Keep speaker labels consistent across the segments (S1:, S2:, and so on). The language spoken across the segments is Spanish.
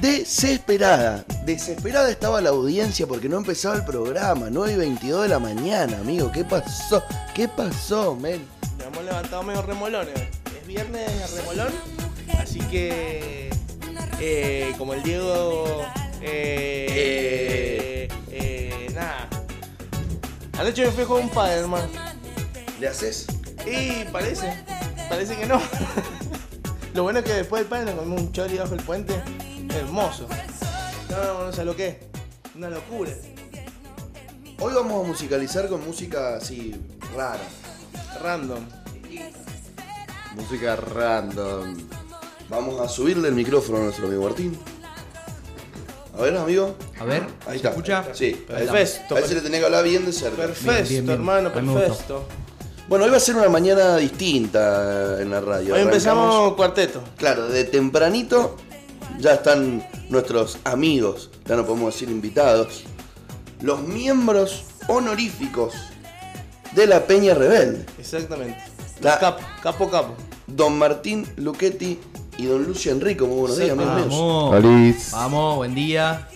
S1: Desesperada. Desesperada estaba la audiencia porque no empezaba el programa. 9 y 22 de la mañana, amigo. ¿Qué pasó? ¿Qué pasó, men?
S2: Nos hemos levantado medio remolones. hoy. Es viernes de remolón, así que. eh, como el Diego. Eh, eh, nada. Anoche me fui a jugar un padre, hermano.
S1: ¿Le haces?
S2: Y parece. Parece que no. lo bueno es que después del padre nos comimos un chori bajo el puente. Hermoso. No, no, no sé lo que es. Una locura.
S1: Hoy vamos a musicalizar con música así rara.
S2: Random.
S1: Música random. Vamos a subirle el micrófono a nuestro amigo Martín. A ver, amigo.
S3: A ver,
S1: Ahí
S3: ¿se
S1: está.
S3: escucha?
S1: Sí, ahí está.
S2: Perfecto.
S1: A ver si le tenés que hablar bien de cerca.
S2: Perfecto,
S3: bien, bien.
S2: hermano,
S3: A mí me gustó.
S2: perfecto.
S1: Bueno, hoy va a ser una mañana distinta en la radio.
S2: Hoy
S1: Arrancamos-
S2: empezamos cuarteto.
S1: Claro, de tempranito ya están nuestros amigos, ya no podemos decir invitados, los miembros honoríficos de la Peña Rebelde.
S2: Exactamente.
S1: La-
S2: Capo, capo, capo.
S1: Don Martín Luchetti y Don Lucio Enrico, muy buenos
S2: Sí,
S1: días, amigos míos.
S3: Vamos.
S4: Alice.
S3: Vamos, buen día.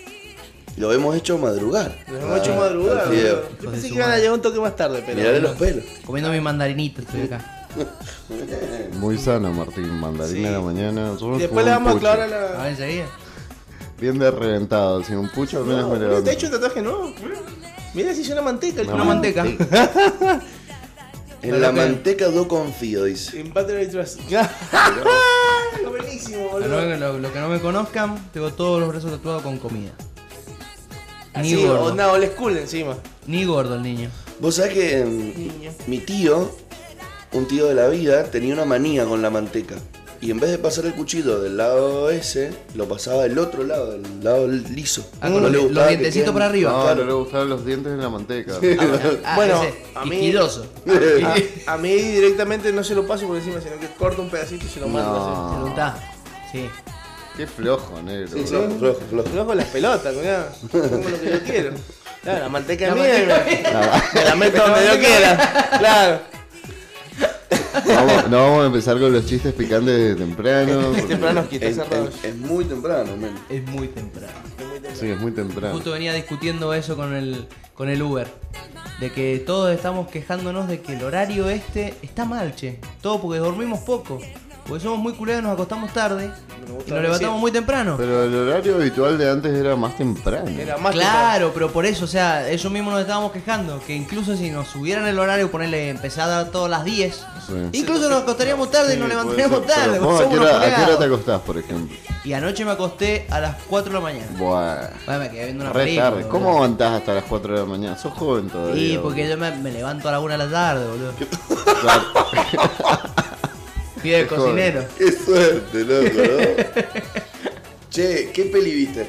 S1: Lo hemos hecho madrugar.
S2: Nos hemos
S1: Ah,
S2: hecho madrugada.
S1: al fideo.
S2: boludo. Yo
S3: Hijos de
S2: pensé que
S3: su
S2: iban a
S3: madre.
S2: llegar un toque más tarde,
S1: Mirale
S2: pero.
S1: los pelos.
S3: Comiendo mi mandarinita estoy acá.
S4: Muy sano, Martín. Mandarina
S2: Sí.
S4: a la mañana. Nosotros
S2: Después le
S4: como un
S2: vamos a
S4: pucho.
S2: clavar a
S3: A
S2: la.
S3: ver, ¿enseguida?
S4: Bien de reventado. Si un pucho al menos me
S2: No,
S4: levanto.
S2: ¿Te ha hecho un tatuaje nuevo? Mira si es una manteca. el
S4: Una
S3: Una
S2: culo.
S3: manteca.
S1: En la
S2: Pero que-
S1: manteca no confío, dice.
S2: En Patriot Trust. Buenísimo,
S3: Para los
S2: boludo.
S3: que- lo, lo que no me conozcan, tengo todos los brazos tatuados con comida. Ni
S2: Así,
S3: gordo.
S2: Ah, onda old school encima.
S3: Ni gordo el niño.
S1: Vos sabés que
S2: Niño.
S1: mm, mi tío, un tío de la vida, tenía una manía con la manteca. Y en vez de pasar el cuchillo del lado ese, lo pasaba del otro lado, del lado liso.
S3: Ah, con los-
S1: le
S3: los
S1: gustaba que
S3: dientecitos
S1: queden-
S3: para arriba.
S4: No,
S1: Claro.
S4: no le gustaban los dientes en la manteca. Ah,
S2: Ah, Bueno,
S3: Ah, ese,
S2: a mí-
S3: Isquidoso.
S1: Ah,
S2: A, a mí directamente no se lo paso por encima, sino que corto un pedacito y se lo mando.
S4: No.
S2: así.
S3: Se lo untá. Sí.
S4: Qué flojo, negro.
S1: Sí,
S4: bro.
S1: flojo, flojo, flojo.
S2: Yo con las pelotas, cuidado. Como lo que yo quiero. Claro, la manteca
S3: La
S2: es mía. y
S3: manteca
S2: Me me la meto donde yo quiera. Claro.
S4: Vamos- no vamos a empezar con los chistes picantes de temprano. porque-
S2: Temprano quita
S1: Es,
S2: cerrado.
S1: es- es muy temprano, men.
S3: Es muy temprano.
S4: Sí, es muy temprano.
S3: Justo venía discutiendo eso con el, con el Uber. De que todos estamos quejándonos de que el horario este está mal, che. Todo porque dormimos poco. Porque somos muy culeros, nos acostamos tarde
S2: Me gusta
S3: y nos
S2: dormir
S3: levantamos
S2: siete.
S3: muy temprano.
S4: Pero el horario habitual de antes era más temprano.
S2: Era más que tarde.
S3: Claro, pero por eso, o sea, eso mismo nos estábamos quejando. Que incluso si nos subieran el horario, ponerle empezada todas las 10,
S4: Sí.
S3: incluso nos acostaríamos tarde y nos
S4: Sí,
S3: levantaríamos
S4: puede ser,
S3: tarde.
S4: pero
S3: porque
S4: vos ¿A
S3: somos
S4: qué,
S3: unos
S4: hora, a qué hora te
S3: colgados.
S4: acostás, por ejemplo?
S3: Y anoche me acosté a las 4 de la mañana.
S4: Buah.
S3: Bueno, me quedé viendo una
S4: Re
S3: película,
S4: tarde.
S3: boludo.
S4: ¿Cómo aguantás hasta las 4 de la mañana? Sos joven todavía.
S3: Sí,
S4: boludo.
S3: porque yo me, me levanto a la 1 de la tarde, boludo.
S4: Claro.
S3: Fui de
S4: Qué joven.
S3: cocinero.
S1: Qué suerte, loco, ¿no? che, ¿qué peli viste?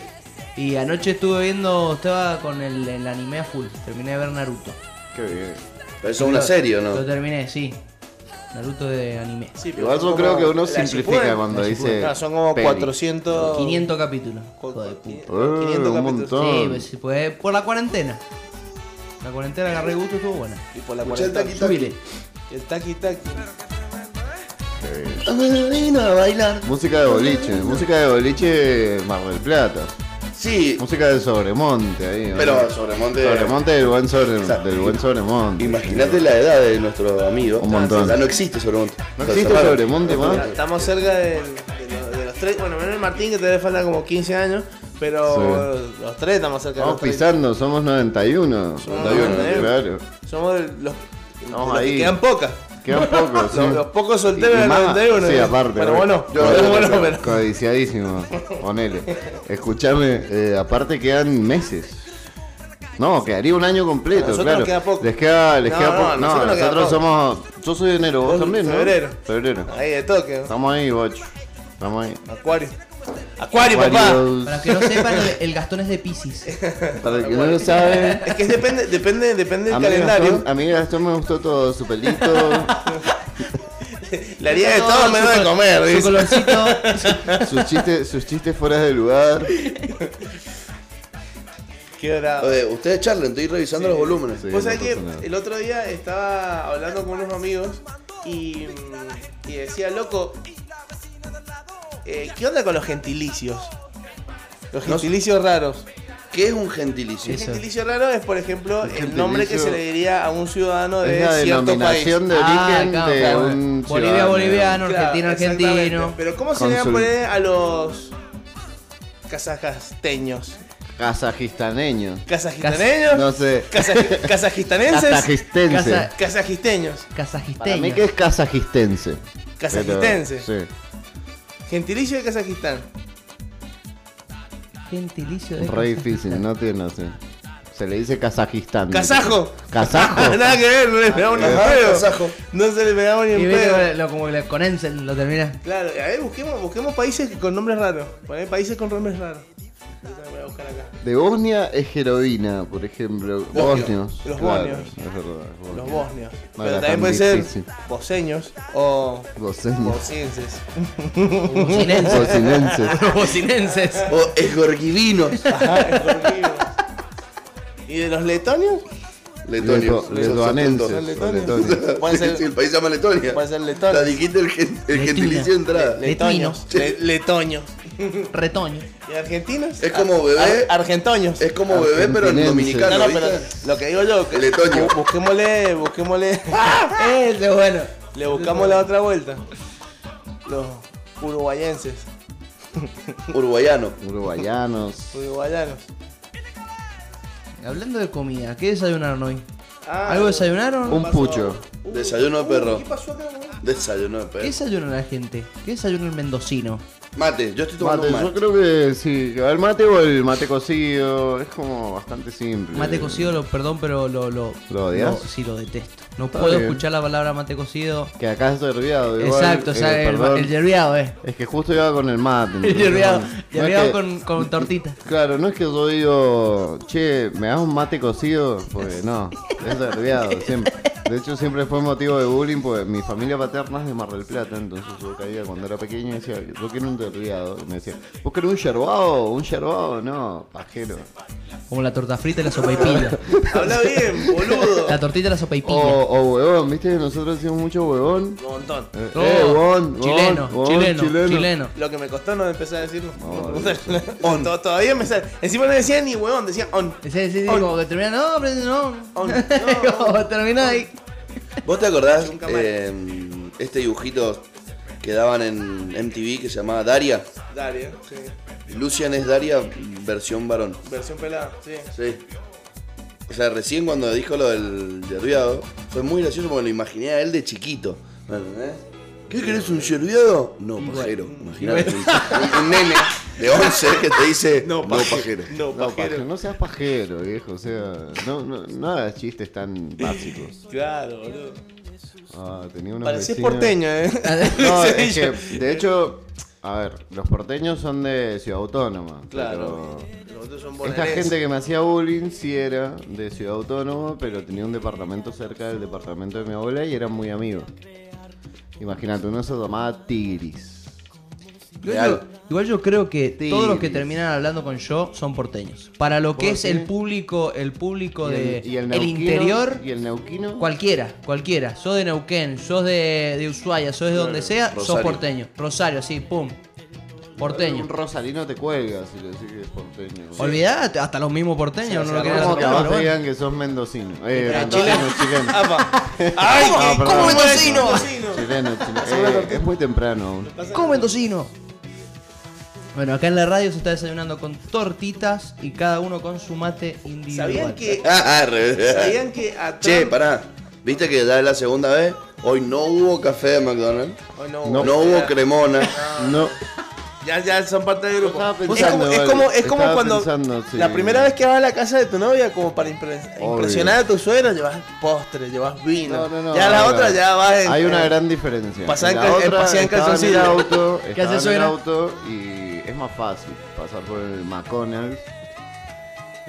S3: Y anoche estuve viendo, estaba con el, el anime a full. Terminé de ver Naruto.
S4: Qué bien.
S1: Pero eso es una
S3: Lo-
S1: serie, ¿o
S3: Lo
S1: no?
S3: terminé, sí. Naruto de anime.
S2: Sí, pero
S4: Igual
S2: son
S4: yo creo
S2: como
S4: que uno
S2: la
S4: simplifica
S2: Shippuden.
S4: cuando
S3: la
S4: dice.
S2: Claro, son como
S4: peli. Eh,
S2: 400.
S3: 500 capítulos.
S2: cu-
S3: Hijo de
S2: cu-
S3: puta.
S2: 500
S4: un
S2: capítulos.
S4: montón.
S3: Sí, pues, sí, pues, por la cuarentena. La cuarentena agarré gusto, estuvo buena.
S2: Y por la
S1: Escuchá el
S2: 40.
S1: taqui, taqui.
S3: Subile.
S2: El taqui taqui.
S4: Ah.
S1: Vino a bailar.
S4: Música de boliche, música de boliche Mar del Plata.
S1: Sí,
S4: Música de Sobremonte ahí. ¿no?
S1: pero Sobremonte.
S4: Sobremonte del buen, sobre,
S1: Exacto.
S4: del buen Sobremonte.
S1: Imagínate la edad de nuestro amigo.
S4: Un montón.
S1: Ya no existe Sobremonte.
S4: No
S1: Lo
S4: existe
S1: cerraron.
S4: Sobremonte más.
S2: Estamos cerca del- de, lo- de los tres. Bueno, Manuel Martín, que todavía falta como 15 años. Pero los tres estamos cerca
S4: Vamos
S2: de los 30.
S4: pisando, somos 91.
S2: Somos
S4: 91,
S2: 91.
S4: claro.
S2: Somos de los,
S4: Estamos
S2: de los que
S4: ahí.
S2: quedan pocas.
S4: Quedan pocos.
S2: Los, los pocos solteros del 91.
S4: Sí,
S2: eh.
S4: aparte.
S2: Bueno,
S4: ¿no?
S2: vos no.
S4: Yo-
S2: Vos no, pero-
S4: Codiciadísimo. Ponele. Escuchame, eh, aparte quedan meses. No, quedaría un año completo,
S2: A nosotros
S4: claro.
S2: nos queda poco.
S4: Les queda, les
S2: No,
S4: queda
S2: no,
S4: poco.
S2: a
S4: No,
S2: nosotros
S4: nosotros,
S2: nos queda poco.
S4: somos. Yo soy de enero, vos
S2: Yo soy
S4: también, ¿no?
S2: febrero.
S4: Febrero.
S2: Ahí de toque.
S4: Estamos ahí, bocho. Estamos ahí.
S2: Acuario. Acuario, papá.
S4: Varios-
S3: Para los que no sepan, el, el Gastón es de Pisces.
S4: Para el que no lo sabe.
S2: Es que depende, depende, depende
S4: A
S2: del
S4: mí,
S2: calendario.
S4: Gastón, a mí Gastón me gustó todo, su pelito.
S2: Le haría de
S3: No,
S2: Eh, todo
S3: su
S2: menos de
S3: col-
S2: comer,
S3: Su
S2: dice.
S3: colorcito.
S4: sus chistes sus chistes fuera de lugar.
S2: Qué bravo.
S1: Eh, ustedes charlen, estoy revisando los volúmenes.
S4: Sí,
S2: Vos
S4: no
S2: sabés que
S4: pasa nada.
S2: el otro día estaba hablando con unos amigos y, mm, y decía, loco, eh, ¿qué onda con los gentilicios? Los
S1: No-
S2: gentilicios raros.
S1: ¿Qué es un gentilicio?
S2: El
S3: Eso.
S2: gentilicio raro es, por ejemplo,
S4: El
S2: el nombre que
S4: gentilicio
S2: se le diría a un ciudadano
S4: Es
S2: de
S4: la
S2: cierto país.
S4: denominación de
S3: Ah,
S4: origen
S3: claro,
S4: de
S3: claro.
S4: un
S3: Bolivia,
S4: ciudadano.
S3: boliviano, argentino,
S2: Claro, exactamente.
S3: argentino.
S2: Pero ¿cómo se le van a
S4: Cónsul.
S2: poner a los kazajasteños?
S4: Kazajistaneño.
S2: ¿Kazajistaneños?
S4: No sé.
S2: Kazaji- ¿Kazajistanenses?
S4: Kazajistense.
S3: Kaza-
S2: Kazajisteños.
S4: Para mí
S3: Casajisteño.
S4: que es kazajistense.
S2: Kazajistense.
S4: Pero, sí.
S2: Gentilicio de Kazajistán.
S3: Gentilicio de
S4: Re difícil, no tiene así. Se le dice Kazajistán.
S2: ¡Kazajo!
S4: Kazajo.
S2: Nada que ver, no le pegamos ni un
S1: Ah,
S2: pedo.
S1: kazajo.
S2: No se le pegamos ni
S3: Y
S2: un
S3: viste
S2: pedo.
S3: como lo- como le convencen, lo termina.
S2: Claro, a ver, busquemos, busquemos países con nombres raros. Poné países con nombres raros. Voy a buscar acá.
S4: De Bosnia es heroína, por ejemplo. Bosnios.
S2: Los
S4: claro,
S2: bosnios.
S4: Es verdad. es
S2: Los
S4: bosnio.
S2: bosnios.
S4: No
S2: Pero
S4: era
S2: también
S4: tan
S2: puede ser
S4: difícil.
S2: boseños o
S4: Boseños.
S2: bosienses.
S3: Bocinenses.
S4: Bosinenses.
S3: Bocinenses.
S1: O esgorgivinos.
S2: ¿Y de los letonios?
S1: Letonios.
S4: Leto- letoanenses,
S1: Son
S2: letonios.
S4: letonios.
S2: Pueden
S1: Sí,
S2: ser-
S1: sí, el país se llama Letonia.
S2: pueden ser letones.
S1: La dijiste el, gen- el
S3: Letina.
S1: gentilicio de entrada.
S2: Letoños. Le- letoños.
S3: Retoño.
S2: ¿Y argentinos? Ah,
S1: Es como bebé.
S2: Ar- argentoños.
S1: es como bebé, pero en
S4: Argentinense.
S1: dominicano.
S2: no, no,
S1: ¿viste?
S2: pero lo que digo yo, que
S1: Letoño.
S2: bu- busquémosle, busquémosle,
S3: Ese, bueno.
S2: le buscamos la otra vuelta. Los uruguayenses,
S1: Uruguayano.
S4: Uruguayanos.
S2: uruguayanos.
S3: Hablando de comida, ¿qué desayunaron hoy?
S2: Ah,
S3: ¿Algo desayunaron?
S4: Un pucho.
S2: Uy,
S1: Desayuno de
S2: uy,
S1: perro.
S2: ¿Qué pasó acá, güey?
S1: Desayuno de perro.
S3: ¿Qué desayuna la gente? ¿Qué desayuna el mendocino?
S1: Mate, yo estoy tomando
S4: Mate,
S1: un
S4: yo
S1: mate.
S4: creo que sí. El mate o el mate cocido. Es como bastante simple.
S3: Mate cocido, lo, perdón, pero lo... ¿Lo,
S4: Eh. ¿Lo odias?
S3: no, sí, lo detesto. No
S4: Está
S3: puedo
S4: bien.
S3: escuchar la palabra mate cocido.
S4: Que acá es herviado. igual,
S3: Exacto, o sea,
S4: eh,
S3: el,
S4: perdón.
S3: el yerbeado, eh.
S4: Es que justo iba con el mate.
S3: El
S4: entonces,
S3: yerbeado,
S4: no, no es
S3: yerbeado
S4: que-
S3: con, con tortita.
S4: Claro, no es que yo digo, che, ¿me das un mate cocido? Porque no, es derriado, siempre. De hecho, siempre fue motivo de bullying, porque mi familia paterna es de Mar del Plata, entonces yo caía cuando era pequeño y decía, yo quiero un derriado. Y me decía, ¿vos querés un yerbao? ¿Un yerbao? No, pajero.
S3: Como la torta frita y la sopa y pilla.
S2: Habla bien, boludo.
S3: La tortita y la sopa y
S4: O,
S3: pilla.
S4: o huevón, viste que nosotros hacíamos mucho huevón.
S2: Un montón.
S4: Eh,
S3: Todo.
S4: eh, huevón, huevón,
S3: chileno,
S4: huevón,
S3: chileno, chileno,
S2: Lo que me costó no empezar a decirlo.
S4: Oh,
S2: On. To- Todavía me sale. Encima no decía ni huevón, decía on.
S3: Sí, sí, sí,
S2: On.
S3: como que termina, no, pero no.
S2: On.
S3: Como termina ahí.
S1: ¿Vos te acordás
S2: Nunca más.
S1: eh, este dibujito que daban en MTV que se llamaba Daria?
S2: Daria, eh, sí.
S1: Lucian es Daria versión varón.
S2: Versión pelada, sí.
S1: Sí. O sea, recién cuando dijo lo del yerbiado, fue muy gracioso porque lo imaginé a él de chiquito. ¿Me entendés? ¿Qué querés, un yerbiado? No, pajero. Imagínate. Un, un nene de 11 que te dice, no, pajero.
S2: No,
S4: No,
S2: pajero.
S4: pajero, no seas pajero, viejo, o sea, no, no, no hagas chistes tan básicos.
S2: Claro, boludo.
S4: Ah, tenía unos
S2: Parecés
S4: vecinos-
S2: porteño, eh.
S4: No,
S2: Sí,
S4: es
S2: yo-
S4: que, de hecho, a ver, los porteños son de Ciudad Autónoma.
S2: Claro.
S4: pero
S2: Los otros son
S4: Esta
S2: bonaerenses.
S4: gente que me hacía bullying sí era de Ciudad Autónoma, pero tenía un departamento cerca del departamento de mi abuela y eran muy amigos. Imagínate, uno se llamaba Tigris.
S3: Igual yo, igual yo creo que
S4: Tigris.
S3: todos los que terminan hablando con yo son porteños. Para lo que
S4: ¿Por
S3: es
S4: qué?
S3: el público, el público de
S4: y el, neuquino-
S3: interior,
S4: Y el neuquino.
S3: cualquiera, cualquiera. Sos de Neuquén, sos de, de Ushuaia, sos de donde sea, sos
S1: Rosario.
S3: porteño. Rosario, sí, pum. Porteño.
S4: Un rosarino te cuelga si le decís que es porteño.
S3: Olvidate, hasta los mismos porteños no lo quieren
S4: ¿Cómo que
S3: aceptar,
S4: a vos
S3: pero
S4: te
S3: bueno.
S4: digan que sos mendocino? Eh,
S2: Pero
S4: mendocino, chileno. Ah,
S2: Apa. ¡Ay,
S4: No,
S2: qué
S4: perdón.
S2: cómo
S4: Chileno,
S2: es chino!
S4: Chileno, chileno. Eh, es muy temprano aún.
S3: Come tocino. Bueno, acá en la radio se está desayunando con tortitas y cada uno con su mate individual.
S2: ¿Sabían que,
S1: Ah, ah, re-
S2: ¿Sabían que a Trump...
S1: Che, pará. ¿Viste que ya es la segunda vez? Hoy no hubo café de McDonald's.
S2: Oh, no,
S1: No,
S4: No.
S1: hubo
S2: ya-
S1: cremona.
S4: No.
S2: Ya, ya son parte del grupo.
S4: Estaba
S2: es como,
S4: pensando,
S2: es como, es
S4: vale.
S2: como
S4: Estaba
S2: cuando
S4: pensando, sí.
S2: la primera vez que vas a la casa de tu novia, como para impre-
S4: Obvio.
S2: impresionar a tu suegra, llevas postre, llevas vino.
S4: No, no, no.
S2: ya la
S4: hay
S2: otra
S4: una-
S2: ya vas en-
S4: Hay una
S2: en-
S4: gran diferencia.
S2: pasar en
S4: la
S2: cal- eh,
S4: otra
S2: pasar en
S4: estaba en el
S2: calzoncillo.
S4: auto,
S3: ¿Qué hace
S4: estaba en el
S3: suena?
S4: auto y es más fácil pasar por el McDonald's.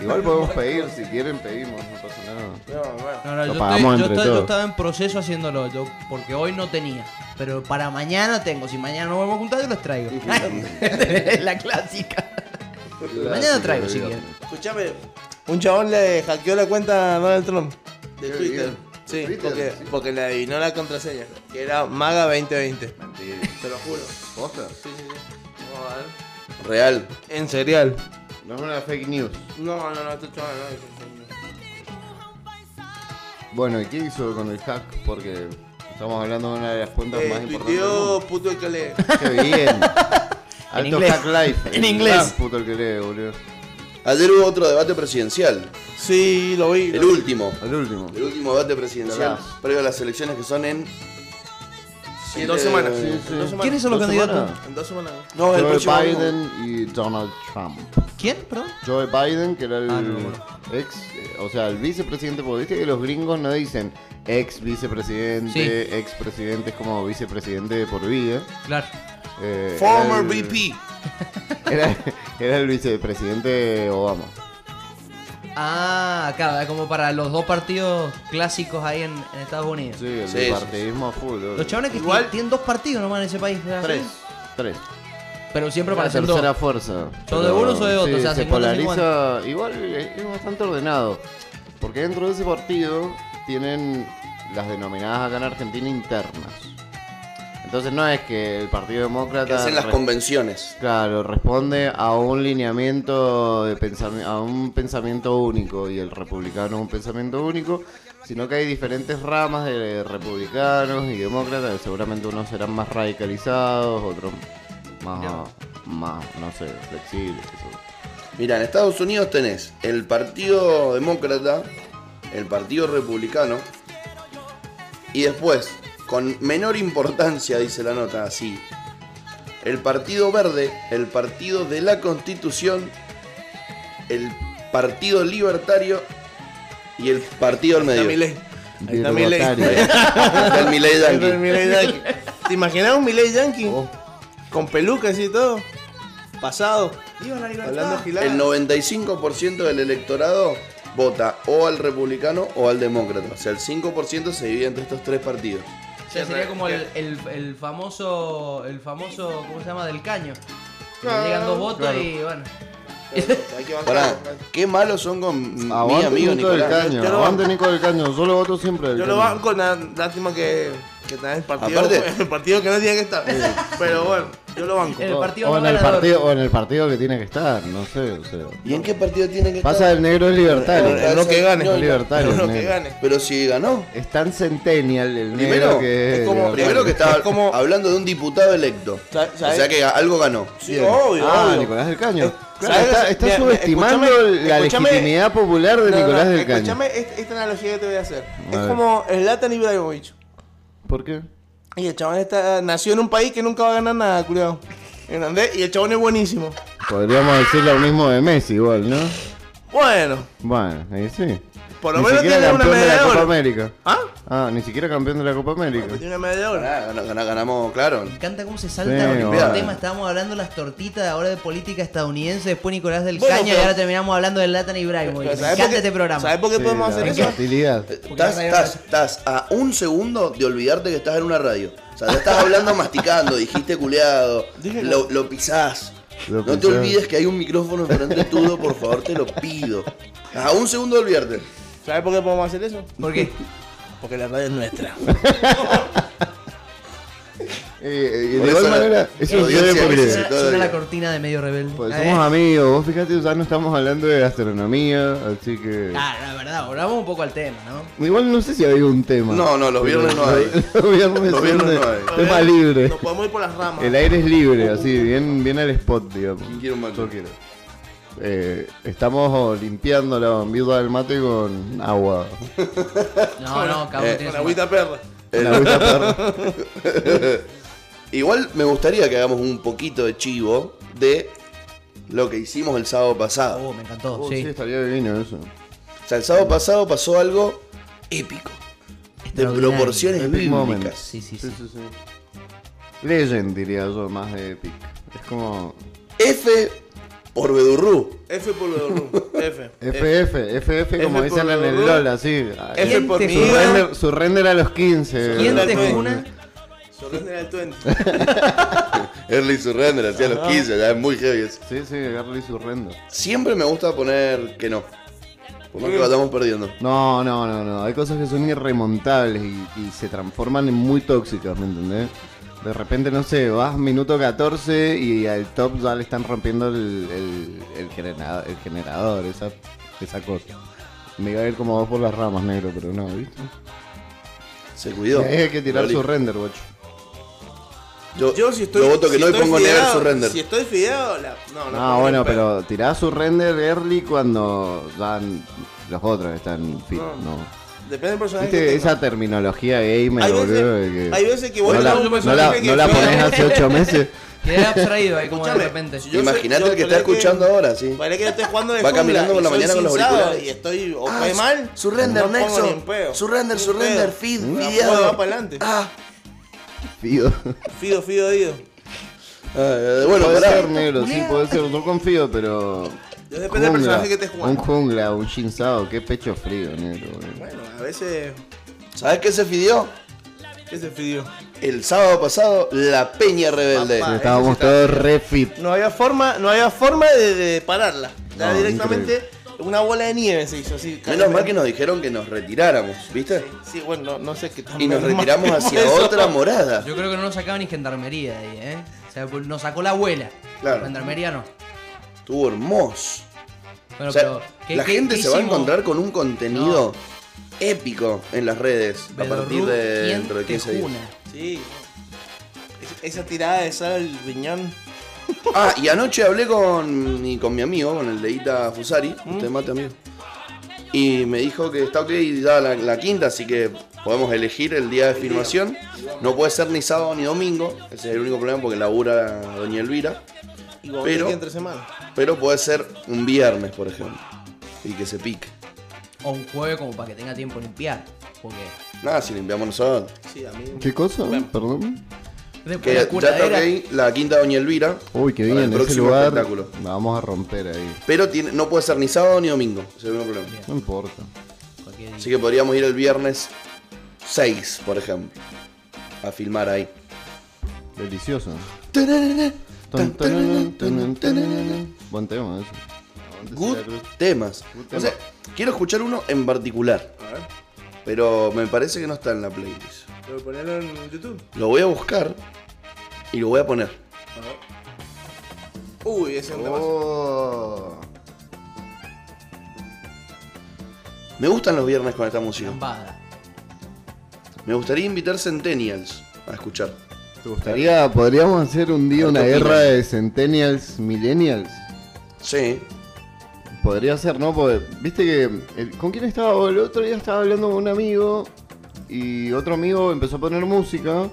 S4: Igual podemos pedir, si quieren pedimos, no pasa nada.
S2: No, bueno.
S3: No, no,
S4: Lo
S3: yo,
S4: pagamos
S3: estoy- yo
S4: entre
S3: estoy- yo
S4: todos.
S3: estaba en proceso haciéndolo, yo- porque hoy no tenía. Pero para mañana tengo. Si mañana no vamos a juntar, yo los traigo. la clásica. mañana traigo, si quieren.
S2: Escuchame, un chabón le hackeó la cuenta a Donald Trump de
S4: Qué
S2: Twitter.
S4: bien.
S2: Sí,
S4: Twitter,
S2: porque,
S4: sí.
S2: porque le adivinó la contraseña, que era Maga2020.
S4: Mentira.
S2: Te lo juro.
S4: ¿Posta?
S2: Sí, sí, sí. Vamos a ver.
S1: Real.
S2: En cereal.
S4: No es una fake news.
S2: No, no, no,
S4: este
S2: esto chaval no es en serio.
S4: Bueno, ¿y qué hizo con el hack? Porque estamos hablando de una de las cuentas más
S2: Eh,
S4: importantes. del
S2: tuiteó
S4: mundo.
S2: puto el que le.
S4: ¡Qué bien!
S3: En
S4: Alto
S3: inglés.
S4: hack life.
S3: En inglés.
S4: Ah, puto el que lee, boludo.
S1: Ayer hubo otro debate presidencial.
S2: Sí, lo vi.
S1: El último.
S4: Al último.
S1: El último debate presidencial
S4: Verdad.
S1: previo a las elecciones que son en.
S2: En
S1: siete-
S2: dos semanas.
S1: Sí,
S2: En dos semanas.
S3: ¿Quiénes son los
S4: ¿Dos
S3: candidatos?
S4: semanas?
S2: En dos semanas.
S1: No, el
S4: Joe
S1: próximo año.
S4: Biden y Donald Trump.
S3: ¿Quién? ¿Perdón?
S4: Joe Biden, que era el
S3: Ah, no me acuerdo.
S4: ex, eh, o sea, el vicepresidente, porque viste que los gringos no dicen ex vicepresidente,
S3: Sí.
S4: ex presidente, es como vicepresidente de por vida.
S3: Claro.
S4: Eh,
S1: Former
S4: era el-
S1: VP.
S4: Era, era el vicepresidente Obama.
S3: Ah, claro, es como para los dos partidos clásicos ahí en, en Estados Unidos.
S4: Sí, el
S1: Sí, sí,
S4: partidismo a full. boludo.
S3: Los chavales que
S2: Igual-
S3: ti- tienen dos partidos nomás en ese país. ¿verdad?
S4: Tres. Tres.
S3: Pero siempre
S4: La
S3: parecen dos.
S4: tercera fuerza.
S3: ¿Son de uno o son de otro?
S4: sí,
S3: O sea,
S4: se
S3: 50-50.
S4: polariza. Igual eh, es bastante ordenado. Porque dentro de ese partido tienen las denominadas acá en Argentina internas. Entonces no es que el Partido Demócrata.
S1: Que hacen las
S4: re-
S1: convenciones.
S4: Claro, responde a un lineamiento de pensami- a un pensamiento único y el republicano es un pensamiento único, sino que hay diferentes ramas de republicanos y demócratas, seguramente unos serán más radicalizados, otros más, más no sé, flexibles. qué sé yo.
S1: Mira, en Estados Unidos tenés el Partido Demócrata, el Partido Republicano, y después, con menor importancia, dice la nota así, el Partido Verde, el Partido de la Constitución, el Partido Libertario y el Partido del
S2: Ahí está
S1: Medio.
S2: Milei. Ahí está Milei.
S4: Libertario.
S2: Ahí
S1: Está el Milei
S2: está el
S1: Yankee.
S2: Milei Yankee. ¿Te imaginas un Milei Yankee?
S4: Oh.
S2: Con peluca así y todo. Pasado.
S3: Viva la libertad.
S2: Hablando gilada.
S1: El 95% del electorado vota o al republicano o al demócrata. O sea, el 5% se divide entre estos tres partidos.
S3: O sea, sería como el, el- el famoso, el famoso, ¿cómo se llama? Del caño. Que le llegan dos votos
S4: Claro.
S3: y bueno.
S2: Hay que
S1: Pará,
S2: bancarlo.
S1: qué malos son con mi
S4: Aguante
S1: amigo
S4: Nico del
S1: Nicolás.
S4: Caño,
S2: Yo lo
S4: aguante
S2: banco.
S4: Nico del Caño, yo lo voto siempre del
S2: Yo lo
S4: Caño.
S2: banco, la lástima que, que está en el partido,
S1: Aparte-
S2: el partido que no tiene que estar. Pero bueno, yo lo banco.
S3: El partido
S4: o,
S3: no
S4: en el
S3: ganador.
S4: partido, o en el partido que tiene que estar, no sé, o sea.
S1: ¿Y en qué partido tiene que
S4: Pasa el
S1: estar?
S4: negro es libertario.
S1: El- el no que gane.
S4: Es libertario.
S2: Pero lo
S4: el
S2: que
S4: negro.
S2: gane.
S1: Pero si ganó.
S4: Es tan centennial el
S1: Primero,
S4: negro que
S2: es como-
S4: libertario.
S1: Primero que
S2: Es
S1: estaba
S2: como-
S1: hablando de un diputado electo.
S2: Sa-
S1: O
S2: sabe-
S1: sea que algo ganó.
S2: Sí, obvio,
S4: ah,
S2: obvio.
S4: Nicolás del Caño.
S2: Eh,
S4: Claro,
S2: ¿sabes?
S4: está está
S2: Mira, mira,
S4: subestimando
S2: escúchame,
S4: la
S2: escúchame.
S4: legitimidad popular de
S2: No, no,
S4: Nicolás del Caño.
S2: Escúchame es- esta analogía que te voy a hacer.
S4: A
S2: es
S4: ver.
S2: como Zlatan Ibrahimovic.
S4: ¿Por qué?
S2: Y el chabón está, nació en un país que nunca va a ganar nada, culiao. ¿Entendés? Y el chabón es buenísimo.
S4: Podríamos decir lo mismo de Messi igual, ¿no?
S2: Bueno,
S4: Bueno, ahí sí.
S2: Por lo
S4: Ni
S2: menos
S4: siquiera
S2: tiene una
S4: campeón de
S2: medalla
S4: la
S2: de
S4: Copa
S2: oro.
S4: América.
S2: ¿ah?
S4: Ah, ni siquiera campeón de la Copa América.
S2: Tiene una medalla de oro.
S1: Ganó, ganó, ganó, ganamos, claro.
S3: Me encanta cómo se salta
S4: Sí,
S3: el
S4: bueno.
S3: tema. Estábamos hablando de las tortitas, ahora de política estadounidense, después Nicolás del
S2: Bueno,
S3: Caño y
S2: pero-
S3: ahora terminamos hablando del Latan Ibrahimovic. Me
S2: ¿Sabés por
S3: encanta
S2: qué-
S3: este programa.
S2: ¿Sabés por qué
S4: Sí,
S2: podemos
S4: la
S2: hacer eso? Eh,
S4: versatilidad.
S1: Estás, estás, estás a un segundo de olvidarte que estás en una radio. O sea, ya estás hablando masticando, dijiste culeado,
S2: Dije-
S1: lo, lo pisás.
S4: Lo
S1: no te
S4: pisás.
S1: olvides que hay un micrófono enfrente tuyo, por favor, te lo pido. A un segundo de olvidarte.
S2: ¿Sabés por qué podemos hacer eso?
S3: ¿Por qué?
S2: Porque la radio es nuestra.
S4: Eh, eh,
S1: Por
S4: de igual
S1: eso la-
S4: manera, eso
S1: la
S4: sucede
S1: audiencia
S4: porque...
S1: que se-
S3: Suena,
S1: todo
S3: suena
S1: bien.
S3: la cortina de medio rebelde.
S4: Pues
S3: Eh,
S4: somos amigos, vos fíjate, ya no estamos hablando de gastronomía, así que...
S3: Claro, Ah, la verdad, volvamos un poco al tema, ¿no?
S4: Igual no sé si había un tema.
S1: No, no, los viernes no hay.
S4: los viernes,
S1: Los viernes
S4: son de-
S1: no hay.
S4: Tema libre.
S2: Nos podemos ir por las ramas.
S4: El aire es libre, así, bien, bien al spot, digamos.
S1: ¿Quién quiere un mate?
S4: Yo quiero. Eh, estamos limpiando la viuda del mate con agua.
S3: No, no, cabrón,
S1: Eh,
S3: tiene
S2: Con
S3: su-
S2: agüita perra.
S4: Con agüita perra.
S1: Igual me gustaría que hagamos un poquito de chivo de lo que hicimos el sábado pasado.
S3: Oh, me encantó,
S2: Uh,
S4: Oh, sí,
S3: sí.
S4: estaría divino eso.
S1: O sea, el sábado pasado pasó algo épico. De
S3: Extraordinario.
S1: proporciones
S4: Epic moment.
S1: bíblicas.
S3: Sí, sí, sí.
S4: Legend, diría yo, más de Epic. Es como.
S1: F por Bedurru.
S2: F por lo de Orlú. F.
S4: FF, FF, como
S2: F
S4: dicen
S2: por
S4: en el
S2: Lulú.
S4: LOL, así.
S2: F
S3: ¿Quién
S2: por
S3: te
S2: mí.
S4: Su render, su render a los 15.
S3: ¿Quién te
S4: boludo.
S2: Totalmente.
S3: juna?
S2: Surrender al 20.
S1: Early Surrender, hacía los 15, ya es muy heavy eso.
S4: Sí, sí, Garly su render.
S1: Siempre me gusta poner que no. Por más que vayamos perdiendo.
S4: No, no, no, no. Hay cosas que son irremontables y, y se transforman en muy tóxicas, ¿me entendés? De repente, no sé, vas minuto 14 y al top ya le están rompiendo el, el, el genera- el generador, esa, esa cosa. Me iba a ir como dos por las ramas, negro, pero no, ¿viste?
S1: Se
S4: Y
S1: cuidó.
S4: ahí hay que tirar
S1: Loli.
S4: su render, bocho.
S1: Yo,
S2: Yo si estoy.
S1: lo voto que
S2: si
S1: no y
S2: estoy
S1: pongo
S2: fideado-
S1: negar su render.
S2: Si estoy fideado, la- no, no.
S4: No,
S2: pongo
S4: Ah, bueno,
S2: ni pedo.
S4: pero tirá su render early cuando dan los otros están fit,
S2: No.
S4: ¿no?
S2: Depende del personaje. que
S4: ¿Viste
S2: tenga.
S4: esa terminología gamer,
S2: Hay veces-
S4: boludo? de que
S2: hay veces que vos
S4: no
S2: le
S4: la,
S2: das un
S4: no
S2: personaje
S4: la-
S2: que
S4: no la
S2: juega-
S4: ponés hace ocho meses.
S3: Quedé abstraído ahí como de
S2: Escuchame,
S3: repente.
S2: yo soy-
S1: Imaginate
S2: yo
S1: el que está
S2: ponele que-
S1: escuchando ahora, sí.
S2: Parece que yo estoy jungla y soy
S1: Va
S2: sinsado y estoy jugando de
S1: caminando por la mañana con los auriculares.
S2: Y estoy o
S1: Ah,
S2: cae mal.
S1: su render,
S2: no pongo
S1: Nexo.
S2: ni en pedo.
S1: Surrender,
S2: Ni en
S1: surrender,
S2: pedo.
S1: feed,
S2: La
S1: feed.
S2: joda va para adelante.
S1: Mm. Ah,
S4: Fío.
S2: Fido, fido, fido.
S1: eh, bueno,
S4: puede
S1: pará.
S4: ser negro, sí, puede ser. Yo confío, pero.
S2: Yo depende del personaje que estés
S4: Un
S2: jugando.
S4: jungla, un shinsao, qué pecho frío, negro. boludo.
S2: Bueno, a veces.
S1: ¿Sabés qué se fidió?
S2: Ese fidio.
S1: El sábado pasado, la Peña Rebelde.
S2: Papá. Ah,
S4: Estábamos
S2: ese está
S4: todos re fit.
S2: No había forma, no había forma de, de pararla. Era
S4: No,
S2: directamente una bola de nieve se hizo así.
S1: Menos mal que nos dijeron que nos retiráramos, ¿viste?
S2: Sí, bueno, no, no sé qué tan
S1: Y nos
S2: menos mal
S1: retiramos
S2: que
S1: hacia
S2: eso.
S1: otra morada.
S3: Yo creo que no nos sacaba ni gendarmería de ahí, ¿eh? O sea, nos sacó la abuela.
S1: Claro.
S3: Gendarmería no.
S1: Estuvo hermoso.
S3: Bueno,
S1: O sea,
S3: pero. ¿qué-
S1: la
S3: qué-
S1: gente
S3: qué
S1: se va a
S3: hicimos?
S1: encontrar con un contenido épico en las redes a partir
S3: Bedorru,
S1: de
S3: ¿quién
S1: dentro de
S3: te
S1: 15 días.
S3: juna?
S2: Sí. Es- Esa tirada de sal al riñón.
S1: Ah, y anoche hablé con, mi- con mi amigo, con el Deita Fusari,
S3: ¿Mm?
S1: usted mate amigo. Y me dijo que está ok ya la, la quinta, así que podemos elegir el día de filmación. No puede ser ni sábado ni domingo, ese es el único problema porque labura Doña Elvira.
S2: Y vos
S1: Pero-
S2: Pero... entre semanas.
S1: Pero puede ser un viernes, por ejemplo, y que se pique.
S3: O un jueves como para que tenga tiempo de limpiar. Porque.
S1: Nada, si limpiamos nosotros.
S2: Sí, a mí.
S4: ¿Qué cosa?
S2: Bueno.
S4: Perdón.
S3: Después
S1: Que
S3: la
S1: ya está
S3: curadera.
S1: ok la quinta Doña Elvira.
S4: Uy, qué
S1: para
S4: bien,
S1: el
S4: ese
S1: próximo
S4: lugar.
S1: espectáculo.
S4: La vamos a romper ahí.
S1: Pero tiene- no puede ser ni sábado ni domingo, ese es el único problema.
S4: No importa.
S3: cualquier día.
S1: Así que podríamos ir el viernes 6, por ejemplo, a filmar ahí.
S4: Delicioso. Tan, tan, tan, tan.
S1: Good
S4: Buen tema eso. Aguante Celia Cruz.
S1: temas.
S4: Good
S1: O sea,
S4: tema.
S1: quiero escuchar uno en particular,
S2: A ver,
S1: pero me parece que no está en la playlist.
S2: pero ponerlo en YouTube.
S1: Lo voy a buscar y lo voy a poner.
S2: A ver. Uy, ese es un tema.
S4: Oh.
S1: Me gustan los viernes con esta música.
S3: Lambada.
S1: Me gustaría invitar Centennials a escuchar.
S4: ¿Te gustaría, podríamos hacer un día una
S1: Harto
S4: guerra
S1: opinión.
S4: de Centennials, Millennials?
S1: Sí.
S4: Podría ser, ¿no? Porque, Viste que, el- ¿con quién estaba? vos? El otro día estaba hablando con un amigo y otro amigo empezó a poner música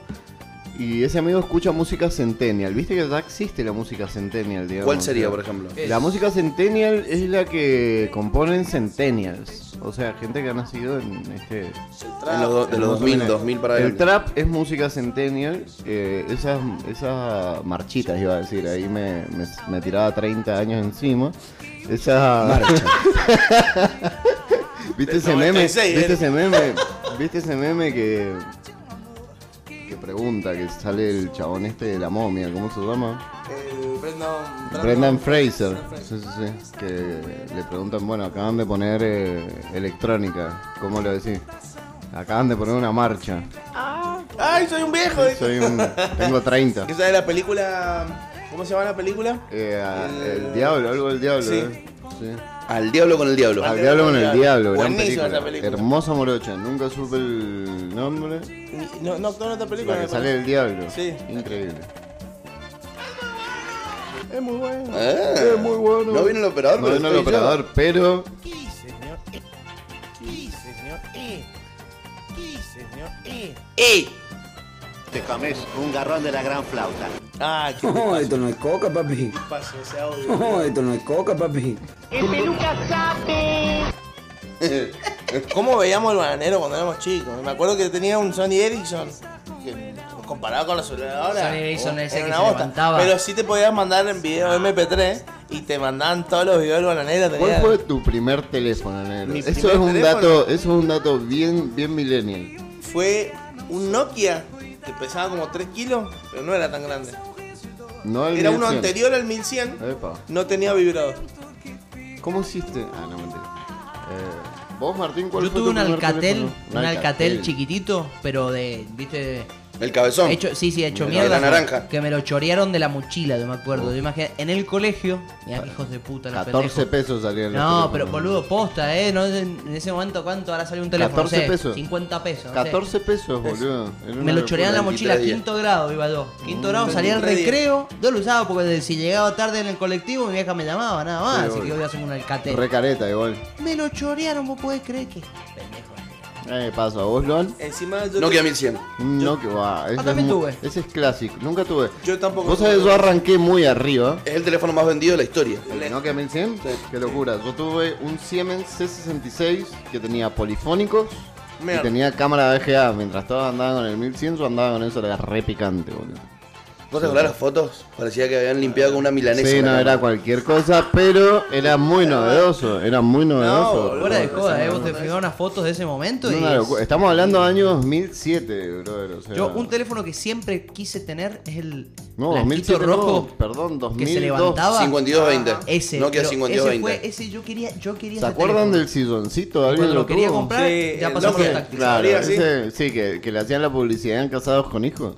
S4: y ese amigo escucha música Centennial. Viste que ya existe la música Centennial, digamos.
S1: ¿Cuál sería,
S4: O sea,
S1: por ejemplo?
S3: Eh.
S4: La música Centennial es la que componen Centennials, o sea, gente que ha nacido en este
S2: El
S1: En los
S2: trap.
S1: do- de los
S4: Más o
S1: 2000,
S4: menos.
S1: 2000 para
S4: El
S1: adelante.
S4: trap es música centennial. eh, esas, esas marchitas, iba a decir. Ahí me, me- me tiraba 30 años encima. Esa. ¿Viste
S2: Del
S4: ese meme?
S2: 96,
S4: ¿Viste
S2: eh.
S4: ese meme? ¿Viste ese meme que. que pregunta, que sale el chabón este de la momia, ¿cómo se llama?
S2: El Brendan.
S4: Brendan Fraser.
S2: Fraser.
S4: Sí, sí, sí. Que le preguntan, bueno, acaban de poner eh, electrónica. ¿Cómo lo decís? Acaban de poner una marcha.
S2: ¡Ay, soy un viejo! dice.
S4: Soy un, tengo 30.
S2: Esa es la película. ¿Cómo se llama la película?
S4: Eh, a- el diablo, algo del diablo.
S2: Sí.
S4: eh. Sí.
S1: Al diablo con el diablo.
S4: Al diablo con el diablo. gran
S2: Buenísima
S4: película.
S2: esa película.
S4: Hermosa morocha. Nunca supe el nombre.
S2: Ni- No, no, no, otra película.
S4: La que
S2: me
S4: sale el diablo.
S2: Sí.
S4: Increíble.
S2: parece. Es muy bueno.
S1: Ah.
S4: Es muy bueno.
S1: No vino el operador,
S4: No
S1: pero
S4: vino el
S1: estoy yo.
S4: operador, pero
S2: ¿Qué dice, señor? Eh. ¿Qué dice, señor? Eh. ¿Qué dice, señor? Eh.
S1: ¡Eh!
S5: Te comes un garrón de la gran flauta.
S2: Ah, qué
S6: No,
S4: este-
S6: esto no es coca, papi.
S2: paso ese audio.
S6: No, esto no es coca, papi.
S2: ¿Cómo veíamos el bananero cuando éramos chicos? Me acuerdo que tenía un Sony Ericsson. que, comparado con los celulares ahora.
S3: Sony Ericsson
S2: oh,
S3: ese
S2: era
S3: que
S2: una
S3: se
S2: bosta.
S3: levantaba. Ah.
S2: Pero sí te podías mandar en video MP3 y te mandaban todos los videos del bananero.
S4: ¿Cuál
S2: tenía-
S4: fue tu primer teléfono, negro?
S2: Mi
S4: Eso es
S2: primer
S4: un
S2: teléfono.
S4: dato, eso es un dato bien, bien millennial.
S2: fue un Nokia que pesaba como 3 kilos, pero no era tan grande.
S4: No el
S2: Era uno
S4: 1100.
S2: anterior al 1100,
S4: Epa.
S2: no tenía vibrador.
S4: ¿Cómo hiciste? Ah, no mentira. Eh, vos, Martín, ¿cuál
S3: Yo
S4: fue
S3: tuve
S4: tu
S3: un
S4: primer
S3: Alcatel,
S4: teléfono?
S3: un Alcatel chiquitito, pero de, viste,
S1: El cabezón.
S3: Hecho, sí, sí, hecho
S1: La
S3: mierda.
S1: naranja.
S3: Que me lo chorearon de la mochila, yo me acuerdo. Yo imagino, en el colegio. Mirá, qué hijos de puta, los pendejos.
S4: 14 pesos salían los
S3: No,
S4: teléfonos.
S3: pero boludo, posta, ¿eh? No, sé en ese momento, ¿cuánto? Ahora salió un teléfono.
S4: 14
S3: no sé,
S4: pesos.
S3: 50 pesos. no sé.
S4: 14 pesos, boludo.
S3: Me lo
S4: Era una locura. Mm,
S3: choreaban la mochila,
S1: 23 días.
S3: quinto grado iba yo. Quinto grado salía al
S2: 23 días.
S3: recreo, yo lo usaba porque de- si llegaba tarde en el colectivo mi vieja me llamaba, nada más,
S4: Sí,
S3: así que
S4: obvio.
S3: yo voy a hacer un alcatel.
S4: Re careta igual.
S3: Me lo chorearon, vos podés creer que. Pendejo.
S4: Eh, pasa, vos, Lon.
S2: Encima yo.
S1: Nokia 1100.
S4: No, que va. Ese, es
S3: también
S4: mu-
S3: tuve.
S4: ese es clásico. Nunca tuve.
S2: Yo tampoco
S4: Vos
S2: tuve.
S4: sabés, yo arranqué muy arriba.
S1: Es el teléfono más vendido de la historia.
S4: ¿El Nokia 1100? Qué locura. Yo tuve un Siemens C66 que tenía polifónicos
S2: Mierda.
S4: y tenía cámara VGA. Mientras todos andaban con el 1100, yo andaba con eso, era re picante, boludo.
S1: ¿Vos te acordás las fotos? Parecía que habían limpiado con una milanesa.
S4: Sí, no
S1: la
S4: era
S1: cámara.
S4: cualquier cosa, pero era muy novedoso. Era muy novedoso.
S2: boludo.
S3: Fuera de
S2: no,
S3: joda,
S2: no,
S3: ¿eh?
S2: no,
S3: Vos
S2: no,
S3: te
S2: no,
S3: fijás unas fotos de ese momento y.
S4: Una locura. Estamos hablando de año 2007, brother. o sea-
S3: Yo, un teléfono que siempre quise tener es el.
S4: No,
S3: blanquito
S4: 2007 no,
S3: rojo.
S4: perdón,
S3: Que se
S4: 2002.
S3: levantaba.
S1: 5220.
S3: Ah, Ese.
S1: Nokia
S3: pero
S1: 5220.
S3: Ese fue, ese yo quería. Yo quería
S4: ¿Se
S3: ese
S4: acuerdan
S3: teléfono.
S4: del silloncito? ¿Alguien
S3: Cuando
S4: lo,
S3: lo quería
S4: tuvo?
S3: comprar,
S2: Sí,
S3: ya
S2: el
S3: pasó por
S2: eh, Nokia.
S3: táctil.
S4: Claro,
S2: Abría así.
S4: ese- sí, que, que le hacían la publicidad en casados con hijos,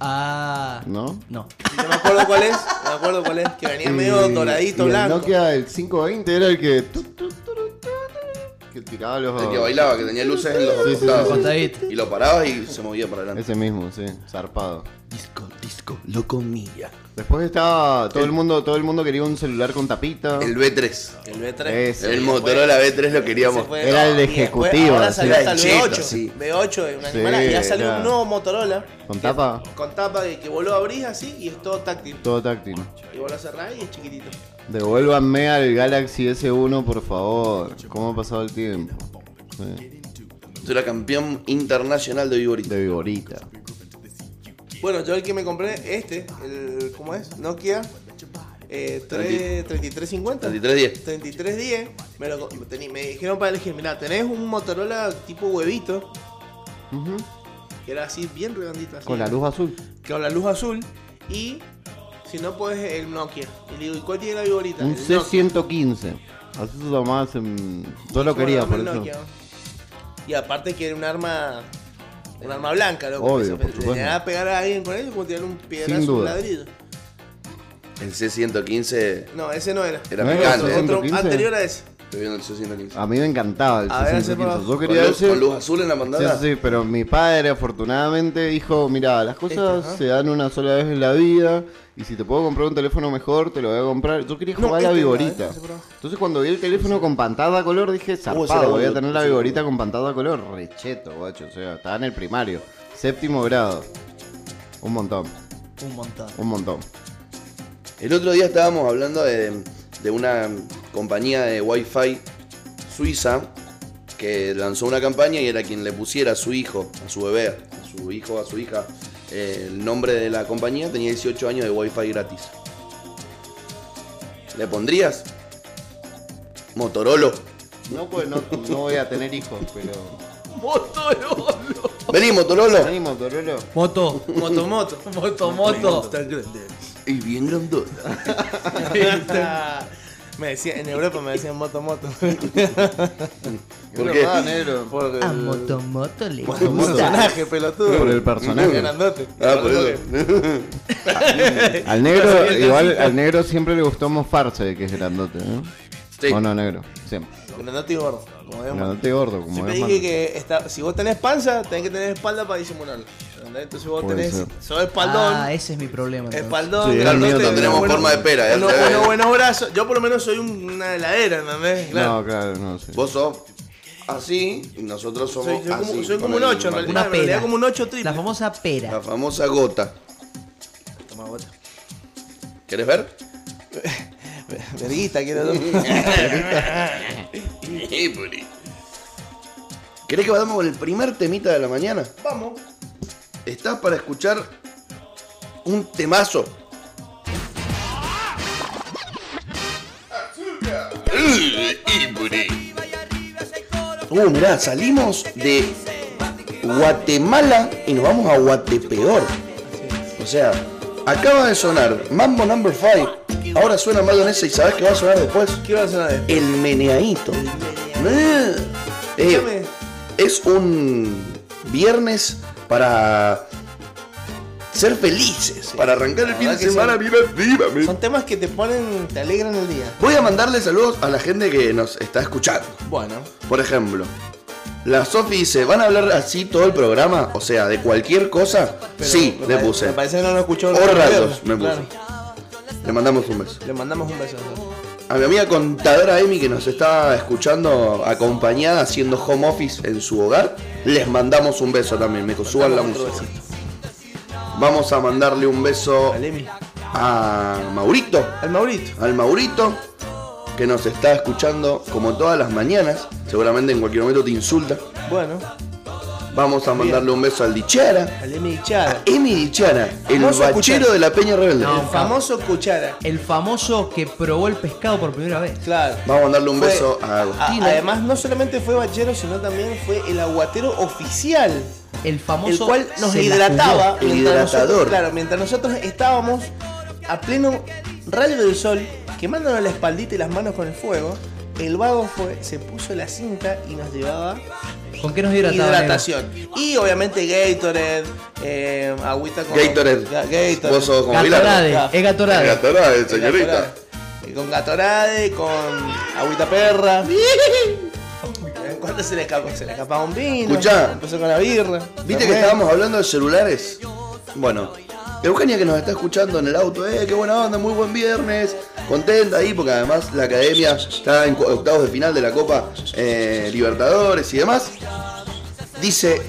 S3: Ah.
S4: ¿no?
S3: No.
S2: No me acuerdo cuál es. No me acuerdo cuál es. Que venía medio
S4: Y-
S2: doradito,
S4: y el
S2: blanco.
S4: Nokia el 520 era el que tu, tu, tu, tu, tu, tu, que tiraba los
S1: El que bailaba, que tenía luces en los
S4: Oh. Sí, sí, sí,
S1: costados.
S3: contadito.
S1: Y lo parabas y se movía para adelante.
S4: Ese mismo, sí, zarpado.
S1: Disco, disco, lo comía.
S4: Después estaba todo el, mundo, todo el mundo quería un celular con tapita.
S1: El B3.
S2: El B3.
S4: Ese.
S1: El Motorola B3 lo queríamos.
S2: Se fue,
S4: Era el
S2: no, y después-
S4: ejecutivo,
S2: Ahora
S4: así.
S2: salió hasta el
S1: Era el
S2: B8.
S1: cheto, sí.
S2: B8 es una
S4: Sí,
S2: animalada. Y ya salió
S4: era-
S2: un nuevo Motorola.
S4: Con
S2: que-
S4: tapa.
S2: Con tapa que, que vos lo abrís así y es todo táctil.
S4: Todo táctil.
S2: Y vos lo cerrás y es chiquitito.
S4: Devuélvanme al Galaxy S1, por favor. ¿Cómo ha pasado el tiempo? Sí,
S1: Yo era campeón internacional de Viborita.
S4: de Viborita.
S2: Bueno, yo el que me compré, este, el, ¿cómo es? Nokia eh, tres- 3350.
S1: 3310.
S2: 3310. Me, lo, co- tení- me dijeron para elegir, mirá, tenés un Motorola tipo huevito,
S4: Ujú.
S2: que era así bien redondito. Así,
S4: Con la luz azul.
S2: Con la luz azul. Y si no, pues el Nokia. Y le digo, ¿y cuál tiene la viborita?
S4: Un
S2: El Nokia.
S4: C115. Así se llamaba. ese, mm, Yo lo
S2: Bueno,
S4: quería,
S2: dame
S4: por
S2: el
S4: eso.
S2: Nokia. Y aparte que era un arma... Un arma blanca, loco.
S4: Obvio,
S2: Se-
S4: por
S2: le
S4: supuesto.
S2: llegaba a pegar a alguien con él como tirar un piedrazo, un
S4: duda.
S2: ladrillo.
S1: El C115
S2: No, ese no era.
S1: era
S4: No era
S1: picante.
S4: eso,
S1: ¿eh?
S4: otro-
S2: Otro
S4: 115.
S2: anterior a ese.
S1: Estoy viendo el C115.
S4: A mí me encantaba el
S2: A ver,
S4: C115.
S2: sepa.
S4: Yo
S1: Con
S4: Ah, quería
S1: luz,
S4: ese.
S1: con luz azul en la
S4: Sí,
S1: pantalla.
S4: sí, sí, pero mi padre afortunadamente dijo, mira, las cosas se dan una sola vez en la vida y si te puedo comprar un teléfono mejor, te lo voy a comprar. Yo quería
S2: No,
S4: jugar a la
S2: este no,
S4: viborita.
S2: ese por abajo.
S4: Entonces cuando vi el teléfono con pantalla color dije, zarpado,
S1: era
S4: voy a
S1: bueno,
S4: tener la
S1: sí.
S4: viborita con pantalla color. Recheto, guacho, o sea, estaba en el primario, séptimo grado. Un montón,
S3: Un montón.
S4: un montón.
S1: El otro día estábamos hablando de, de una compañía de Wi-Fi suiza que lanzó una campaña y era quien le pusiera a su hijo, a su bebé, a su hijo, a su hija, eh, el nombre de la compañía, tenía 18 años de Wi-Fi gratis. ¿Le pondrías? Motorolo.
S4: No, pues no, no voy a tener hijos, pero...
S1: Vení, Motorolo.
S4: ¿Tenés Motorola?
S3: Moto.
S2: Motomoto.
S3: Moto, moto.
S1: Es bien grandota.
S2: me decía, en Europa me decían moto moto.
S1: ¿Por
S4: Es
S1: qué?
S4: verdad, negro.
S2: Por el
S3: A moto, moto le
S4: Moto, moto.
S3: gusta.
S2: personaje, pelotudo.
S4: Por el personaje.
S2: Grandote.
S1: Ah, por eso.
S4: Al negro, igual, al negro siempre le gustó mofarse de que es grandote, ¿eh?
S1: Sí.
S4: O no, negro, siempre.
S2: Grandote y gordo. Como es, man.
S4: Grandote gordo, como
S2: Siempre
S4: es,
S2: dije
S4: man.
S2: que está- si vos tenés panza, tenés que tener espalda para disimularlo. ¿Entendés? Entonces vos
S4: Puede
S2: tenés.
S4: ser.
S2: Sos espaldón.
S3: Ah, ese es mi problema. entonces.
S2: Espaldón,
S4: Sí, el
S2: grandote,
S4: mío también.
S1: Tenemos forma de pera, es
S2: Unos
S1: al revés.
S2: unos buenos brazos. Yo por lo menos soy un- una heladera, ¿entendés? Claro.
S4: No, claro, no sé.
S1: Vos sos así y nosotros somos
S2: Soy, soy
S1: así.
S2: como, soy como
S1: con
S2: un
S1: el
S2: 8
S1: maquillaje.
S2: en realidad.
S3: Una
S2: En realidad
S3: pera.
S2: como un 8 triple.
S3: La famosa
S1: La
S3: pera.
S1: famosa gota.
S2: Toma gota.
S1: ¿Querés ver?
S2: Verguita, quiero yo.
S1: ¿Querés que vayamos con el primer temita de la mañana?
S2: Vamos.
S1: Estás para escuchar un temazo. Uh, mirá, salimos de Guatemala y nos vamos a Guatepeor. O sea, acaba de sonar Mambo Number 5. Ahora suena Mayonesa y sabes qué va a sonar después.
S2: ¿Qué va a sonar de?
S1: El meneadito. Eh, eh,
S2: Escúchame.
S1: es un viernes para ser felices para arrancar el
S2: La
S1: fin de
S2: verdad que
S1: semana
S2: son-
S1: bien arriba. men.
S2: Son temas que te ponen, te alegran el día.
S1: Voy a mandarle saludos a la gente que nos está escuchando.
S2: Bueno,
S1: Por ejemplo, la Sofi dice, ¿van a hablar así todo el programa? O sea, de cualquier cosa.
S2: pero
S1: sí,
S2: me
S1: le
S2: pare-
S1: puse.
S2: Me parece que no lo escuchó. el
S1: Horrados, me
S2: gobierno.
S1: puse.
S2: Claro.
S1: Le mandamos un beso.
S2: Le mandamos un beso.
S1: A mi amiga contadora Amy que nos está escuchando acompañada haciendo home office en su hogar, les mandamos un beso también. Me suban la
S2: Otro
S1: música.
S2: besito.
S1: Vamos a mandarle un beso
S2: Al Emi.
S1: a Maurito,
S2: Al Maurito.
S1: al Maurito, que nos está escuchando como todas las mañanas. Seguramente en cualquier momento te insulta.
S2: Bueno,
S1: Vamos a mandarle un beso al Dichara.
S2: al Emi Chara.
S1: Emi Dichara, el
S2: Vamos a escuchar.
S1: bachero de la Peña Rebelde.
S2: el famoso Cuchara.
S3: El famoso que probó el pescado por primera vez.
S2: Claro.
S1: Vamos a mandarle un
S2: Fue-
S1: beso a ¿eh? Agostina.
S2: a- además, no solamente fue bachero, sino también fue el aguatero oficial,
S3: El famoso.
S2: el cual nos
S3: se la
S2: hidrataba.
S1: jugó. El
S2: mientras
S1: hidratador.
S2: nosotros- claro, mientras nosotros estábamos a pleno rayo del sol, quemándonos la espaldita y las manos con el fuego, el vago fue, se puso la cinta y nos llevaba
S3: jugó. ¿Con qué nos hidrataba? negro?
S2: hidratación. Y obviamente Gatorade, eh, agüita con.
S1: Gatorade.
S2: Ga- Gatorade.
S1: Vos sos como Bilardo.
S3: Gatorade, es Gatorade.
S1: Gatorade,
S2: Con
S1: señorita.
S2: Gatorade. Con Gatorade, con agüita perra. ¿Cuánto se le escapó? Se le escapaba un vino.
S1: Escuchá.
S2: Empezó con la birra.
S1: ¿Viste que estábamos hablando de celulares? Bueno, Eugenia que nos está escuchando en el auto, eh, qué buena onda, muy buen viernes, contenta ahí, porque además la academia está en cu- octavos de final de la Copa eh, Libertadores y demás. Dice,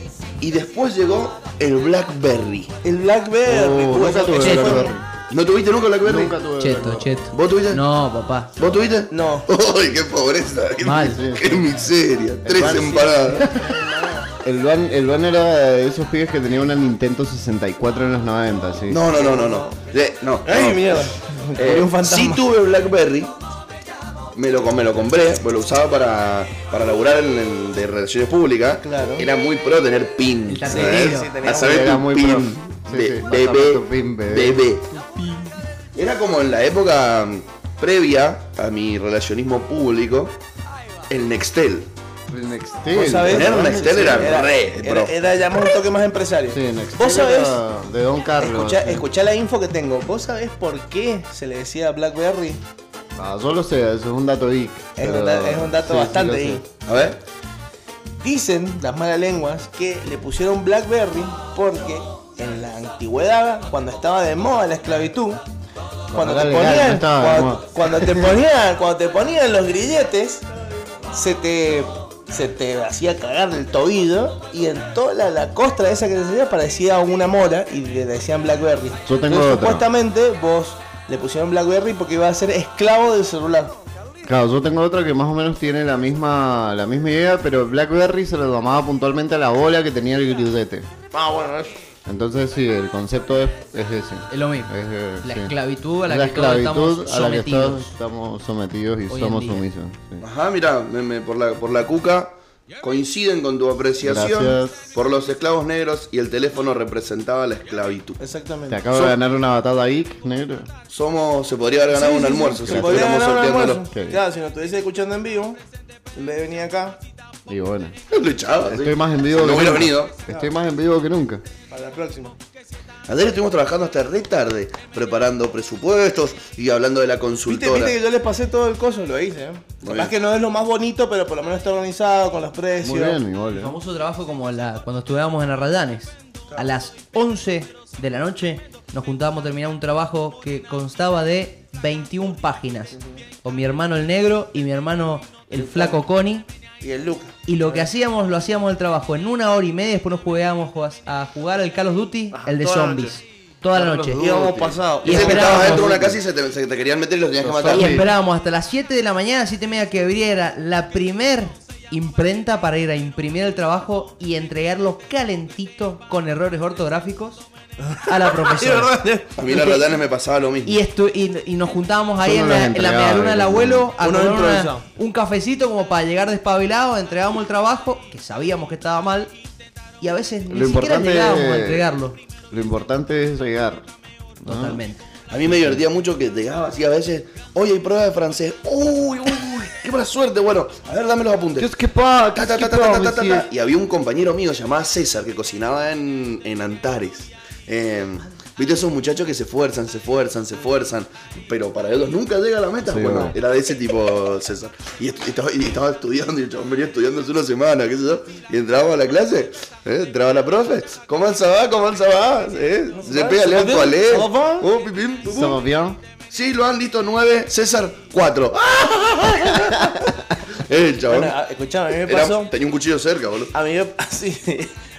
S1: y después llegó el Blackberry.
S2: El Blackberry.
S4: Oh,
S2: puta,
S4: nunca tuve
S2: ese fue-
S4: Blackberry.
S1: ¿No tuviste nunca Blackberry?
S4: Nunca
S2: eh.
S4: tuve.
S3: Cheto, cheto.
S1: ¿Vos tuviste?
S3: No, papá.
S1: ¿Vos tuviste?
S2: No.
S1: ¡Uy, qué pobreza! ¡Qué,
S3: Mal.
S1: qué miseria! Tres
S4: Bar-
S1: empanadas.
S4: El van, el van era de esos pibes que tenían una Nintendo 64 en los 90, sí.
S1: No, no, no, no, no. Eh, no,
S2: ¡Ay,
S1: no.
S2: mierda!
S1: Eh,
S2: Murió un fantasma.
S1: Sí tuve Blackberry. Me lo, com- me lo compré, pues lo usaba para, para laburar en, en- de relaciones públicas.
S2: Claro.
S1: Era muy pro tener pin.
S3: El
S1: ¿sabes?
S3: tarjetero.
S2: Sí, sí, tenía
S1: A saber
S4: Era
S1: tu
S4: muy pro.
S1: pin.
S4: Sí,
S1: de-
S4: sí,
S1: bebé,
S4: pasame tu pin, bebé.
S1: bebé. Era como en la época mm, previa a mi relacionismo público, el Nextel.
S4: El
S2: ¿Vos
S4: Nextel.
S2: sabés?
S1: Tener un Nextel era re,
S2: era,
S1: bro.
S2: era ya un toque más empresario.
S4: Sí, Nextel.
S2: ¿Vos sabés?
S4: era De Don Carlos.
S2: Escuchá, escuchá la info que tengo. ¿Vos sabés por qué se le decía Blackberry?
S4: Ah, yo lo sé, eso es un dato geek.
S2: Es un
S4: pero-
S2: da- es un dato
S4: sí, sí,
S2: bastante
S4: lo sé.
S2: geek.
S1: A ver.
S2: Dicen las malas lenguas que le pusieron Blackberry porque en la antigüedad, cuando estaba de moda la esclavitud, cuando,
S4: era
S2: te
S4: legal, no
S2: ponían,
S4: estaba de moda.
S2: cuando, cuando te ponían, cuando te ponían los grilletes, se te se te hacía cagar el tobillo y en toda la, la costra esa que te salía parecía una mora y le decían Blackberry.
S4: Yo tengo
S2: Entonces,
S4: otra.
S2: supuestamente vos le pusieron Blackberry porque iba a ser esclavo del celular.
S4: Claro, yo tengo otra que más o menos tiene la misma, la misma idea, pero Blackberry se lo llamaba puntualmente a la bola que tenía el grillete.
S2: Ah, bueno, es-
S4: Entonces sí, el concepto es, es ese.
S3: Es lo mismo.
S4: Es, eh,
S3: La
S4: sí.
S3: esclavitud a la,
S4: Es la
S3: que todos
S4: esclavitud
S3: estamos
S4: a la que
S3: sometidos.
S4: todos estamos sometidos y
S3: hoy en
S4: somos
S3: día.
S4: sumisos. sí.
S1: Ajá, mira, por, la, por la cuca coinciden con tu apreciación
S4: Gracias.
S1: por los esclavos negros y el teléfono representaba la esclavitud.
S4: Te
S2: exactamente.
S4: acabo
S1: Son-
S4: de ganar una batalla geek, negro.
S1: Somos, se podría haber ganado
S2: Sí,
S1: un
S2: sí, sí,
S1: almuerzo
S2: se
S1: si
S2: podría
S1: estuviéramos
S2: ganar un
S1: sorteándolo.
S2: almuerzo.
S4: Qué bien.
S2: Claro, si nos estuviese escuchando en vivo, en vez de venir acá,
S4: Y bueno,
S1: Lo echaba, sí.
S4: estoy más en vivo
S1: No
S4: que
S1: hubiera
S4: nunca.
S1: venido.
S4: Estoy más en vivo que nunca.
S2: para la próxima.
S1: Ayer estuvimos trabajando hasta re tarde, preparando presupuestos y hablando de la
S2: Viste,
S1: consultora.
S2: viste que yo les pasé todo el coso, lo hice, ¿eh?
S1: Muy bien.
S2: Capaz que no es lo más bonito, pero por lo menos está organizado con los precios.
S4: Muy bien, eh. mi
S3: El
S4: bola.
S3: famoso trabajo como la, cuando estudiábamos en Arrayanes. A las 11 de la noche nos juntábamos a terminar un trabajo que constaba de 21 páginas. Con mi hermano el negro y mi hermano el flaco Connie.
S2: Y el look.
S3: Y lo que hacíamos, lo hacíamos el trabajo en una hora y media. Después nos jugábamos jugas- a jugar al Call of Duty,
S2: Ajá,
S3: el de
S2: toda la
S3: zombies.
S2: noche.
S3: Toda la noche.
S2: Íbamos pasado.
S3: Y
S1: Ese que estabas
S3: esperábamos.
S1: dentro de una casa y se te, se te querían meter y los tenías que matar.
S3: Y
S4: Sí.
S3: esperábamos hasta las 7 de la mañana, 7 y media que abriera la primer imprenta para ir a imprimir el trabajo y entregarlo calentito con errores ortográficos a la profesora.
S1: A mí en las ratanes me pasaba lo mismo.
S3: Y, estu- y, y nos juntábamos ahí
S4: Yo no
S3: en la, en
S4: las
S3: la
S4: entregaba,
S3: medialuna del
S4: digamos.
S3: abuelo a
S2: Uno
S3: tomar una-
S2: improvisado.
S3: un cafecito como para llegar despabilado, entregábamos el trabajo, que sabíamos que estaba mal, y a veces ni siquiera
S4: Lo importante,
S3: llegábamos a entregarlo.
S4: lo importante es llegar. ¿no?
S3: Totalmente.
S1: A mí me divertía mucho que llegaba así a veces, oye, hay prueba de francés. Uy, uy, qué mala suerte. Bueno, a ver, dame los apuntes.
S4: ¿Qué es que pa? ¿Qué
S1: Ta,
S4: es
S1: ta,
S4: que
S1: ta, ta, ta,
S4: pa,
S1: ta, ta,
S4: monsieur?
S1: ta. Y había un compañero mío llamado César que cocinaba en, en Antares. Eh, Viste esos muchachos que se esfuerzan, se esfuerzan, se esfuerzan, pero para ellos nunca llega a la meta.
S4: Sí,
S1: bueno,
S4: bueno.
S1: era de ese tipo César. Y, est- y estaba, y estaba estudiando, y el chabón venía estudiando hace una semana, qué sé yo. Y entraba a la clase, ¿eh? entraba la profe. ¿Cómo se va? ¿Cómo se va? ¿Eh? Se pega, le
S2: ¿Cómo
S1: cuál es.
S2: va? ¿Cómo va?
S1: Oh, pim, pim, pum, pum.
S4: ¿Estamos bien?
S1: Sí, lo han listo 9, César 4. El chabón.
S2: Bueno, ah, escuchame, a mí me
S1: Era-
S2: pasó.
S1: tenía un cuchillo cerca, boludo.
S2: A mí me, así,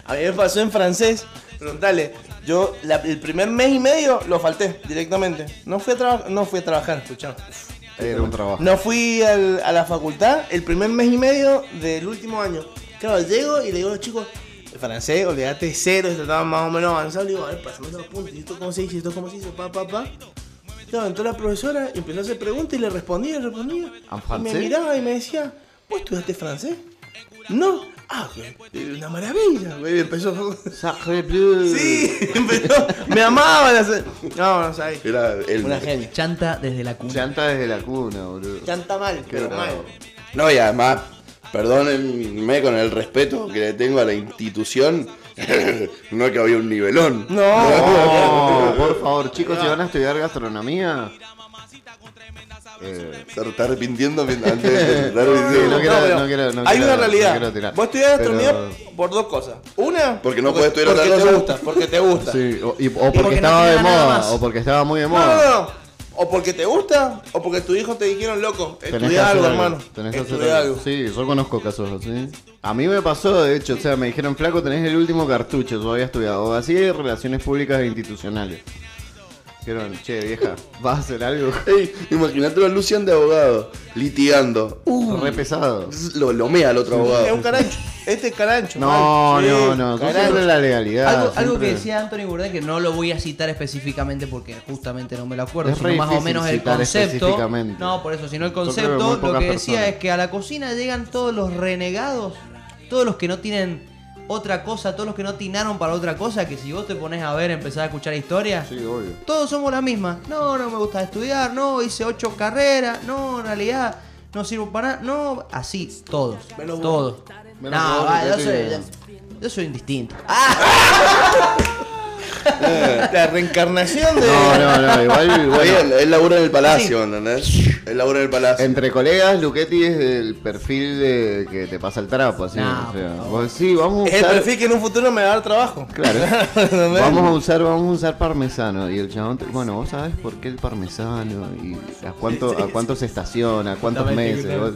S2: a mí me pasó en francés. Preguntale, yo la- el primer mes y medio lo falté directamente. No fui a, traba- no fui a trabajar, escuchá.
S4: Era un trabajo.
S2: No fui al- a la facultad el primer mes y medio del último año. Claro, llego y le digo a los chicos, el francés, olvídate, cero, estaban más o menos avanzados. Le digo, a ver, pasame los puntos, ¿y esto cómo se dice? ¿Y esto cómo se dice? Pa, pa, pa. Claro, entró la profesora, empezó a hacer preguntas y le respondía, le respondía.
S4: ¿En
S2: Y me
S4: francés?
S2: miraba y me decía, ¿vos estudiaste francés? No. Ah, güey, una maravilla, güey. Empezó.
S4: Sacre bleu.
S2: Sí, empezó. Me amaba. La... No, no sabés.
S1: Era el.
S2: Una genia.
S3: Chanta desde la cuna.
S4: Chanta desde la cuna, boludo.
S2: Canta mal, pero mal.
S4: bravo.
S1: No, y además, perdónenme con el respeto que le tengo a la institución. no es que había un nivelón.
S4: No, Oh, por favor, chicos, si van a estudiar gastronomía. Eh,
S1: Se está arrepintiendo mientras- antes de estar
S4: no
S1: arrepintiendo.
S4: quiero-
S2: pero
S4: no quiero- no
S2: hay
S4: quiero-
S2: una
S4: no
S2: realidad.
S4: quiero tirar.
S2: Vos estudiás gastronomía
S4: Pero-
S2: por dos cosas. Una,
S1: Porque no podés estudiar otra
S2: porque
S1: cosa.
S2: Te gusta, porque te gusta.
S4: sí, o, y- o porque,
S3: porque no
S4: estaba
S3: queda nada
S4: de moda,
S3: más.
S4: o porque estaba muy de
S2: No, no,
S4: moda.
S2: no. O porque te gusta, o porque tu hijo te dijeron, loco,
S4: Tenés que
S2: estudia
S4: hacer
S2: algo, hermano.
S4: Tenés que hacer
S2: Estudia
S4: algo.
S2: algo.
S4: Sí, yo conozco casos así. A mí me pasó, de hecho, o sea, me dijeron, flaco, tenés el último cartucho, yo había estudiado. Así de relaciones públicas e institucionales. Dijeron, che, vieja, ¿vas a hacer algo?
S1: Ey, imagínate a Lucian de abogado, litigando. Uh,
S4: Re pesado.
S1: lo, lo mea al otro
S2: Es un
S1: abogado.
S2: carancho. Este es carancho.
S4: No,
S2: mal. Sí,
S4: no, no, yo
S2: carancho.
S4: siempre la legalidad.
S3: Algo, algo que
S4: siempre-
S3: decía Anthony Bourdain, que no lo voy a citar específicamente porque justamente no me lo acuerdo,
S4: Es
S3: sino
S4: re
S3: más o
S4: difícil
S3: menos el
S4: citar
S3: concepto.
S4: específicamente.
S3: No, por eso, sino el
S4: Yo creo que
S3: concepto,
S4: muy
S3: lo
S4: pocas
S3: que decía
S4: personas.
S3: es que a la cocina llegan todos los renegados, todos los que no tienen otra cosa, todos los que no tinaron para otra cosa, que si vos te pones a ver, empezás a escuchar historias,
S4: Sí, obvio.
S3: todos somos la misma. No, no me gusta estudiar, no, hice ocho carreras, no, en realidad no sirvo para nada, no, así, todos,
S2: Menos vos.
S3: todos.
S4: Menos
S3: no,
S4: vos,
S3: va,
S4: que
S3: yo soy,
S4: tenés-
S3: yo soy indistinto.
S2: La reencarnación de.
S4: No, no, no, igual, igual-
S1: Oye, él, él labura en el palacio, ¿entendés? Él labura en el palacio.
S4: Entre colegas, Luchetti es el perfil de que te pasa el trapo, así.
S3: No,
S4: o sea, vos, sí, vamos a
S2: Es el
S4: usar.
S2: perfil que en un futuro me va a dar trabajo.
S4: Claro.
S2: ¿Entendés?
S4: vamos a usar, vamos a usar parmesano. Y el chabón, te- bueno, vos sabés por qué el parmesano y a cuánto, a cuánto se estaciona, a cuántos
S3: Justamente,
S4: meses. vos-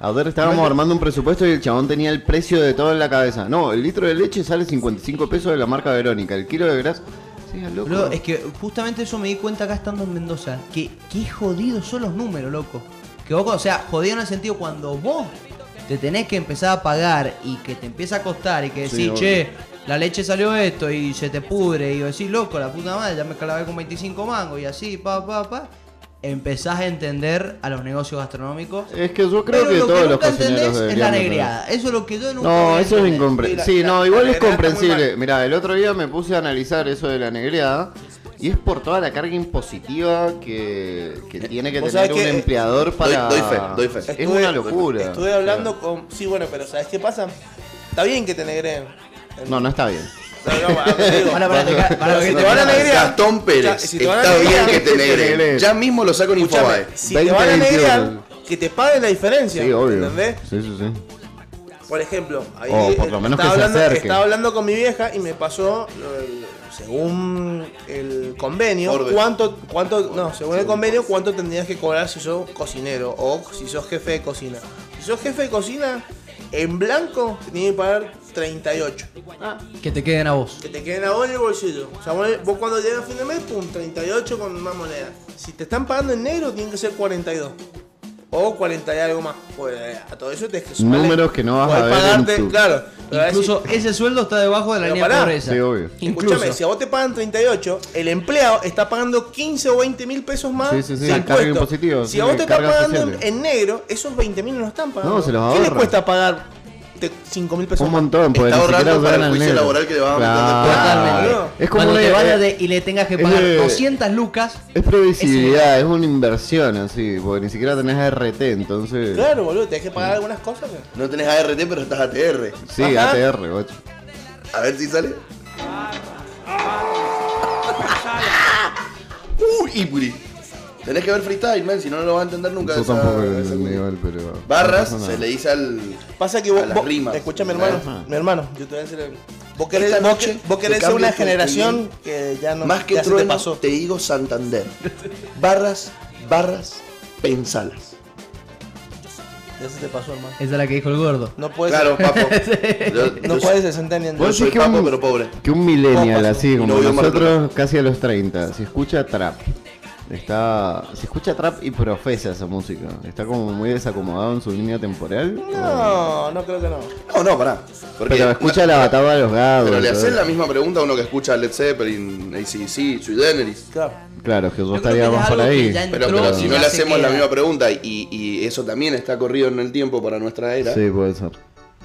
S4: Ayer estábamos armando un presupuesto y el chabón tenía el precio de todo en la cabeza. No, el litro de leche sale 55 pesos de la marca Verónica, el kilo de grasa. Sí, loco.
S3: Boludo, es que justamente eso me di cuenta acá estando en Mendoza. Que qué jodidos son los números, loco. Que vos, o sea, jodido en el sentido cuando vos te tenés que empezar a pagar y que te empieza a costar y que decís,
S4: Sí, obvio.
S3: che, la leche salió esto y se te pudre y vos decís, loco, la puta madre, ya me calavé con 25 mangos y así, pa, pa, pa. Empezás a entender a los negocios gastronómicos.
S4: Es que yo Eh, creo
S3: Pero
S4: que
S3: lo
S4: todos
S3: que
S4: los
S3: nunca entendés
S4: cocineros
S3: es la
S4: deberían de
S3: negreada. Eso es lo que yo nunca voy
S4: No,
S3: a
S4: eso es
S3: entender.
S4: incomprensible.
S2: Sí,
S4: Sí,
S2: la-
S4: no,
S2: la-
S4: igual
S2: la
S4: es
S2: negreada está muy
S4: comprensible.
S2: mal.
S4: Mira, el otro día me puse a analizar eso de la negreada y es por toda la carga impositiva que, que tiene que
S2: vos
S4: tener un
S2: sabés que, eh,
S4: empleador para.
S1: doy fe, doy fe.
S4: Es una locura.
S2: Estuve hablando con. Sí, bueno, pero ¿sabes qué pasa? Está bien que te negreen.
S4: No, no está bien.
S2: No, no, a ver, digo,
S3: Pará, pará, te ca- pará,
S2: si
S3: que
S2: te
S3: te-
S2: van a negrear.
S1: Gastón Pérez,
S2: Ya, si te van a
S1: está bien
S2: negrear-
S1: que te
S4: que te
S1: negren.
S4: negren.
S1: Ya mismo lo saco en
S2: Escuchame,
S1: Infobae.
S2: si te van a
S4: 20,
S2: negrear,
S4: 21.
S2: que te paguen la diferencia.
S4: Sí, obvio.
S2: ¿Entendés?
S4: Sí, sí, sí.
S2: Por ejemplo, ahí
S4: O por lo
S2: eh,
S4: menos
S2: estaba,
S4: que se
S2: hablando,
S4: acerquen.
S2: estaba hablando con mi vieja y me pasó, eh, según el convenio,
S1: Orden.
S2: cuánto, cuánto, no, según el convenio, cuánto tendrías que cobrar si sos cocinero o si sos jefe de cocina. Si sos jefe de cocina, en blanco te tienen que pagar 38.
S3: Que te queden a vos.
S2: Que te queden a vos en el bolsillo. O sea, vos, vos cuando llegas a fin de mes, pum, 38 con más moneda. Si te están pagando en negro, tienen que ser 42. O 40 y algo más. Pues eh, a todo eso te que sumarle-
S4: Números que no vas
S2: podés
S4: a ver en
S2: pagarte,
S4: tu-
S2: claro. pero vas a
S3: Incluso
S2: decir,
S3: ese sueldo está debajo de la
S2: Pero
S3: línea de
S2: pará.
S3: pobreza.
S4: Sí, obvio.
S2: Escúchame, si a vos te pagan 38, el empleado está pagando 15 o 20 mil pesos más.
S4: Sí, sí,
S2: de
S4: sí, el cargo
S2: impuesto.
S4: impositivo,
S2: Si
S4: sí,
S2: a vos te está
S4: cargas
S2: pagando en,
S4: sociales.
S2: en negro, esos 20 mil no los están pagando.
S4: No, se los
S2: ¿Qué le
S4: ahorran.
S2: cuesta pagar te- 5 mil pesos
S4: Un
S2: más?
S4: montón, porque
S1: Está
S4: ni siquiera
S1: ahorrando para
S4: ganan
S1: el juicio
S4: negro.
S1: laboral que le van a meter
S4: Claro.
S1: después.
S2: Claro.
S4: Es como
S3: Cuando
S4: una-
S3: te vayas
S4: eh,
S3: de- y le tengas que
S4: es
S3: pagar
S4: de-
S3: 200 lucas.
S4: Es previsibilidad, es una inversión así, porque ni siquiera tenés ART, entonces.
S2: Claro, boludo, tenés que pagar algunas cosas. pero-
S1: No tenés ART, pero estás ATR.
S4: Sí,
S2: Ajá.
S4: ATR, guacho.
S1: A ver si sale. ¡Uh! Ipuri. Tenés que ver freestyle, man, si no, no lo vas a entender nunca.
S4: Yo
S1: esa-
S4: tampoco lo
S1: esa-
S4: entendí igual, pero.
S1: Barras
S4: no pasa
S1: se
S4: nada.
S1: le dice al.
S2: Pasa que
S1: a
S2: vos,
S1: las
S2: vos-
S1: rimas.
S2: escuchame
S1: ¿Eh?
S2: hermano,
S4: Ah.
S2: mi hermano, yo te voy a decir, vos querés,
S1: Esta
S2: vos,
S1: noche
S2: que- vos
S1: te
S2: querés ser
S1: cambio
S2: una
S1: tu
S2: generación que ya no
S1: Más que
S2: ya se te
S1: trueno,
S2: pasó.
S1: te digo Santander. Barras, barras, pensalas.
S2: Ya se te pasó, hermano.
S3: Esa es la que dijo el gordo.
S2: No puedes
S1: Claro, papo. Yo-
S2: no
S1: yo-
S2: puedes ser centenial.
S1: Yo
S4: Vos
S1: soy
S4: decís que
S1: papo,
S4: un-
S1: pero pobre.
S4: Que un millennial
S2: Papas.
S4: así como
S1: No vio Mar del
S4: nosotros, casi a los 30, se escucha trap. Está, se escucha trap y profesa esa música. Está como muy desacomodado en su línea temporal. o-
S2: No, no creo que no.
S1: No, no, pará. Porque-
S4: Pero escucha la batalla de los gados.
S1: Pero le haces
S4: todo.
S1: la misma pregunta a uno que escucha Led Zeppelin, ACDC, Sui Generis.
S2: Claro.
S4: Claro, que yo
S3: creo que
S4: estaría
S3: es
S4: más por
S3: algo que
S4: ahí.
S3: ya
S1: Pero,
S3: entró
S1: pero si
S3: y
S1: no
S3: ya
S1: le
S3: se
S1: hacemos la
S3: queda.
S1: misma pregunta y, y eso también está corrido en el tiempo para nuestra era,
S4: Sí, puede ser.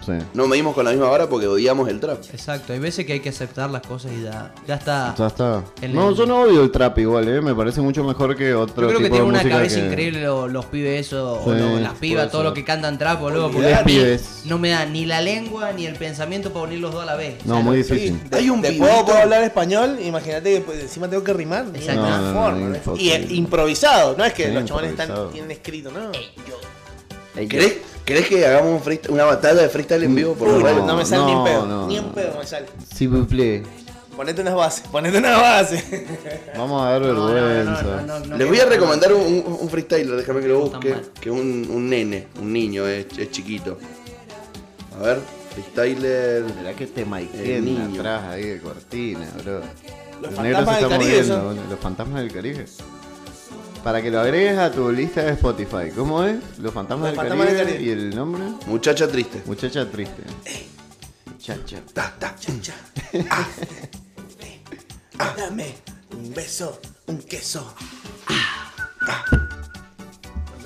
S4: Sí.
S1: no medimos con la misma vara porque odiamos el trap.
S3: Exacto, hay veces que hay que aceptar las cosas y ya, ya está.
S4: Ya está.
S3: El-
S4: No, yo no odio el trap igual, ¿eh? Me parece mucho mejor que
S3: Yo
S4: otro
S3: creo que
S4: tipo
S3: tienen
S4: de
S3: una
S4: música
S3: cabeza
S4: que-
S3: increíble los, los pibes eso, o
S4: Sí,
S3: lo- las pibas,
S4: puede
S3: todo lo
S4: ser.
S3: que cantan trap, boludo, porque
S4: Olvidate.
S3: a mí
S4: Pibes.
S3: no me da ni la lengua ni el pensamiento para unir los dos a la vez.
S4: No, muy difícil.
S2: De-
S1: Hay un
S2: después
S1: pibito-
S2: puedo hablar español, imagínate que pues, encima tengo que rimar. de
S3: Exacto.
S2: alguna
S4: No, no, no,
S2: forma,
S4: no,
S2: ¿eh?
S4: imposible.
S2: y es improvisado, no es que
S4: Sí,
S2: los chavales están,
S4: improvisado.
S2: tienen escrito, no.
S1: ¿Querés, querés que hagamos un freestyle- una batalla de freestyle en vivo por la
S2: Uy, no,
S1: radio?
S2: me sale ni en
S4: no,
S2: pedo,
S4: no,
S2: ni en
S4: no.
S2: pedo me sale.
S4: Si vous plaît.
S2: Ponete unas bases, ponete unas bases.
S4: Vamos a dar vergüenza.
S1: Les voy a recomendar un, un- un freestyler, déjame que lo
S3: Tan
S1: busque,
S3: mal.
S1: que un, un nene, un niño, es, es chiquito. A ver, freestyler...
S4: Mirá que te
S1: El
S4: maiquen
S1: niño.
S4: atrás ahí de cortina, bro.
S2: Los
S4: El
S2: fantasmas
S4: negro se
S2: del
S4: está
S2: Caribe
S4: moviendo,
S2: son.
S4: boludo. Los fantasmas del Caribe. Para que lo agregues a tu lista de Spotify. ¿Cómo es? Los fantasmas,
S2: Los
S4: del,
S2: fantasmas del
S4: Caribe
S2: Caribe.
S4: ¿Y el nombre?
S1: Muchacha triste.
S4: Muchacha triste. Muchacha.
S1: Ta, ta, cha.
S2: Dame un beso, un queso. Da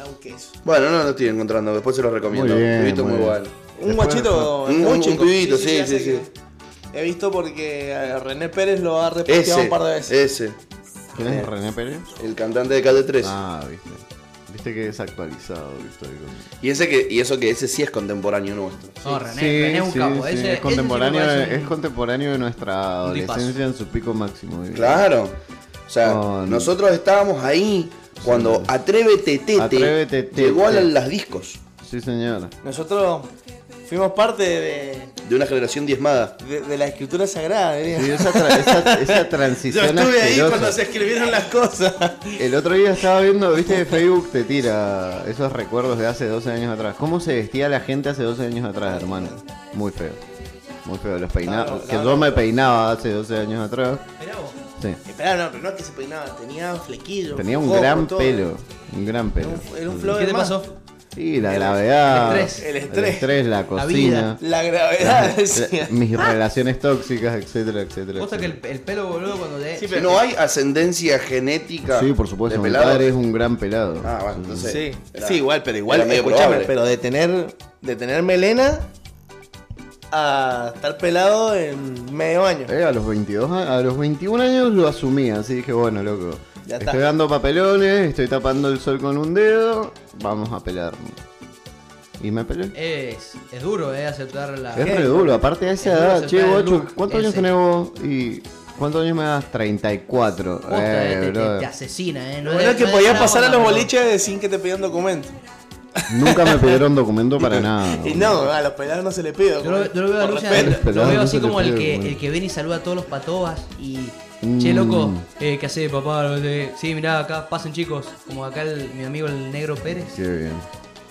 S2: un queso.
S1: Bueno, no lo estoy encontrando, después se lo recomiendo.
S4: Muy bien,
S1: Un pibito
S4: muy
S1: muy
S4: bien.
S1: bueno.
S2: Un
S4: Después-
S2: guachito,
S1: Un-
S2: muy
S1: un
S2: chico.
S1: pibito, sí,
S2: hace
S1: sí, sí.
S2: que- He visto porque eh, René Pérez lo ha reposteado
S1: Ese,
S2: un par de veces.
S1: ese,
S4: ¿Quién
S3: Eh.
S4: es René Pérez?
S1: el cantante de Calle 3.
S4: Ah, viste. Viste que es actualizado, viste.
S1: Y ese que, y eso que ese sí es contemporáneo nuestro.
S3: No, René, René es un capo. ese- ese sí
S4: es
S3: me
S4: contemporáneo,
S3: parece un-
S4: es contemporáneo de nuestra
S3: un tipazo.
S4: adolescencia en su pico máximo. ¿viste?
S1: Claro. O sea,
S4: Con-
S1: nosotros estábamos ahí cuando Atrévete Tete,
S4: Atrévete, Tete.
S1: llegó a la- las discos
S4: Sí, señor.
S2: Nosotros fuimos parte de,
S1: de una generación diezmada.
S2: de- de la escritura sagrada. diría.
S4: Sí, esa, tra- esa- esa
S2: Yo
S4: transición
S2: estuve ahí
S4: asquerosa.
S2: cuando se escribieron las cosas.
S4: El otro día estaba viendo, viste, Facebook te tira esos recuerdos de hace 12 años atrás. ¿Cómo se vestía la gente hace 12 años atrás, hermano? Muy feo. Muy feo, los peinados. que yo me peinaba hace 12 años atrás. Sí.
S2: Esperá, no, pero no es que se peinaba, tenía flequillo.
S4: Tenía un
S2: foco,
S4: gran
S2: todo.
S4: pelo. Un gran
S2: Era
S4: pelo.
S2: un, era un flow
S3: ¿Qué te
S2: hermano.
S3: pasó?
S4: Sí, la gravedad.
S3: El estrés.
S2: El estrés. Ah,
S4: la cocina.
S2: La gravedad, decía.
S4: Mis relaciones tóxicas, etcétera, etcétera.
S3: Posta que
S4: etcétera.
S3: el, el pelo, boludo, cuando te.
S2: Sí,
S1: No hay ascendencia genética.
S4: Sí, por
S1: de
S4: supuesto, mi
S1: pelado.
S4: padre es un gran pelado.
S1: Ah, bueno, entonces.
S2: Sí,
S1: era-
S2: sí, igual, pero igual, eh,
S1: era medio
S2: escuchame,
S1: probable.
S2: pero de tener, de tener melena a estar pelado en medio año.
S4: Eh, a los 22, a a los 21 años lo asumí, así dije, bueno, loco.
S2: Ya está.
S4: estoy dando papelones, estoy tapando el sol con un dedo, vamos a pelarme. Y me
S2: Eh,
S4: pelé.
S3: Es, es duro, eh, aceptar la.
S4: es re duro, aparte a esa
S3: Es duro
S4: edad,
S3: aceptar
S4: che,
S3: el
S4: guacho,
S3: look
S4: ¿cuántos años
S3: ese.
S4: tenés vos? ¿Y cuántos años me das? 34.
S3: Posta, eh,
S4: Eh,
S3: te- te,
S4: brother.
S3: te asesina, eh.
S2: Lo
S3: No
S2: bueno es que
S3: no
S2: podías
S3: nada
S2: pasar a
S3: bueno,
S2: los
S3: boludo.
S2: boliches sin que te pedían documento.
S4: Nunca me pidieron documento para nada.
S2: Y
S4: boludo.
S2: no, a los pelados no se les pide.
S3: Yo lo, yo lo veo a
S2: Por
S3: Lucian,
S2: respeto.
S4: respeto.
S3: lo veo así
S4: No se le
S3: como el
S4: pide,
S3: que,
S4: bueno.
S3: el que viene y saluda a todos los patobas y.
S4: Mm.
S3: Che, loco, eh, ¿qué hace, papá? No sé. Sí, mirá, acá pasen chicos. Como acá el- mi amigo el negro Pérez.
S4: Qué bien.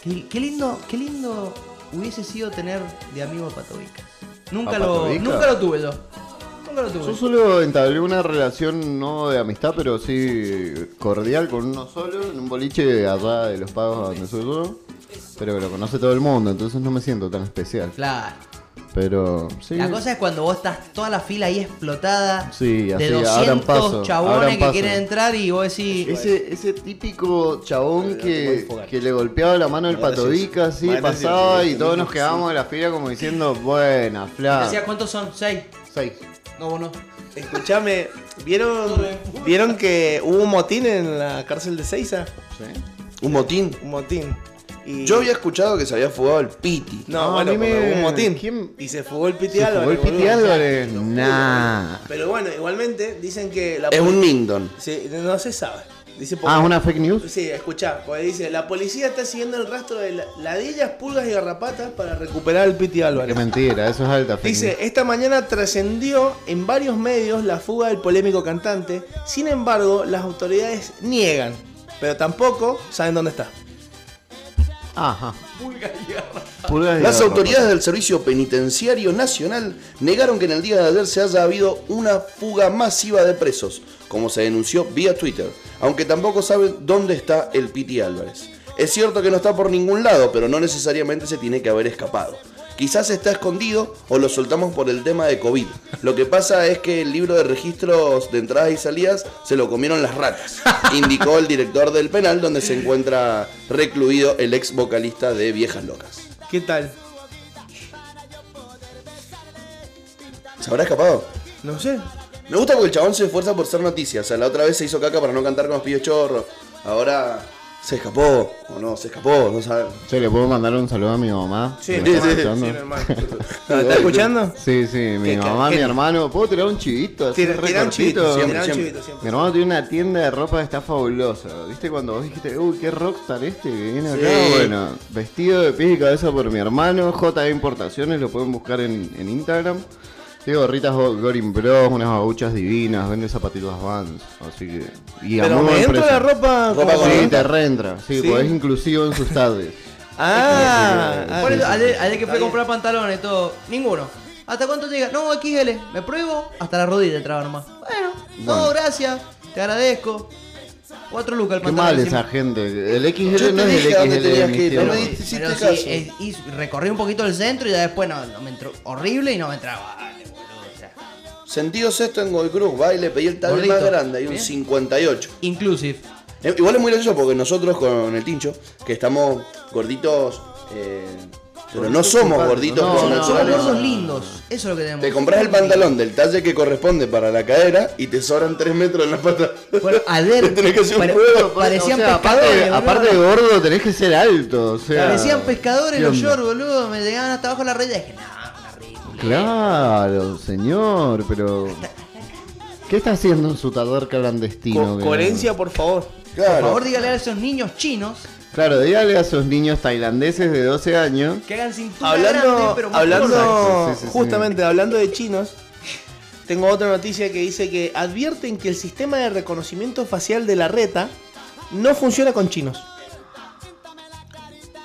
S3: Qué, qué lindo, qué lindo hubiese sido tener de amigo a Patobicas. Nunca
S4: ¿A
S3: lo,
S4: Patobicas?
S3: nunca lo tuve yo. Nunca lo
S4: Yo
S3: tuve.
S4: solo entablé una relación no de amistad, pero sí cordial con uno solo, en un boliche allá de los pagos donde soy yo. Pero que lo conoce todo el mundo, entonces no me siento tan especial.
S3: Claro.
S4: Pero sí.
S3: La cosa es cuando vos estás toda la fila ahí explotada
S4: Sí, así,
S3: de
S4: abran
S3: 200
S4: paso, abran
S3: chabones que
S4: paso.
S3: quieren entrar y vos decís,
S4: ese, ese típico chabón que,
S2: enfocar.
S4: que le golpeaba la mano al patovica, así
S2: Madre
S4: pasaba
S2: Dios,
S4: y todos nos quedábamos en la fila como diciendo, buena, fla.
S3: decía, ¿cuántos son? ¿Seis?
S4: Seis.
S3: No, vos no.
S2: Escuchame, ¿vieron, ¿vieron que hubo un motín en la cárcel de Seiza?
S4: Sí.
S1: Un motín.
S2: Un motín. Y-
S1: Yo había escuchado que se había fugado el Piti.
S2: No,
S4: No,
S2: bueno,
S4: a mí me-
S2: por un motín.
S4: ¿Quién-
S2: Y se fugó el Piti
S4: ¿Se
S2: Álvarez.
S4: jugó el
S2: boludo.
S4: Piti Álvarez? Nah.
S2: Pero bueno, igualmente dicen que la
S1: Es
S2: poli-
S1: un Ningdon.
S2: Sí, no se sabe. Dice porque-
S4: Ah, una fake news.
S2: Sí, escuchá, porque dice, la policía está siguiendo el rastro de la- ladillas, pulgas y garrapatas para recuperar el Piti
S4: Qué
S2: Álvarez.
S4: mentira, eso es alta fake
S2: Dice,
S4: news.
S2: esta mañana trascendió en varios medios la fuga del polémico cantante, sin embargo, las autoridades niegan, pero tampoco saben dónde está.
S4: Ajá. Pulgas y
S1: Las
S4: garrapatas.
S1: autoridades del Servicio Penitenciario Nacional negaron que en el día de ayer se haya habido una fuga masiva de presos, como se denunció vía Twitter, aunque tampoco saben dónde está el Piti Álvarez. Es cierto que no está por ningún lado, pero no necesariamente se tiene que haber escapado. Quizás está escondido o lo soltamos por el tema de COVID. Lo que pasa es que el libro de registros de entradas y salidas se lo comieron las ratas, indicó el director del penal donde se encuentra recluido el ex vocalista de Viejas Locas.
S2: ¿Qué tal?
S1: ¿Se habrá escapado?
S2: No sé.
S1: Me gusta porque el chabón se esfuerza por ser noticia. O sea, la otra vez se hizo caca para no cantar con los pibes chorros. Ahora se escapó. O no, se escapó. No sabemos.
S4: Che, ¿le puedo mandar un saludo a mi mamá?
S2: Sí,
S4: ¿Me
S2: normal,
S4: está
S1: sí,
S4: escuchando?
S2: sí, normal. ¿Está escuchando?
S4: Sí, sí, mi
S2: Qué ca-
S4: mamá,
S2: qué-
S4: mi hermano. ¿Puedo tirar un chivito? así,
S2: Tira,
S4: re
S2: tira un
S4: cortito?
S2: chivito,
S1: siempre,
S2: tira un
S1: siempre.
S2: chivito siempre.
S4: Mi hermano tiene una tienda de ropa que está fabulosa. ¿Viste cuando vos dijiste, uy, qué rockstar este que viene acá?
S1: Sí.
S4: Bueno, vestido de pies y cabeza por mi hermano, JD Importaciones, lo pueden buscar en, en Instagram. Tiene gorritas Go- Gorin Bros, unas babuchas divinas, vende zapatitos Vans, así que... Y a
S2: Pero
S4: muy buen
S2: me entra
S4: precio.
S2: la ropa...
S1: Ropa
S2: como-
S1: con-
S4: Sí, te reentra, sí,
S2: Sí.
S4: porque es inclusivo en sus tardes.
S2: Ah, ah,
S3: Por
S4: sí,
S3: eso,
S4: sí,
S3: al,
S4: sí.
S3: al que fue a comprar pantalones, todo, ninguno. ¿Hasta cuánto llega? No, XL. Me pruebo hasta la rodilla entraba nomás. Bueno, no,
S4: Bueno.
S3: gracias. Te agradezco. Cuatro lucas el
S4: Qué
S3: pantalón.
S4: mal
S3: encima.
S4: esa gente. El XL
S1: Yo te
S4: no es el
S1: dije a dónde
S4: XL de
S1: tenías que
S4: mis
S1: ir, no
S3: Pero, eh,
S4: tiempos.
S1: me di- hiciste
S3: pero sí,
S1: caso.
S3: es- hizo- recorrí un poquito el centro y ya después no, no me entró horrible y no me entraba. Dale, boludo, o sea.
S1: Sentido sexto en Godoy Cruz. Va y le pedí el tal
S3: Gordito.
S1: más grande. Hay un
S3: Bien.
S1: 58.
S3: Inclusive.
S1: Eh, Igual es muy gracioso porque nosotros con el tincho, que estamos gorditos. eh, pero no somos gorditos
S4: No,
S1: como
S4: no,
S3: Somos
S1: naturales.
S3: gordos lindos. Eso es lo que tenemos.
S1: Te compras el pantalón del talle que corresponde para la cadera y te sobran 3 metros en la pata.
S3: Bueno, ayer
S1: Tenés que hacer un
S3: pare-
S1: juego.
S3: parecían
S4: O sea,
S3: pescadores.
S4: aparte,
S3: boludo.
S4: aparte de gordo, tenés que ser alto. O sea,
S3: Parecían pescadores los
S4: ¿Qué onda?
S3: shorts, boludo. Me llegaban hasta abajo la red y dije, no, una ridícula.
S4: Claro, señor, pero. ¿Qué está haciendo en su taller
S2: Co-
S4: clandestino? que-
S2: coherencia, por favor.
S3: Por
S1: Claro.
S3: favor, dígale a esos niños chinos
S4: Claro, dígale a sus niños tailandeses de 12 años.
S3: que hagan cintura grande,
S2: Hablando,
S3: pero más gorda.
S2: hablando
S4: Sí, sí, sí.
S2: justamente hablando de chinos, tengo otra noticia que dice que advierten que el sistema de reconocimiento facial de la reta no funciona con chinos.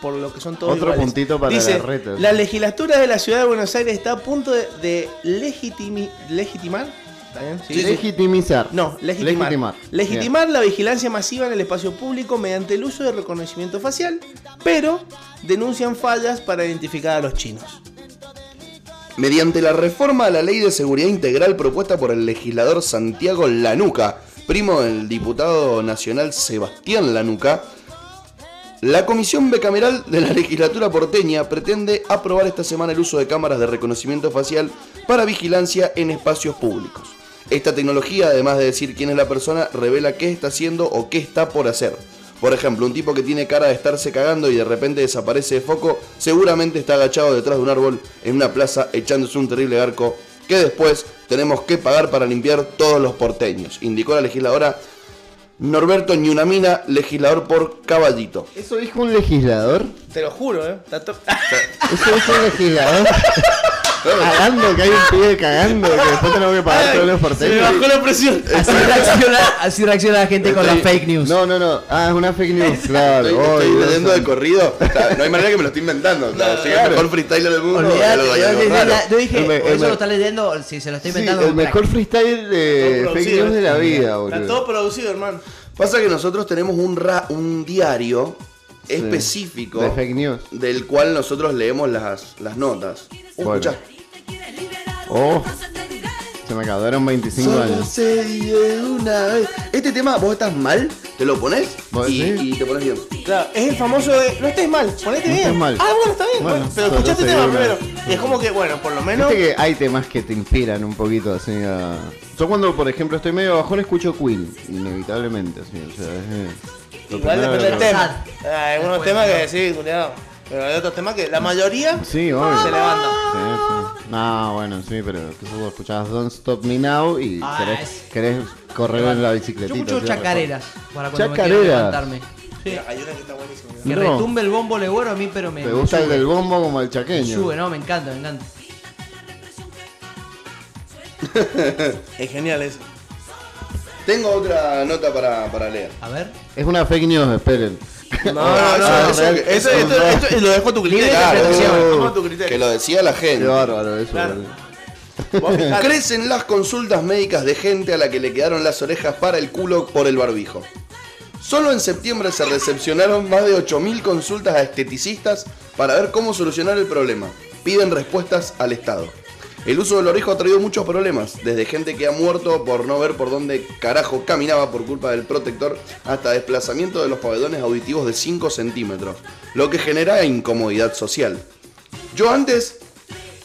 S2: Por lo que son todos
S4: Otro
S2: iguales.
S4: puntito para
S2: Dice,
S4: la reta.
S2: La legislatura de la ciudad de Buenos Aires está a punto de, de legitimi- legitimar. ¿Está bien? Sí, sí.
S4: Legitimizar.
S2: No, legitimar.
S4: Legitimar.
S2: Legitimar, la vigilancia masiva en el espacio público mediante el uso de reconocimiento facial, pero denuncian fallas para identificar a los chinos.
S1: Mediante la reforma a la ley de seguridad integral propuesta por el legislador Santiago Lanuca, primo del diputado nacional Sebastián Lanuca, la Comisión Bicameral de la Legislatura porteña pretende aprobar esta semana el uso de cámaras de reconocimiento facial para vigilancia en espacios públicos. Esta tecnología, además de decir quién es la persona, revela qué está haciendo o qué está por hacer. Por ejemplo, un tipo que tiene cara de estarse cagando y de repente desaparece de foco, seguramente está agachado detrás de un árbol en una plaza echándose un terrible arco que después tenemos que pagar para limpiar todos los porteños, indicó la legisladora Norberto Ñunamina, legislador por Caballito.
S4: ¿Eso dijo un legislador?
S2: Te lo juro, ¿eh? Está to-
S4: ¿Eso dijo un legislador? cagando, que hay un pibe cagando, que después tenemos que pagar todos los porteños.
S2: la presión.
S3: Así reacciona, así reacciona la gente con las
S4: Estoy-
S3: fake news.
S4: No, no, no. Ah, es una fake news. Claro.
S1: Estoy,
S4: Ay,
S1: estoy
S4: Dios
S1: leyendo de
S4: santo.
S1: corrido. O sea, no hay manera que me lo estoy inventando. O sea, soy el mejor freestyler del mundo.
S3: Olvidate,
S1: algo-
S3: yo,
S1: algo
S3: dije,
S1: raro.
S3: la- yo dije,
S4: El me-
S3: por
S4: el
S3: eso
S4: me-
S3: lo está leyendo, si se lo está
S4: Sí,
S3: inventando.
S4: el
S3: un crack.
S4: mejor freestyle de Eh, fake news de la vida,
S2: Está
S4: boludo.
S2: todo producido, hermano.
S1: Pasa que nosotros tenemos un, ra- un diario específico
S4: De fake news.
S1: del cual nosotros leemos las, las notas. Uh,
S4: Bueno.
S1: escuchá.
S4: Oh. Se me acabaron 25
S1: Solo
S4: años.
S1: se vive una vez. Este tema, vos estás mal, te lo pones
S4: ¿Vos
S1: y,
S4: decís?
S1: y te pones bien.
S2: Claro, es el famoso de no estés mal, ponete
S4: No
S2: bien.
S4: estés mal.
S2: Ah, bueno, está bien.
S4: Bueno,
S2: Bueno, pero
S4: solo
S2: escuchaste el
S4: te
S2: tema
S4: digo una-
S2: primero. Y es como que, bueno, por lo menos.
S4: Viste que hay temas que te inspiran un poquito, así a... Yo cuando, por ejemplo, estoy medio bajón escucho Queen, inevitablemente, así, o sea, es, eh,
S2: Igual depende del
S3: Sad.
S2: tema. Ah, Hay algunos temas que sí, culiado. Pero hay otros temas que la mayoría
S4: Sí, obvio.
S2: se levanta.
S4: Sí, sí. No, bueno, sí, pero que vos escuchabas Don't Stop Me Now y
S3: Ah,
S4: querés,
S3: es-
S4: querés correr en la bicicletita.
S3: Yo escucho
S4: ¿sí?
S3: chacareras para cuando me quiero
S4: Chacareras.
S3: levantarme. Sí.
S2: Hay una que está ¿eh? buenísima.
S3: Que
S4: No.
S3: retumbe el bombo legüero a mí, pero me,
S4: ¿Te gusta
S3: me
S4: el
S3: sube,
S4: del bombo como el
S3: me
S4: chaqueño?
S3: sube, no, me encanta, me encanta.
S2: Es genial eso.
S1: Tengo otra nota para, para leer.
S3: A ver.
S4: Es una fake news, esperen.
S2: No, no, no.
S1: Ah,
S2: eso-
S1: real- eso-
S2: eso- esto- esto lo dejo a tu criterio.
S1: Claro,
S2: Lo
S1: uh,
S2: dejo a tu
S1: que
S2: criterio.
S1: lo decía la
S4: Qué
S1: gente.
S4: bárbaro eso.
S2: Claro.
S4: boludo.
S2: Vos fijate.
S1: Crecen las consultas médicas de gente a la que le quedaron las orejas para el culo por el barbijo. Solo en septiembre se recepcionaron más de 8.000 consultas a esteticistas para ver cómo solucionar el problema. Piden respuestas al Estado. El uso del barbijo ha traído muchos problemas, desde gente que ha muerto por no ver por dónde carajo caminaba por culpa del protector, hasta desplazamiento de los pabellones auditivos de 5 centímetros, lo que genera incomodidad social. Yo antes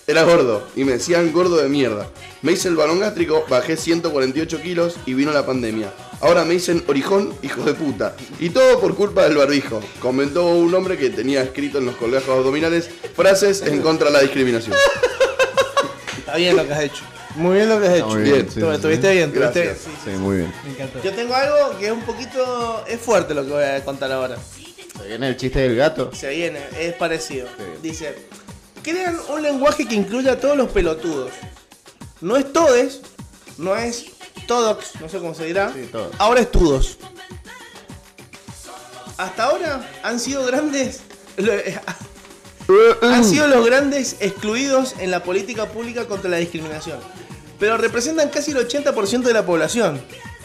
S1: era gordo y me decían gordo de mierda. Me hice el balón gástrico, bajé 148 kilos y vino la pandemia. Ahora me dicen orijón, hijo de puta. Y todo por culpa del barbijo, comentó un hombre que tenía escrito en los colegios abdominales frases en contra de la discriminación.
S2: Está bien lo que has hecho. Muy bien lo que has hecho.
S4: muy
S1: bien,
S2: Tú-
S4: sí, sí,
S2: Estuviste bien, estuviste bien.
S1: Gracias.
S4: Sí, muy bien.
S3: Me encantó.
S2: Yo tengo algo que es un poquito. Es fuerte lo que voy a contar ahora.
S4: ¿Se viene el chiste del gato?
S2: Se viene, es parecido.
S4: Sí.
S2: Dice: Crean un lenguaje que incluya a todos los pelotudos. No es todes, no es todox, no sé cómo se dirá.
S4: Sí, todos.
S2: ahora es tudos. Hasta ahora han sido grandes. eh, Uh,
S4: Mm.
S2: han sido los grandes excluidos en la política pública contra la discriminación. Pero representan casi el 80% de la población.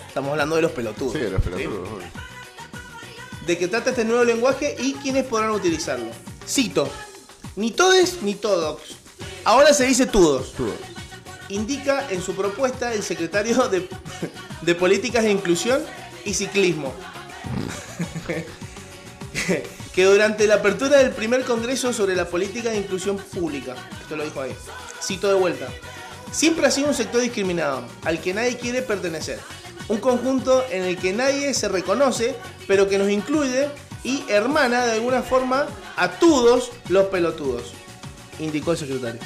S2: Estamos hablando de los pelotudos.
S4: Sí, los pelotudos. obvio.
S2: de que trata este nuevo lenguaje y quienes podrán utilizarlo. Cito, ni todes ni todos. Ahora se dice todos.
S4: Tú.
S2: Indica en su propuesta el secretario de, de Políticas de Inclusión y Ciclismo. que durante la apertura del primer congreso sobre la política de inclusión pública, esto lo dijo ahí, cito de vuelta, siempre ha sido un sector discriminado, al que nadie quiere pertenecer, un conjunto en el que nadie se reconoce, pero que nos incluye y hermana de alguna forma a todos los pelotudos, indicó el secretario.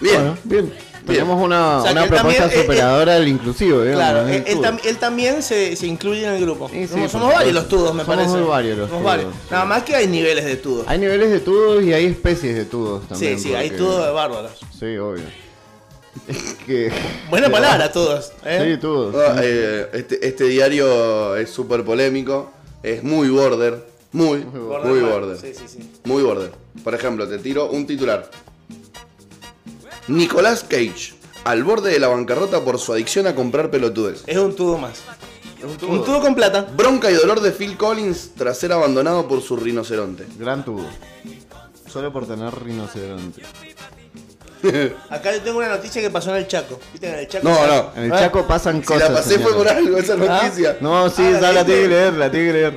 S1: Bien.
S4: Bueno, bien. Tenemos una,
S2: O sea,
S4: una
S2: que él
S4: propuesta
S2: también, eh,
S4: superadora del inclusivo, digamos.
S2: Claro,
S4: ¿no?
S2: él, él
S4: Tú.
S2: tam- él también se, se incluye en el grupo.
S4: Sí, sí,
S2: somos
S4: por
S2: somos varios
S4: supuesto.
S2: los tudos, me
S4: Somos
S2: parece.
S4: muy varios los
S2: Somos
S4: tudos,
S2: varios.
S4: sí.
S2: Nada más que hay niveles de tudos.
S4: Hay niveles de tudos y hay especies de tudos también.
S2: sí, sí, hay
S4: porque-
S2: tudos de bárbaros.
S4: Sí, obvio. Es
S2: ¿Eh?
S4: que...
S2: Buena palabra, todos. ¿eh?
S4: Sí, tudos.
S1: Ah, eh, este, este diario es súper polémico, es muy border, muy,
S4: border.
S1: muy border.
S2: Sí, sí, sí.
S1: Muy border. Por ejemplo, te tiro un titular. Nicolás Cage, al borde de la bancarrota por su adicción a comprar pelotudes.
S2: Es un tudo más.
S4: Un
S2: Un tudo con plata.
S1: Bronca y dolor de Phil Collins tras ser abandonado por su rinoceronte.
S4: Gran tubo. Solo por tener rinoceronte.
S2: Acá yo tengo una noticia que pasó en el Chaco. ¿Viste? En el Chaco.
S1: No, no.
S4: En el Chaco pasan
S1: Si
S4: cosas.
S1: la pasé
S4: señora.
S1: fue por algo esa
S2: ¿Ah?
S1: noticia.
S4: No, sí,
S2: Ah,
S4: esa
S2: la
S4: la, tiene
S2: leíste.
S4: que leer, la tiene que leer.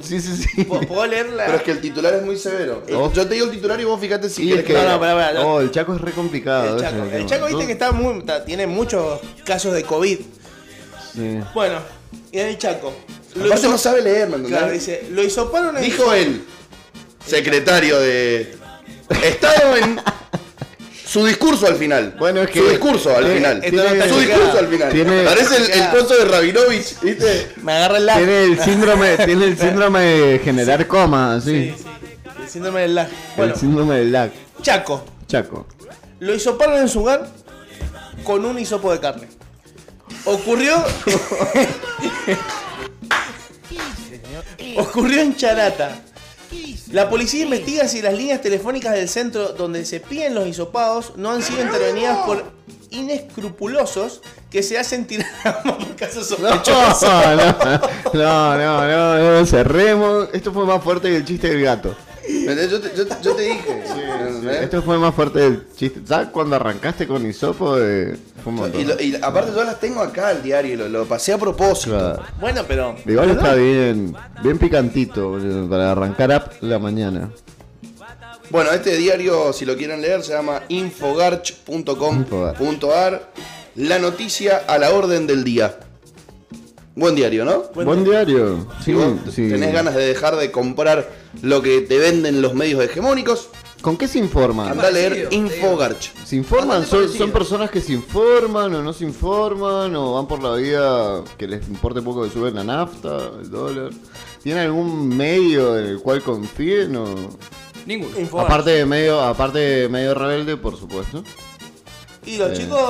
S4: Sí, sí, sí.
S2: ¿Puedo, puedo leerla?
S1: Pero es que el titular es muy severo.
S4: Oh.
S1: Yo te digo el titular y vos fíjate si
S4: Y
S1: querés
S4: es que-
S1: que-
S2: No, no, pará, pará, no.
S4: Oh, el Chaco es re complicado.
S2: El
S4: ese
S2: Chaco.
S4: es el
S2: El
S4: tema.
S2: Chaco, viste que está muy, está- tiene muchos casos de COVID.
S4: Sí.
S2: Bueno, y en el Chaco. Lo
S1: Aparte
S2: hizo-
S1: no sabe leer, ¿me entendés?
S2: Claro, dice, lo hisoparon en
S1: Dijo el secretario de Estado en su discurso al final.
S4: Bueno, es que-
S1: Su discurso al
S4: Eh,
S1: final.
S2: esto no está
S1: su
S2: explicado.
S1: discurso al final.
S4: Tiene-
S1: Parece el, el coso de Rabinovich, ¿viste?
S2: Me agarra el lag.
S4: Tiene el síndrome, tiene el síndrome de generar coma, sí.
S2: Sí, sí. El síndrome del lag. Bueno,
S4: El síndrome del lag.
S2: Chaco.
S4: Chaco.
S2: Lo hisoparon en su hogar con un hisopo de carne. Ocurrió. Ocurrió en Charata. La policía investiga si las líneas telefónicas del centro donde se piden los hisopados no han sido intervenidas por inescrupulosos que se hacen tirar a moco en casos
S4: No,
S2: sospechosos.
S4: no, no, no, no, no, cerremos. Esto fue más fuerte que el chiste del gato.
S1: ¿Me entendés? Yo te, yo te- yo te dije. ¿entendés?
S4: Esto fue más fuerte del chiste. ¿Sabes cuando arrancaste con hisopo? eh, fue un montón.
S1: Y, lo- y aparte yo las tengo acá al diario, lo, lo pasé a propósito.
S4: Claro.
S2: Bueno, pero.
S4: Igual está bien, bien picantito boludo, para arrancar up la mañana.
S1: Bueno, este diario, si lo quieren leer, se llama infogarch.com.ar. La noticia a la orden del día. Buen diario, ¿no?
S4: Buen, diario.
S1: Si
S4: Sí,
S1: vos
S4: sí.
S1: tenés ganas de dejar de comprar lo que te venden los medios hegemónicos,
S4: ¿Con qué se informan?
S1: anda a leer
S7: parecido, te digo.
S1: Infogarch.
S4: ¿Se informan?
S7: Bastante
S4: Son,
S7: parecido.
S4: son personas que se informan o no se informan o van por la vida que les importe poco que suben la nafta, el dólar. ¿Tienen algún medio en el cual confíen o...?
S7: Ninguno.
S4: Aparte de medio, aparte de medio rebelde, por supuesto.
S2: Y los chicos,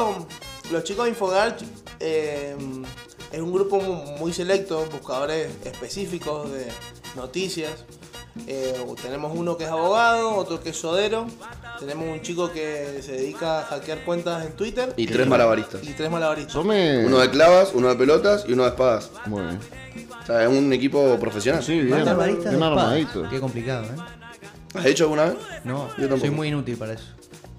S2: los chicos de Infogart eh, es un grupo mu- muy selecto, buscadores específicos de noticias. Eh, tenemos uno que es abogado, otro que es sodero. Tenemos un chico que se dedica a hackear cuentas en Twitter
S1: Y tres malabaristas.
S2: y tres malabaristas.
S4: Yo me...
S1: Uno de clavas, uno de pelotas y uno de espadas.
S4: Muy bien.
S1: O sea, es un equipo profesional.
S4: Sí, bien.
S3: Mata barbaristas
S4: Bien
S3: de espadas.
S4: armadito.
S3: Qué complicado, ¿eh?
S1: ¿Has hecho alguna vez?
S3: No,
S1: Yo tampoco.
S3: soy muy inútil para eso.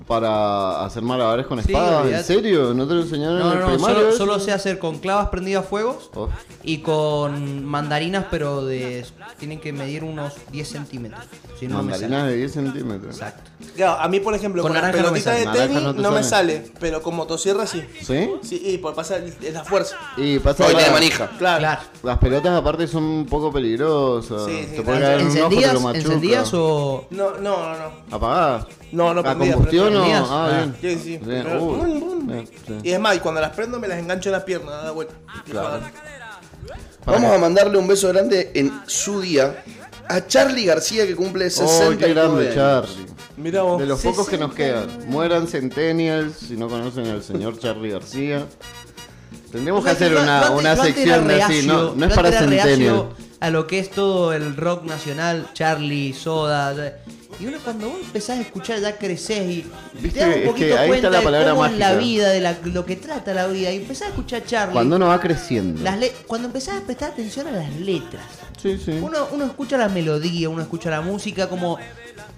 S4: Para hacer malabares con
S3: Sí,
S4: espadas, ¿en
S3: olvidate.
S4: serio? ¿No te lo enseñaron
S3: No,
S4: en
S3: no,
S4: el
S3: no,
S4: primario?
S3: solo,
S4: eso?
S3: solo sé hacer con clavas prendidas a fuegos
S4: Oh.
S3: y con mandarinas, pero de tienen que medir unos 10 centímetros. Si no, me sale.
S4: Mandarinas de 10 centímetros.
S3: Exacto.
S2: Claro, a mí, por ejemplo,
S3: Con
S2: con, las
S3: naranja no me
S2: pelotitas
S3: sale,
S2: de
S4: naranja
S2: tenis
S4: no
S2: no,
S4: te
S2: me
S4: sale.
S2: sale, pero con motosierra sí.
S4: ¿Sí?
S2: Sí, y por pasa es la fuerza.
S4: Y pasa
S1: No, y
S4: la-
S1: tiene manija.
S2: Claro.
S3: Claro.
S4: Las pelotas aparte son un poco peligrosas.
S2: Sí, sí,
S4: te puede
S2: claro.
S4: caer en un ojo, te
S3: ¿Encendías,
S4: lo machuca.
S3: ¿Encendías o.?
S2: No, no, no, no.
S4: ¿Apagadas?
S2: No, no
S4: ¿A
S2: prendías,
S4: Ah, combustión
S2: pero
S4: o...?
S3: prendías.
S4: Ah,
S3: Ah.
S4: bien.
S2: Sí, sí.
S4: Bien,
S2: Pero-
S4: uy. Este.
S2: bum,
S4: Oh,
S2: bum.
S4: Bien, sí.
S2: Y es más, y cuando las prendo me las engancho en las piernas, da vuelta. Y
S4: Claro.
S1: Vamos a mandarle un beso grande en su día a Charlie García que cumple
S4: Oh,
S1: 60
S4: qué grande, Charlie.
S2: Mira vos.
S4: De los pocos que nos quedan. Mueran Centennials si no conocen al señor Charlie García. Tendremos que hacer
S3: Yo
S4: una,
S3: antes-
S4: una
S3: yo antes
S4: sección
S3: era
S4: así,
S3: reacio,
S4: no, no
S3: yo
S4: es
S3: antes
S4: para
S3: era reacio
S4: Centennials.
S3: A lo que es todo el rock nacional, Charlie, Soda. Y uno cuando vos empezás a escuchar ya creces y
S4: Viste,
S3: te das
S4: es
S3: un
S4: que
S3: poquito
S4: ahí está
S3: cuenta
S4: la palabra
S3: de cómo es la
S4: mágica.
S3: vida, de la- lo que trata la vida. Y empezás a escuchar Charlie.
S4: Cuando uno va creciendo.
S3: Las le- cuando empezás a prestar atención a las letras,
S4: Sí, sí.
S3: uno, uno escucha la melodía, uno escucha la música como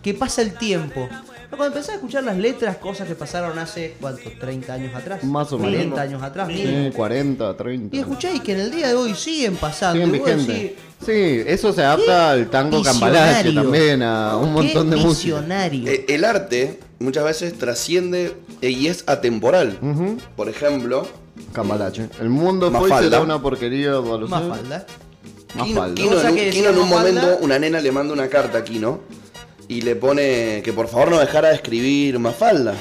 S3: que pasa el tiempo. Pero cuando empezás a escuchar las letras, cosas que pasaron hace, ¿cuánto? 30 años atrás.
S4: Más o menos.
S3: 40 años atrás. mínimo.
S4: Sí, 40, 30.
S3: Y escucháis que en el día de hoy siguen pasando.
S4: Siguen
S3: y vos decís,
S4: vigentes. Sí, eso se adapta al tango
S3: Visionario.
S4: cambalache también, a un montón
S3: qué
S4: de música.
S3: visionario.
S1: Eh, El arte muchas veces trasciende eh, y es atemporal.
S4: Ujú.
S1: Por ejemplo,
S4: Cambalache. El mundo fue y
S1: Mafalda.
S4: será una porquería de evolución.
S3: Más falda.
S1: Kino,
S4: Mafalda.
S1: Kino
S3: O sea
S1: en un,
S3: que
S1: Kino en
S3: decía
S1: un
S3: Mafalda.
S1: momento, una nena le manda una carta a Kino y le pone que por favor no dejara de escribir Mafalda.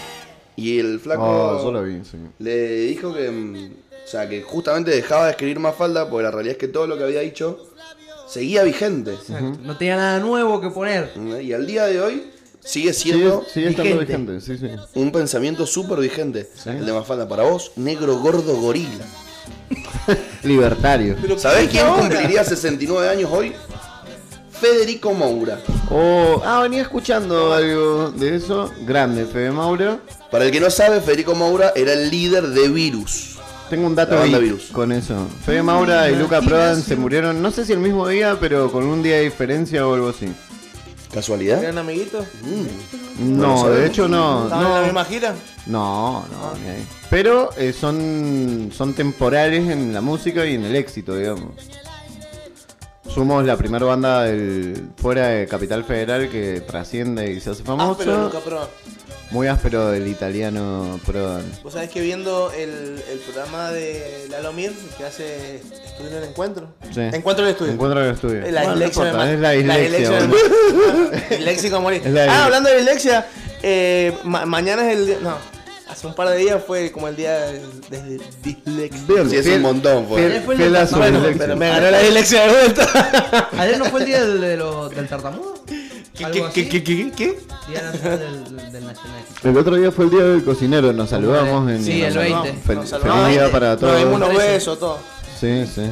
S1: Y el flaco
S4: Oh, yo lo vi, sí.
S1: le dijo que, mm, o sea, que justamente dejaba de escribir Mafalda porque la realidad es que todo lo que había dicho seguía vigente.
S3: No tenía nada nuevo que poner.
S1: Y al día de hoy sigue siendo
S4: Sigue, sigue estando
S3: vigente.
S4: vigente, sí, sí.
S1: un pensamiento súper vigente. El de Mafalda para vos, negro gordo gorila.
S4: Libertario.
S1: ¿Sabés quién cumpliría 69 años hoy? Federico Moura.
S4: Oh, ah, venía escuchando algo de eso. Grande, Fede Mauro.
S1: Para el que no sabe, Federico Moura era el líder de Virus.
S4: Tengo un
S1: La
S4: dato
S1: banda
S4: ahí
S1: Virus.
S4: con eso. Fede Maura y Luca Prodan se murieron, no sé si el mismo día, pero con un día de diferencia o algo así.
S1: ¿Casualidad?
S4: ¿Eh?
S2: ¿Eran amiguitos?
S4: No,
S1: sabemos.
S4: de hecho no.
S2: ¿Estaban en la
S4: Ah, No,
S2: misma gira?
S4: no, no, ni ahí. Pero eh, son, son temporales en la música y en el éxito, digamos. Somos la primera banda del, fuera de Capital Federal que trasciende y se hace
S2: Ah,
S4: famosa.
S2: pero nunca probó.
S4: Muy áspero del italiano Prodan.
S2: Vos sabés que viendo el, el programa de Lalo Mir, que hace Estudio en el Encuentro.
S4: Sí.
S2: Encuentro en el Estudio.
S4: Encuentro en el estudio.
S2: Eh, La
S4: Bueno, no
S2: dislexia
S4: importa,
S2: me
S4: es
S2: mata.
S4: la
S2: dislexia
S4: dislexia.
S2: me
S4: boludo.
S2: mata. Disléxico a morir.
S4: Es la
S2: Ah,
S4: dislexia.
S2: hablando de dislexia, eh, ma- mañana es el día- No, hace un par de días fue como el día del del dislexia.
S4: Bien,
S1: Sí, es
S4: fiel-
S1: un montón, pues.
S4: fiel-
S3: Ayer fue el
S4: fiel
S3: de
S4: a
S3: la-
S4: su
S3: Bueno,
S4: dislexia.
S2: Pero me ganó la dislexia de vuelta.
S3: Ayer no fue el día del, de lo- del tartamudo. Algo así.
S2: ¿Qué, qué, qué, qué?
S3: Día nacional del, del nacional.
S4: El otro día fue el día del cocinero, nos saludamos en
S3: Sí,
S4: nos
S3: el
S4: saludamos.
S3: 20.
S4: Fel-
S2: Nos
S4: feliz
S2: saludamos.
S4: día para
S2: Nos dimos
S4: todos.
S2: unos besos, todo.
S4: Sí, sí.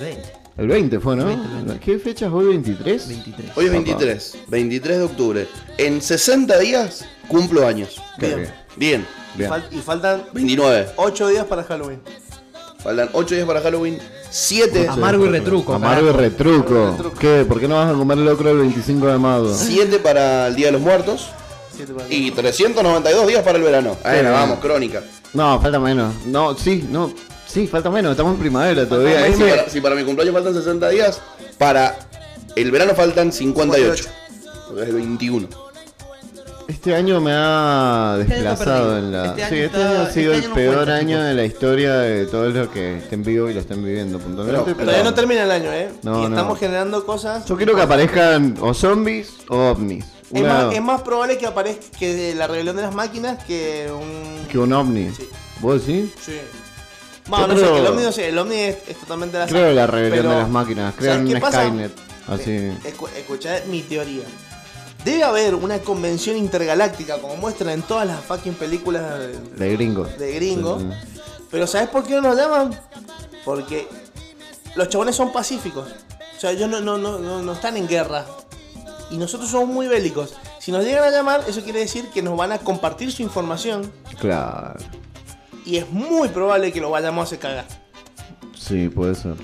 S3: Veinte,
S4: El 20 fue, ¿no?
S3: 20, 20.
S4: ¿Qué fecha es hoy? 23.
S3: 23.
S1: Hoy es 23, 23 de octubre. En 60 días cumplo años.
S4: Qué
S2: Bien.
S4: bien,
S1: Bien,
S4: bien.
S2: Fal- y faltan
S1: 29.
S2: 8 días para Halloween.
S1: Faltan 8 días para Halloween, 7,
S3: Amargo y retruco.
S4: Amargo y
S3: carajo.
S4: retruco. ¿Qué? ¿Por qué no vas a comer locro el 25 de mayo?
S1: 7 para el Día de los Muertos
S2: Siete para
S1: y 392 días para el verano. Bueno,
S4: Sí.
S1: vamos, crónica.
S4: No, falta menos. No, sí, no. Sí, falta menos. Estamos en primavera todavía.
S1: Si
S4: Ese-
S1: para, si para mi cumpleaños faltan 60 días, para el verano faltan 58. Porque es el 21.
S4: Este año me ha
S3: Este año está
S4: desplazado
S3: perdido.
S4: en la.
S3: Este
S4: sí,
S3: año
S4: este
S3: está-
S4: año ha
S3: este año
S4: sido el
S3: no
S4: peor
S3: cuenta,
S4: año
S3: chicos.
S4: de la historia de todos los que estén vivos y lo estén viviendo puntualmente.
S1: Pero-
S2: Todavía
S1: Claro.
S2: no termina el año, ¿eh?
S4: No,
S2: y
S4: no.
S2: estamos generando cosas.
S4: Yo quiero que aparezcan o zombies o ovnis.
S2: Es,
S4: Una-
S2: más, es más probable que aparezca que la rebelión de las máquinas que un.
S4: Que un ovni.
S2: Sí.
S4: ¿Vos decís?
S2: Sí. Bueno, no
S4: creo-
S2: sé, que el ovni no sé, el ovni es, es totalmente la
S4: Creo
S2: saga,
S4: la rebelión
S2: pero-
S4: de las máquinas. Crean
S2: ¿sabes qué
S4: un
S2: pasa? Eh,
S4: Skynet. Así.
S2: Escu- escuchá mi teoría. Debe haber una convención intergaláctica, como muestran en todas las fucking películas de-
S4: De gringos.
S2: de gringo.
S4: Sí,
S2: Pero ¿sabes por qué no nos llaman? Porque los chabones son pacíficos. O sea, ellos no, no, no, no, no están en guerra. Y nosotros somos muy bélicos. Si nos llegan a llamar, eso quiere decir que nos van a compartir su información.
S4: sí. Claro.
S2: Y es muy probable que lo vayamos a hacer cagar.
S4: Sí, puede ser.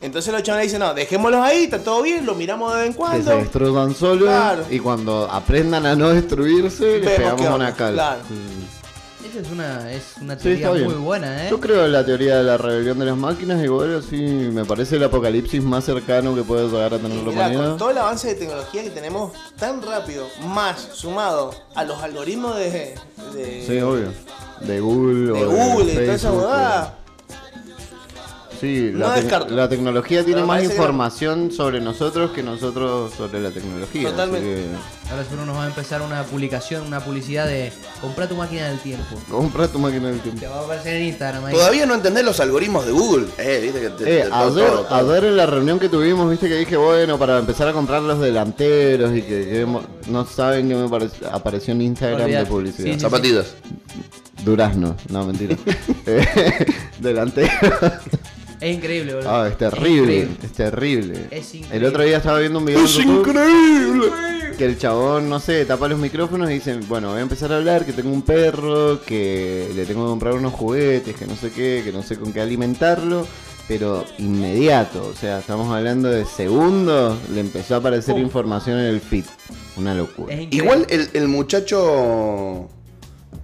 S2: Entonces los chabones dicen, no, dejémoslos ahí, está todo bien, lo miramos de vez en
S4: Que se
S2: cuando.
S4: destrozan solos
S2: Claro.
S4: y cuando aprendan a no destruirse,
S2: Vemos
S4: les pegamos
S2: qué onda,
S4: una cal.
S2: claro.
S4: Sí.
S3: Esa es una, es una
S4: Sí,
S3: teoría
S4: está bien.
S3: muy buena, ¿eh?
S4: Yo creo en la teoría de la rebelión de las máquinas, igual así me parece el apocalipsis más cercano que puede llegar a
S2: Y
S4: tener la
S2: mirá, con
S4: humanidad.
S2: todo el avance de tecnología que tenemos tan rápido, más sumado a los algoritmos de, de,
S4: Sí, obvio. De Google
S2: de
S4: o
S2: Google y toda esa
S4: Facebook,
S2: bodada,
S4: o- Sí,
S2: No
S4: la, tec-
S2: descarto.
S4: la tecnología tiene
S2: Pero
S4: más
S2: parece que-
S4: información sobre nosotros que nosotros sobre la tecnología. así
S2: Totalmente.
S4: que
S3: Ahora seguro nos va a empezar una publicación, una publicidad de comprar tu máquina del tiempo.
S4: Compra tu máquina del tiempo.
S3: Te va a aparecer en Instagram ahí.
S1: Todavía no entendés los algoritmos de Google. Eh, viste que te-
S4: Eh,
S1: te- todo,
S4: ayer,
S1: todo, todo.
S4: ayer en la reunión que tuvimos, viste que dije, bueno, para empezar a comprar los delanteros y que, que mo- no saben que me apare- apareció en Instagram
S3: Olvidate.
S4: de publicidad.
S3: Sí, sí.
S1: Zapatillas.
S4: Durazno, no, mentira. Eh, delantero.
S3: Es increíble, boludo.
S4: Ah, es terrible,
S3: increíble.
S4: es terrible.
S3: Es increíble.
S4: El otro día estaba viendo un video en YouTube que el chabón, no sé, tapa los micrófonos y dice, bueno, voy a empezar a hablar que tengo un perro, que le tengo que comprar unos juguetes, que no sé qué, que no sé con qué alimentarlo, pero inmediato, o sea, estamos hablando de segundos, le empezó a aparecer información en el feed. Una locura.
S3: Oh. Es increíble.
S1: Igual el, el muchacho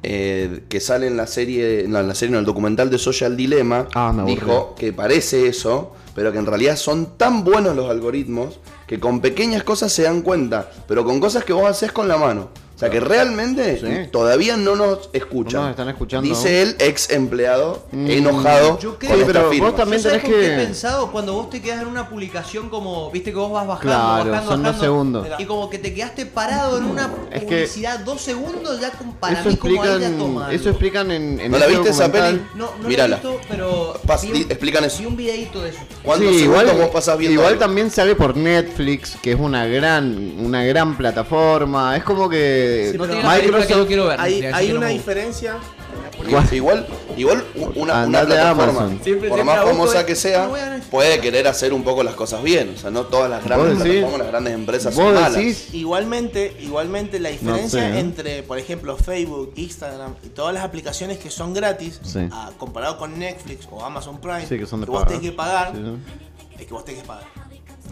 S1: eh, que sale en la serie, no, en la serie, no, el documental de Social Dilemma,
S4: Ah, me aburrí.
S1: dijo que parece eso, pero que en realidad son tan buenos los algoritmos que con pequeñas cosas se dan cuenta, pero con cosas que vos haces con la mano. O sea que realmente
S4: Sí.
S1: todavía no nos escuchan.
S4: No nos están escuchando
S1: Dice el ex empleado
S4: Mm.
S1: enojado
S3: Yo creo-
S1: con
S3: Sí,
S1: esta
S4: pero
S1: firma.
S4: vos también
S3: ¿Sabes
S4: tenés
S3: con qué he
S4: que...
S3: pensado cuando vos te quedas en una publicación como, viste que vos vas bajando,
S4: Claro,
S3: bajando,
S4: son dos
S3: bajando,
S4: segundos.
S3: Y como que te quedaste parado en una
S4: Es que-
S3: publicidad dos segundos ya con, para
S4: eso
S3: mí como ahí ya
S4: explican,
S3: toma
S4: eso
S3: algo.
S4: explican en, en
S1: ¿No la
S4: ese
S1: viste esa
S4: documental.
S1: peli?
S3: No, no lo
S1: Mírala.
S3: he visto, pero
S1: Pas-
S3: vi
S1: di- explican eso.
S3: Vi un videito de eso.
S1: ¿Cuántos
S4: Sí,
S1: segundos vos pasás viendo
S4: igual
S1: algo?
S4: también sale por Netflix, que es una gran, una gran plataforma. Es como que
S3: Sí, no tiene la película
S4: Microsoft.
S3: que yo quiero ver.
S2: Hay, hay
S3: Netflix, así que
S2: una
S3: no me gusta.
S2: diferencia.
S1: Igual, igual, igual u- una, una
S4: Andate a
S1: plataforma,
S4: Amazon.
S3: Siempre,
S1: por
S3: siempre
S1: más
S3: la busco
S1: famosa
S3: y-
S1: que sea,
S3: no voy a ver.
S1: puede querer hacer un poco las cosas bien. O sea, no todas las grandes
S4: ¿Vos decís?
S1: plataformas, las grandes empresas son
S4: Vos
S1: malas.
S4: decís,
S2: Igualmente, igualmente la diferencia
S4: sé, ¿eh?
S2: entre, por ejemplo, Facebook, Instagram y todas las aplicaciones que son gratis,
S4: Sí.
S2: a- comparado con Netflix o Amazon Prime,
S4: Sí, que son de
S2: vos
S4: pagar.
S2: tenés que pagar,
S4: Sí, ¿no?
S2: es que vos tenés que pagar.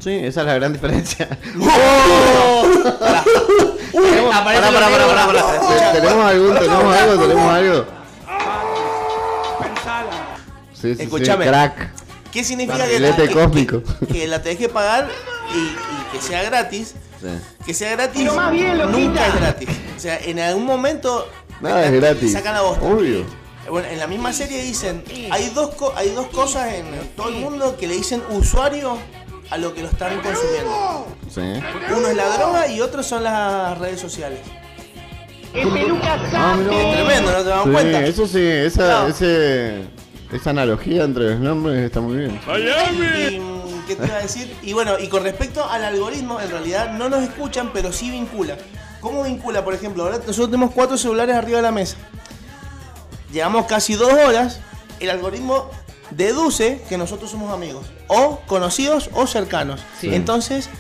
S4: Sí, esa es la gran diferencia. ¡Oh!
S3: Aparece
S4: Pará,
S3: lo
S4: pará,
S3: negro.
S4: pará, pará, pará. Tenemos algo, tenemos algo, tenemos algo. Sí, sí, sí,
S2: Escuchame.
S4: crack.
S2: ¿Qué significa que,
S4: Barrilete
S2: que-
S4: cósmico.
S2: que- que la tenés que pagar y, y que sea gratis?
S4: Sí.
S2: Que sea gratis, nunca es gratis. O sea, en algún momento
S4: Nada es
S2: te
S4: gratis.
S2: sacan la bosta.
S4: Obvio.
S2: Bueno, en la misma serie dicen, hay dos, co- hay dos cosas en todo el mundo que le dicen usuario a lo que lo están consumiendo.
S4: Sí.
S2: Uno es la droga y otro son las redes sociales.
S4: Ah, mirá vos.
S2: Tremendo, no te dan
S4: Sí,
S2: cuenta.
S4: Eso sí, esa,
S2: No.
S4: ese, esa analogía entre los nombres está muy bien.
S2: Y, mm, ¿Qué te iba a decir? Y bueno, y con respecto al algoritmo, en realidad no nos escuchan, pero sí vincula. ¿Cómo vincula? Por ejemplo, ahora nosotros tenemos cuatro celulares arriba de la mesa. Llevamos casi dos horas. El algoritmo deduce que nosotros somos amigos, o conocidos o cercanos.
S3: Sí.
S2: Entonces,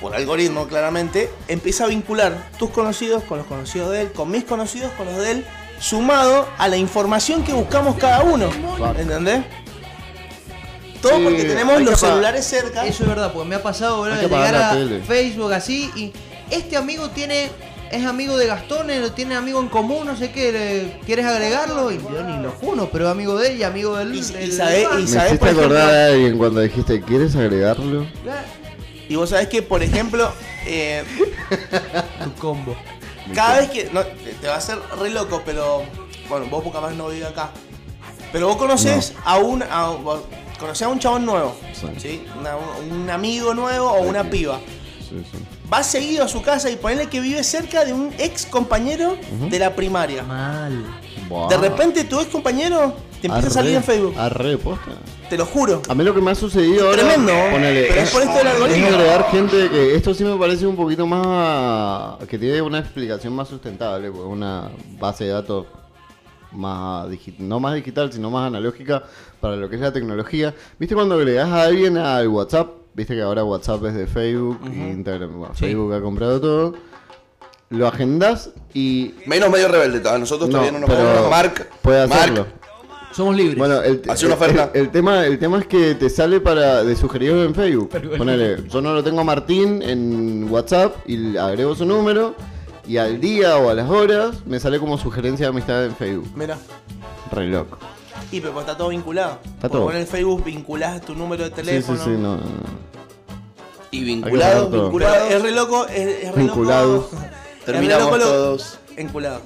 S2: por algoritmo claramente, empieza a vincular tus conocidos con los conocidos de él, con mis conocidos con los de él, sumado a la información que buscamos cada uno. ¿Entendés? Todo
S4: Sí,
S2: porque tenemos
S4: hay que
S2: los
S4: pa-
S2: celulares cerca.
S3: Eso es verdad, porque me ha pasado, boludo,
S4: Hay
S3: de
S4: que apagar
S3: llegar
S4: la
S3: a
S4: tele.
S3: Facebook así y este amigo tiene. Es amigo de Gastón, eh, tiene amigo en común, no sé qué, le- ¿quieres agregarlo? Y yo ni lo uno, pero es amigo de él y amigo del.
S2: Y- y sabe- y
S3: del-
S4: Me
S2: sabe- ¿Sabés,
S4: hiciste
S2: por ejemplo-
S4: acordar a alguien cuando dijiste, ¿quieres agregarlo?
S2: Y vos sabés que, por ejemplo, eh,
S3: Tu combo.
S2: Cada vez que. no, te, te va a hacer re loco, pero. Bueno, vos poca más no vivís acá. Pero vos conocés a un. A, vos conocés a un chabón nuevo.
S4: Sí.
S2: ¿sí? Una- un, un amigo nuevo o una
S4: sí.
S2: piba.
S4: Sí, sí.
S2: Va seguido a su casa y ponele que vive cerca de un ex compañero de la primaria.
S3: Mal.
S4: Buah.
S2: De repente tu ex compañero te empieza a salir
S4: Arre,
S2: en Facebook.
S4: Arre, posta.
S2: Te lo juro.
S4: A mí lo que me ha sucedido ahora.
S2: Tremendo,
S4: ponele,
S2: pero es por esto del algoritmo.
S4: es agregar gente que esto sí me parece un poquito más. que tiene una explicación más sustentable, pues, una base de datos más digi- no más digital, sino más analógica para lo que es la tecnología. ¿Viste cuando agregas a alguien al WhatsApp? Viste que ahora WhatsApp es de Facebook, Instagram, bueno,
S3: Sí.
S4: Facebook ha comprado todo. Lo agendas y.
S1: Menos medio rebelde, a nosotros
S4: no,
S1: todavía no nos
S4: pero
S1: podemos. Mark,
S4: puede
S1: Mark,
S4: hacerlo.
S3: Somos libres.
S4: Bueno, el,
S1: Hace una
S4: el-
S1: oferta.
S4: el- el tema, el tema es que te sale para de sugerirlo en Facebook. Ponele, yo no lo tengo a Martín en WhatsApp y le agrego su número y al día o a las horas me sale como sugerencia de amistad en Facebook.
S2: Mira.
S4: Re loco.
S2: Y pero está todo vinculado. Porque
S4: todo.
S2: vos en el Facebook vinculás tu número de
S4: Sí, sí,
S2: teléfono.
S4: sí, no, no, no.
S1: Y
S4: Hay que
S1: vinculados,
S4: poner todo.
S2: Pero Es
S1: vinculados,
S2: re loco, es, es re
S4: Vinculados.
S2: loco. es re
S1: terminamos
S2: loco lo-
S1: todos.
S2: Enculados.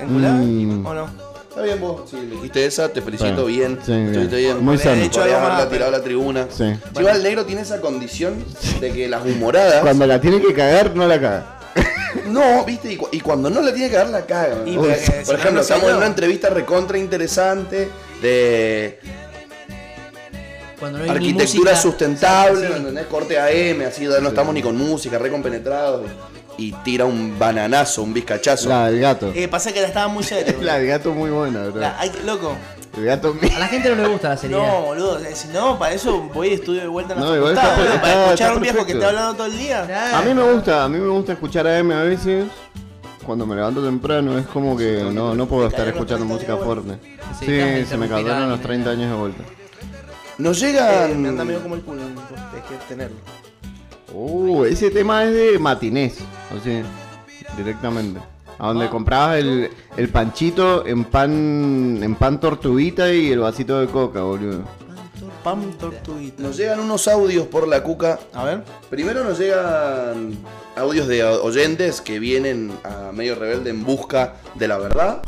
S2: ¿Enculados?
S4: Mm.
S2: ¿O no?
S1: Está bien vos, si elegiste esa, te felicito
S4: Sí.
S1: bien.
S4: Sí,
S1: Estuviste
S4: bien.
S1: bien.
S4: Muy sano.
S1: hecho
S2: Podrías
S1: haberla
S2: haberla
S1: tirado
S2: tirado
S1: a la tribuna.
S4: Sí.
S1: Si va el negro tiene esa condición de que las humoradas.
S4: Cuando la tiene que cagar, no la caga.
S1: No, viste, y, cu- y cuando no la tiene que dar la caga.
S2: Y
S1: Uy,
S2: porque si
S1: por
S2: no,
S1: ejemplo,
S2: no soy
S1: estamos en
S2: yo.
S1: una entrevista recontra interesante de
S3: Cuando no hay ni
S1: arquitectura
S3: música,
S1: sustentable,
S3: sí.
S1: ¿entendés? Corte AM, así, no estamos ni con música, recompenetrados. Y tira un bananazo, un bizcachazo.
S4: La del gato.
S2: Eh, pasa que la estaba muy serio. boludo.
S4: La del gato muy buena, bro.
S2: La- ay, loco.
S4: El gato mío.
S3: A la gente no le gusta la seriedad.
S2: No, boludo. o sea, Si no, para eso voy y estudio de vuelta en la
S4: No, igual
S2: facultad,
S4: está-
S2: boludo, Para
S4: está-
S2: escuchar
S4: está
S2: a un viejo que
S4: perfecto.
S2: esté hablando todo el día.
S3: Claro.
S4: A mí me gusta, a mí me gusta escuchar AM a veces. Cuando me levanto temprano es como que no, no puedo estar escuchando música fuerte.
S3: Sí,
S4: Sí, se me
S3: interrumpirá
S4: cayeron los
S3: en-
S4: 30 años de vuelta.
S1: Nos
S2: Eh, me anda medio
S1: llegan.
S2: como el culo. Es que tenerlo.
S4: Uh, ese tema es de matinés, así, directamente. A donde comprabas el, el panchito en pan en pan tortuguita y el vasito de coca, boludo.
S2: Pam tortuguita.
S1: Nos llegan unos audios por la cuca
S2: A ver.
S1: Primero nos llegan audios de oyentes que vienen a Medio Rebelde en busca de la verdad.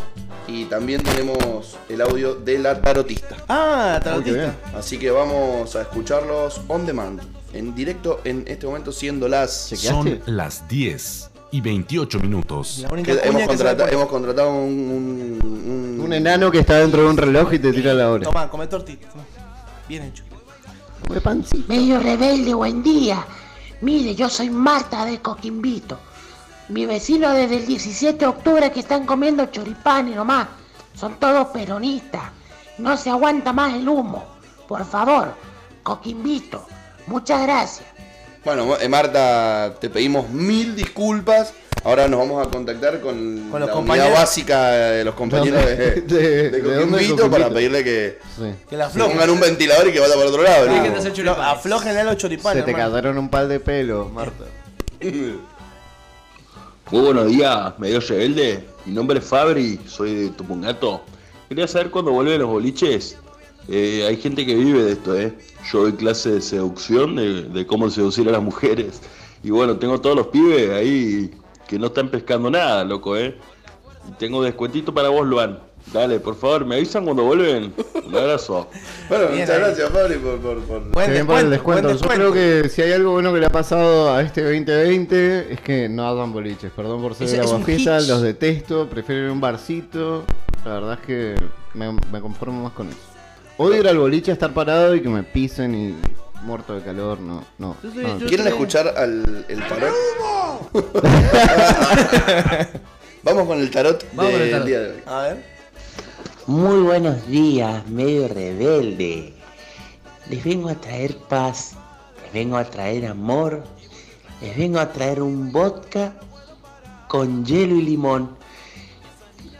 S1: Y también tenemos el audio de la tarotista.
S2: Ah,
S4: Uy, qué bien.
S2: tarotista.
S1: Así que vamos a escucharlos on demand, en directo en este momento siendo las...
S4: Chequea.
S7: Son las 10 y 28 minutos.
S2: La única
S1: que hemos,
S2: cuña que se le
S1: contrata-
S2: pone.
S1: hemos contratado un... un- un-
S4: Un enano que está dentro de un reloj y te tira la hora.
S2: Tomá, come tortita. tomá. Bien hecho.
S4: Come pancito.
S8: Medio rebelde, buen día. Mire, yo soy Marta de Coquimbito. Mi vecino desde el 17 de octubre que están comiendo choripanes nomás. Son todos peronistas. No se aguanta más el humo. Por favor, Coquimbito. Muchas gracias.
S1: Bueno, eh, Marta, te pedimos mil disculpas. Ahora nos vamos a contactar con,
S2: Con los
S1: la unidad
S2: compañeros.
S1: básica de los compañeros de,
S4: ¿De- de-
S1: de
S4: de dónde
S1: Coquimbito
S4: Coquimbito?
S1: para pedirle que...
S4: Sí.
S2: Que la aflojen.
S1: Pongan un ventilador y que vaya para otro lado. ¿no?
S3: Dejen de hacer
S2: No,
S3: choripanes.
S2: aflojen a los choripanes.
S4: Se te
S2: hermano.
S4: cayeron un par de pelos, Marta.
S9: Muy buenos días, medio rebelde. Mi nombre es Fabri, soy de Tupungato. Quería saber cuándo vuelven los boliches. Eh, hay gente que vive de esto, ¿eh? Yo doy clase de seducción, de, de cómo seducir a las mujeres. Y bueno, tengo todos los pibes ahí que no están pescando nada, loco, ¿eh? Y tengo descuentito para vos, Luan. Dale, por favor, me avisan cuando vuelven. Un abrazo.
S1: Bueno,
S2: Bien
S1: muchas
S2: ahí.
S1: gracias, Fabri, por. por, por-
S2: Buen
S4: Qué bien por el
S2: buen
S4: descuento. Yo creo que si hay algo bueno que le ha pasado a este 2020 es que no hagan boliches. Perdón por ser
S3: Es-
S4: de la
S3: es un
S4: guafiesta,
S3: hitch.
S4: los detesto, prefiero ir a un barcito. La verdad es que me, me conformo más con eso. Odio ir al boliche a estar parado y que me pisen y muerto de calor, no, no.
S3: Yo soy-
S4: no.
S3: yo-
S1: ¿Quieren escuchar al el tarot? Vamos con el tarot
S3: Vamos con
S1: del
S3: el tarot.
S1: día de hoy.
S2: A ver.
S10: Muy buenos días, medio rebelde. Les vengo a traer paz, les vengo a traer amor, les vengo a traer un vodka con hielo y limón.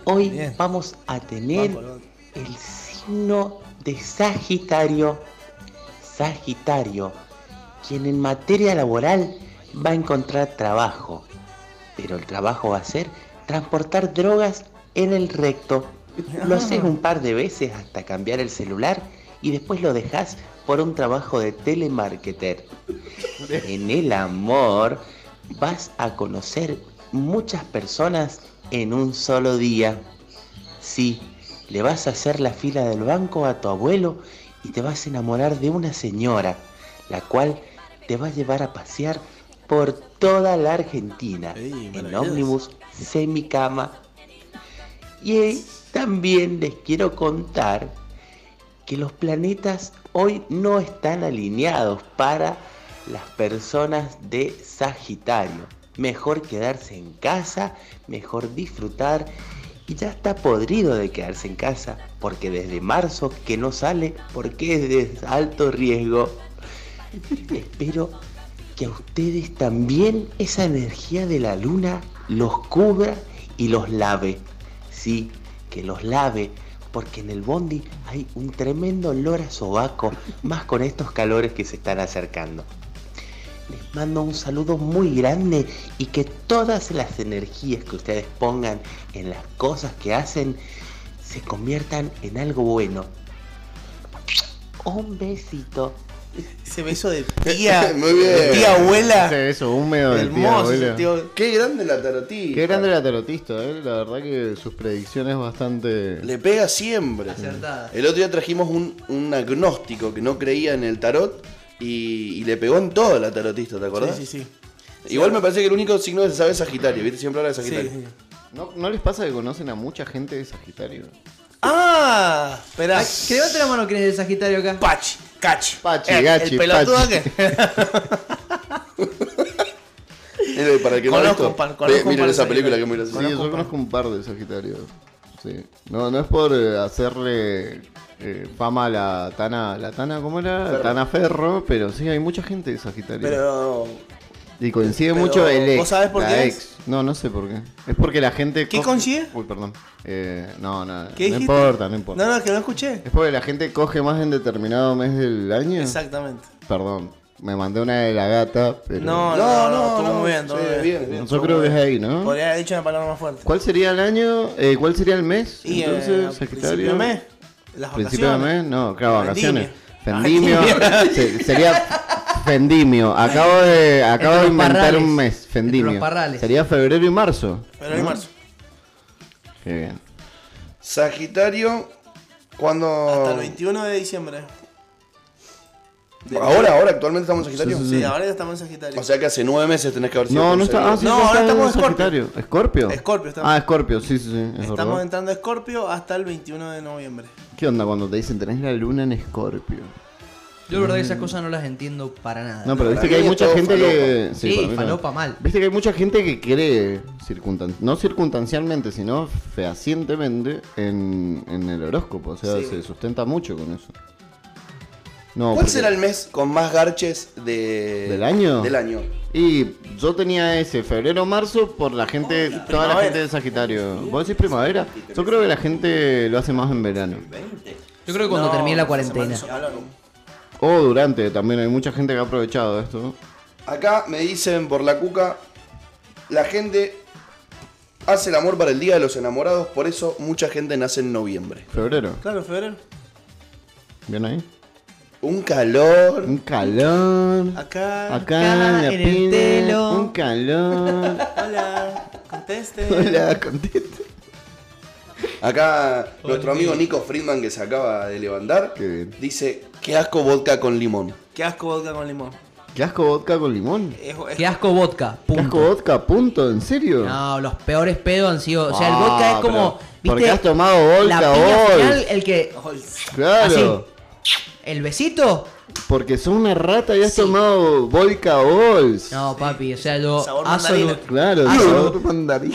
S10: Hoy
S2: Bien.
S10: vamos a tener
S2: Vamos, Lon.
S10: el signo de Sagitario. Sagitario, quien en materia laboral va a encontrar trabajo, pero el trabajo va a ser transportar drogas en el recto. Lo haces un par de veces hasta cambiar el celular y después lo dejas por un trabajo de telemarketer. En el amor vas a conocer muchas personas en un solo día. Sí, le vas a hacer la fila del banco a tu abuelo y te vas a enamorar de una señora, la cual te va a llevar a pasear por toda la Argentina en ómnibus semicama. Y eh, también les quiero contar que los planetas hoy no están alineados para las personas de Sagitario. Mejor quedarse en casa, mejor disfrutar. Y ya está podrido de quedarse en casa, porque desde marzo que no sale, porque es de alto riesgo. Espero que a ustedes también esa energía de la luna los cubra y los lave. Sí, que los lave, porque en el bondi hay un tremendo olor a sobaco, más con estos calores que se están acercando. Les mando un saludo muy grande y que todas las energías que ustedes pongan en las cosas que hacen se conviertan en algo bueno. Un besito.
S2: Ese beso de tía,
S1: Muy bien.
S2: de tía abuela.
S4: Ese beso húmedo del tío,
S2: Hermoso, ese
S4: abuelo.
S2: tío.
S1: Qué grande la tarotita.
S4: Qué grande la tarotista, eh. La verdad que sus predicciones bastante.
S1: Le pega siempre.
S3: Acertada.
S1: El otro día trajimos un, un agnóstico que no creía en el tarot y, y le pegó en todo la tarotista, ¿te acordás?
S2: Sí, sí, sí.
S1: Igual me parece que el único signo que se sabe es Sagitario, ¿viste? Siempre habla de
S2: Sí,
S1: Sagitario.
S2: sí.
S4: ¿No, ¿No les pasa que conocen a mucha gente de Sagitario?
S2: Ah, espera.
S3: Ay, que levante la mano que es de Sagitario acá.
S2: Pachi, cachi.
S4: Pachi,
S2: Eh,
S4: gachi,
S2: el pelotudo
S4: pachi.
S2: que-
S1: Mira, Eh, Para el que no ha
S2: Conozco
S1: visto,
S2: un par-
S1: ve-
S2: conozco un
S1: miren
S2: par de
S1: esa película que es muy
S4: Sí,
S1: graciosa.
S4: yo conozco un par de Sagitario. Sí. No, no es por eh, hacerle eh, fama a la Tana, la Tana, ¿cómo era? Tana Ferro, pero sí, hay mucha gente de Sagitario.
S2: Pero.
S4: y coincide
S2: pero,
S4: mucho el ex.
S2: ¿vos sabés por
S4: la
S2: qué es?
S4: ex. No, no sé por qué. Es porque la gente...
S2: ¿Qué
S4: coge-
S2: coincide?
S4: Uy, perdón. Eh, no, no, no
S2: ¿Qué dijiste?
S4: importa, no importa.
S2: No, no, que no escuché.
S4: Es porque la gente coge más en determinado mes del año.
S2: Exactamente.
S4: Perdón, me mandé una de la gata, pero...
S2: No, no, no, estuvo muy bien, estuvo
S1: sí,
S2: muy bien.
S1: bien, bien.
S4: yo creo que es ahí, ¿no?
S2: Podría haber dicho una palabra más fuerte.
S4: Ah. ¿Cuál sería el año? eh, ¿Cuál sería el mes?
S2: Y
S4: entonces,
S2: eh, al principio
S4: Sagitario.
S2: de mes, las
S4: Principio de
S2: vacaciones.
S4: mes, no, claro, vacaciones.
S2: Vendimia.
S4: Fendimio. se- sería Fendimio. Acabo de, acabo
S3: Entre los
S4: de inventar
S3: parrales.
S4: un mes,
S3: Entre
S4: Fendimio.
S3: los parrales.
S4: Sería febrero y marzo.
S2: Pero en marzo.
S4: Qué bien.
S1: Sagitario, cuando.
S2: Hasta el 21 de diciembre.
S1: Ahora, ahora, actualmente estamos en Sagitario.
S2: Sí, ahora ya estamos en Sagitario.
S1: O sea que hace nueve meses tenés que haber sido.
S4: No, no
S1: crucero.
S4: está. Ah, sí,
S2: No,
S4: sí,
S2: ahora
S4: está
S2: estamos en
S4: Sagitario. ¿Escorpio?
S2: Escorpio estamos.
S4: Ah, Escorpio, sí, sí, sí. es
S2: estamos
S4: verdad.
S2: entrando a Escorpio hasta el 21 de noviembre.
S4: ¿Qué onda cuando te dicen tenés la luna en Escorpio?
S3: Yo la verdad que esas cosas no las entiendo para nada.
S4: Mm. No, pero
S1: para
S4: viste que
S1: mí
S4: hay
S1: es
S4: mucha
S1: todo
S4: gente que.
S3: Sí,
S4: para mí también.
S3: falopa mal.
S4: Viste que hay mucha gente que cree, circunstan- no circunstancialmente, sino fehacientemente, en, en el horóscopo. O sea,
S2: Sí.
S4: se sustenta mucho con eso. No,
S1: ¿Cuál
S4: porque-
S1: será el mes con más garches de...
S4: ¿Del año?
S1: Del año.
S4: Y yo tenía ese febrero-marzo por la gente, toda la
S2: primavera.
S4: gente de Sagitario. ¿Vos decís primavera? Yo creo que la gente lo hace más en verano.
S3: Yo creo que cuando
S2: No,
S3: termine la
S2: esta
S3: cuarentena.
S2: semana no.
S4: O durante, también hay mucha gente que ha aprovechado esto.
S1: Acá me dicen por la cuca, la gente hace el amor para el Día de los Enamorados, por eso mucha gente nace en noviembre.
S4: Febrero,
S2: Claro, en febrero.
S4: ¿bien ahí?
S1: Un calor.
S4: Un calor.
S2: Acá.
S4: Acá en la
S3: en el
S4: piña,
S3: telo.
S4: un calor.
S2: Hola. Conteste.
S4: Hola, contento.
S1: Acá nuestro amigo Nico Friedman que se acaba de levantar
S4: Qué bien.
S1: dice, qué asco vodka con limón.
S2: Qué asco vodka con limón.
S4: ¿Qué asco vodka con limón?
S2: Es- es-
S3: Qué asco vodka.
S4: ¿Qué asco
S3: Punto.
S4: vodka? Punto, ¿en serio?
S3: No, los peores pedos han sido. O sea, el
S4: Ah,
S3: vodka es como.
S4: pero
S3: ¿viste?
S4: porque has tomado
S3: la
S4: vodka
S3: piña
S4: hoy.
S3: final, el que.
S2: Ay,
S4: Claro,
S3: El besito.
S4: porque sos una rata y has
S3: Sí.
S4: tomado vodka Balls.
S3: No, papi, o sea, lo.
S2: Sabor
S3: Absolut.
S2: mandarina.
S4: Claro,
S3: Ah,
S4: sabor
S3: no.
S4: mandarín.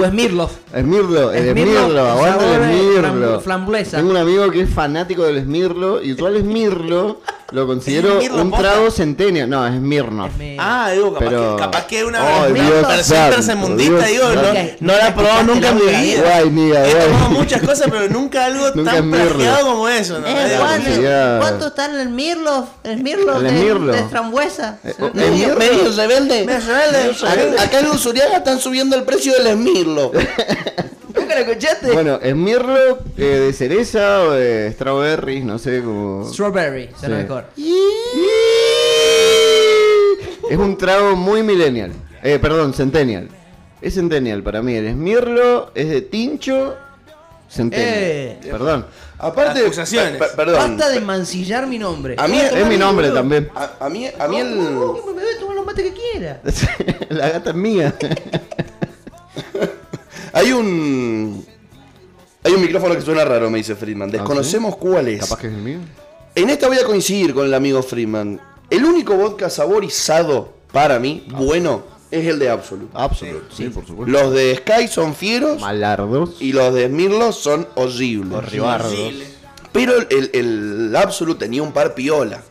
S3: O Smirloff.
S4: Esmirlo, el
S3: Esmirlo,
S4: esmirlo, aguanta
S3: sabor
S4: el
S3: de
S4: esmirlo.
S3: flam- flambuesa.
S4: Tengo un amigo que es fanático del esmirlo y yo al esmirlo lo considero
S2: Esmirlo,
S4: un
S2: posta.
S4: trago centenio. No, es esmirno.
S3: Esmirlo.
S2: Ah, digo, capaz,
S4: Pero-
S2: que, capaz que una
S4: Oh,
S2: vez
S4: Dios
S2: una persona
S4: santo,
S2: tercermundista,
S4: Dios
S2: digo, no,
S3: santo.
S2: no la he probado nunca en mi vida.
S4: Guay, mía,
S2: He tomado
S4: guay.
S2: muchas cosas, pero nunca algo
S4: Nunca es
S2: tan
S4: mirlo.
S2: plagiado como eso, ¿no?
S4: Eh,
S2: Digo,
S4: Juan, sería-
S3: está en el Mirloff? El Mirloff
S4: El Esmirlo.
S3: frambuesa.
S4: Eh, oh, Esmirlo.
S1: rebelde.
S2: Me rebelde.
S1: Acá, acá en Usuriaga están subiendo el precio del esmirlo.
S3: ¿Nunca lo escuchaste?
S4: Bueno, esmirlo eh, de cereza o de strawberries, no sé cómo.
S3: Strawberry, suena
S4: Sí.
S3: mejor.
S4: Es un trago muy millennial. Eh, perdón, centennial. Es Centennial para mí. El Esmirlo es de Tincho. Centennial.
S3: Eh.
S4: Perdón.
S1: Aparte,
S2: Acusaciones.
S1: per- per- perdón.
S3: Basta de mancillar mi nombre.
S1: A mí-
S3: Voy
S1: es
S4: Es
S3: tomar
S4: mi
S3: el-
S4: nombre también.
S1: A, a mí, a mí
S3: No, no,
S1: el.
S3: no, me voy a tomar los mates que quiera.
S4: La gata es mía.
S1: Hay un. Hay un micrófono que suena raro, me dice Friedman. Desconocemos cuál es.
S4: ¿Ah, Capaz que es el mío.
S1: En esta voy a coincidir con el amigo Friedman. El único vodka saborizado para mí, bueno, es el de Absolute.
S4: Ah, Absoluto. Sí, por supuesto.
S1: Los de Sky son fieros
S4: Malardos.
S1: y los de Smirlo son horribles.
S4: Ribardos.
S1: Pero el, el Absolute tenía un par piola.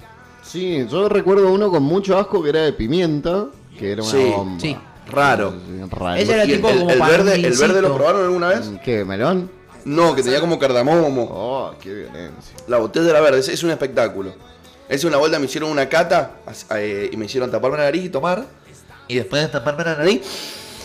S4: Sí, yo recuerdo uno con mucho asco que era de pimienta. Que era una
S1: Sí,
S4: bomba.
S3: sí.
S1: Raro.
S4: Raro.
S3: Ella era
S1: Y el,
S3: tipo
S1: el-
S3: como
S1: el
S3: para un
S1: verde, ¿El verde
S3: vincito.
S1: lo probaron alguna vez?
S4: ¿Qué? ¿Melón?
S1: No, que tenía como cardamomo.
S4: Oh, qué violencia.
S1: La botella de la verde, es, es un espectáculo. Es una vuelta, me hicieron una cata as- eh, y me hicieron taparme la nariz y tomar. Y después de taparme la nariz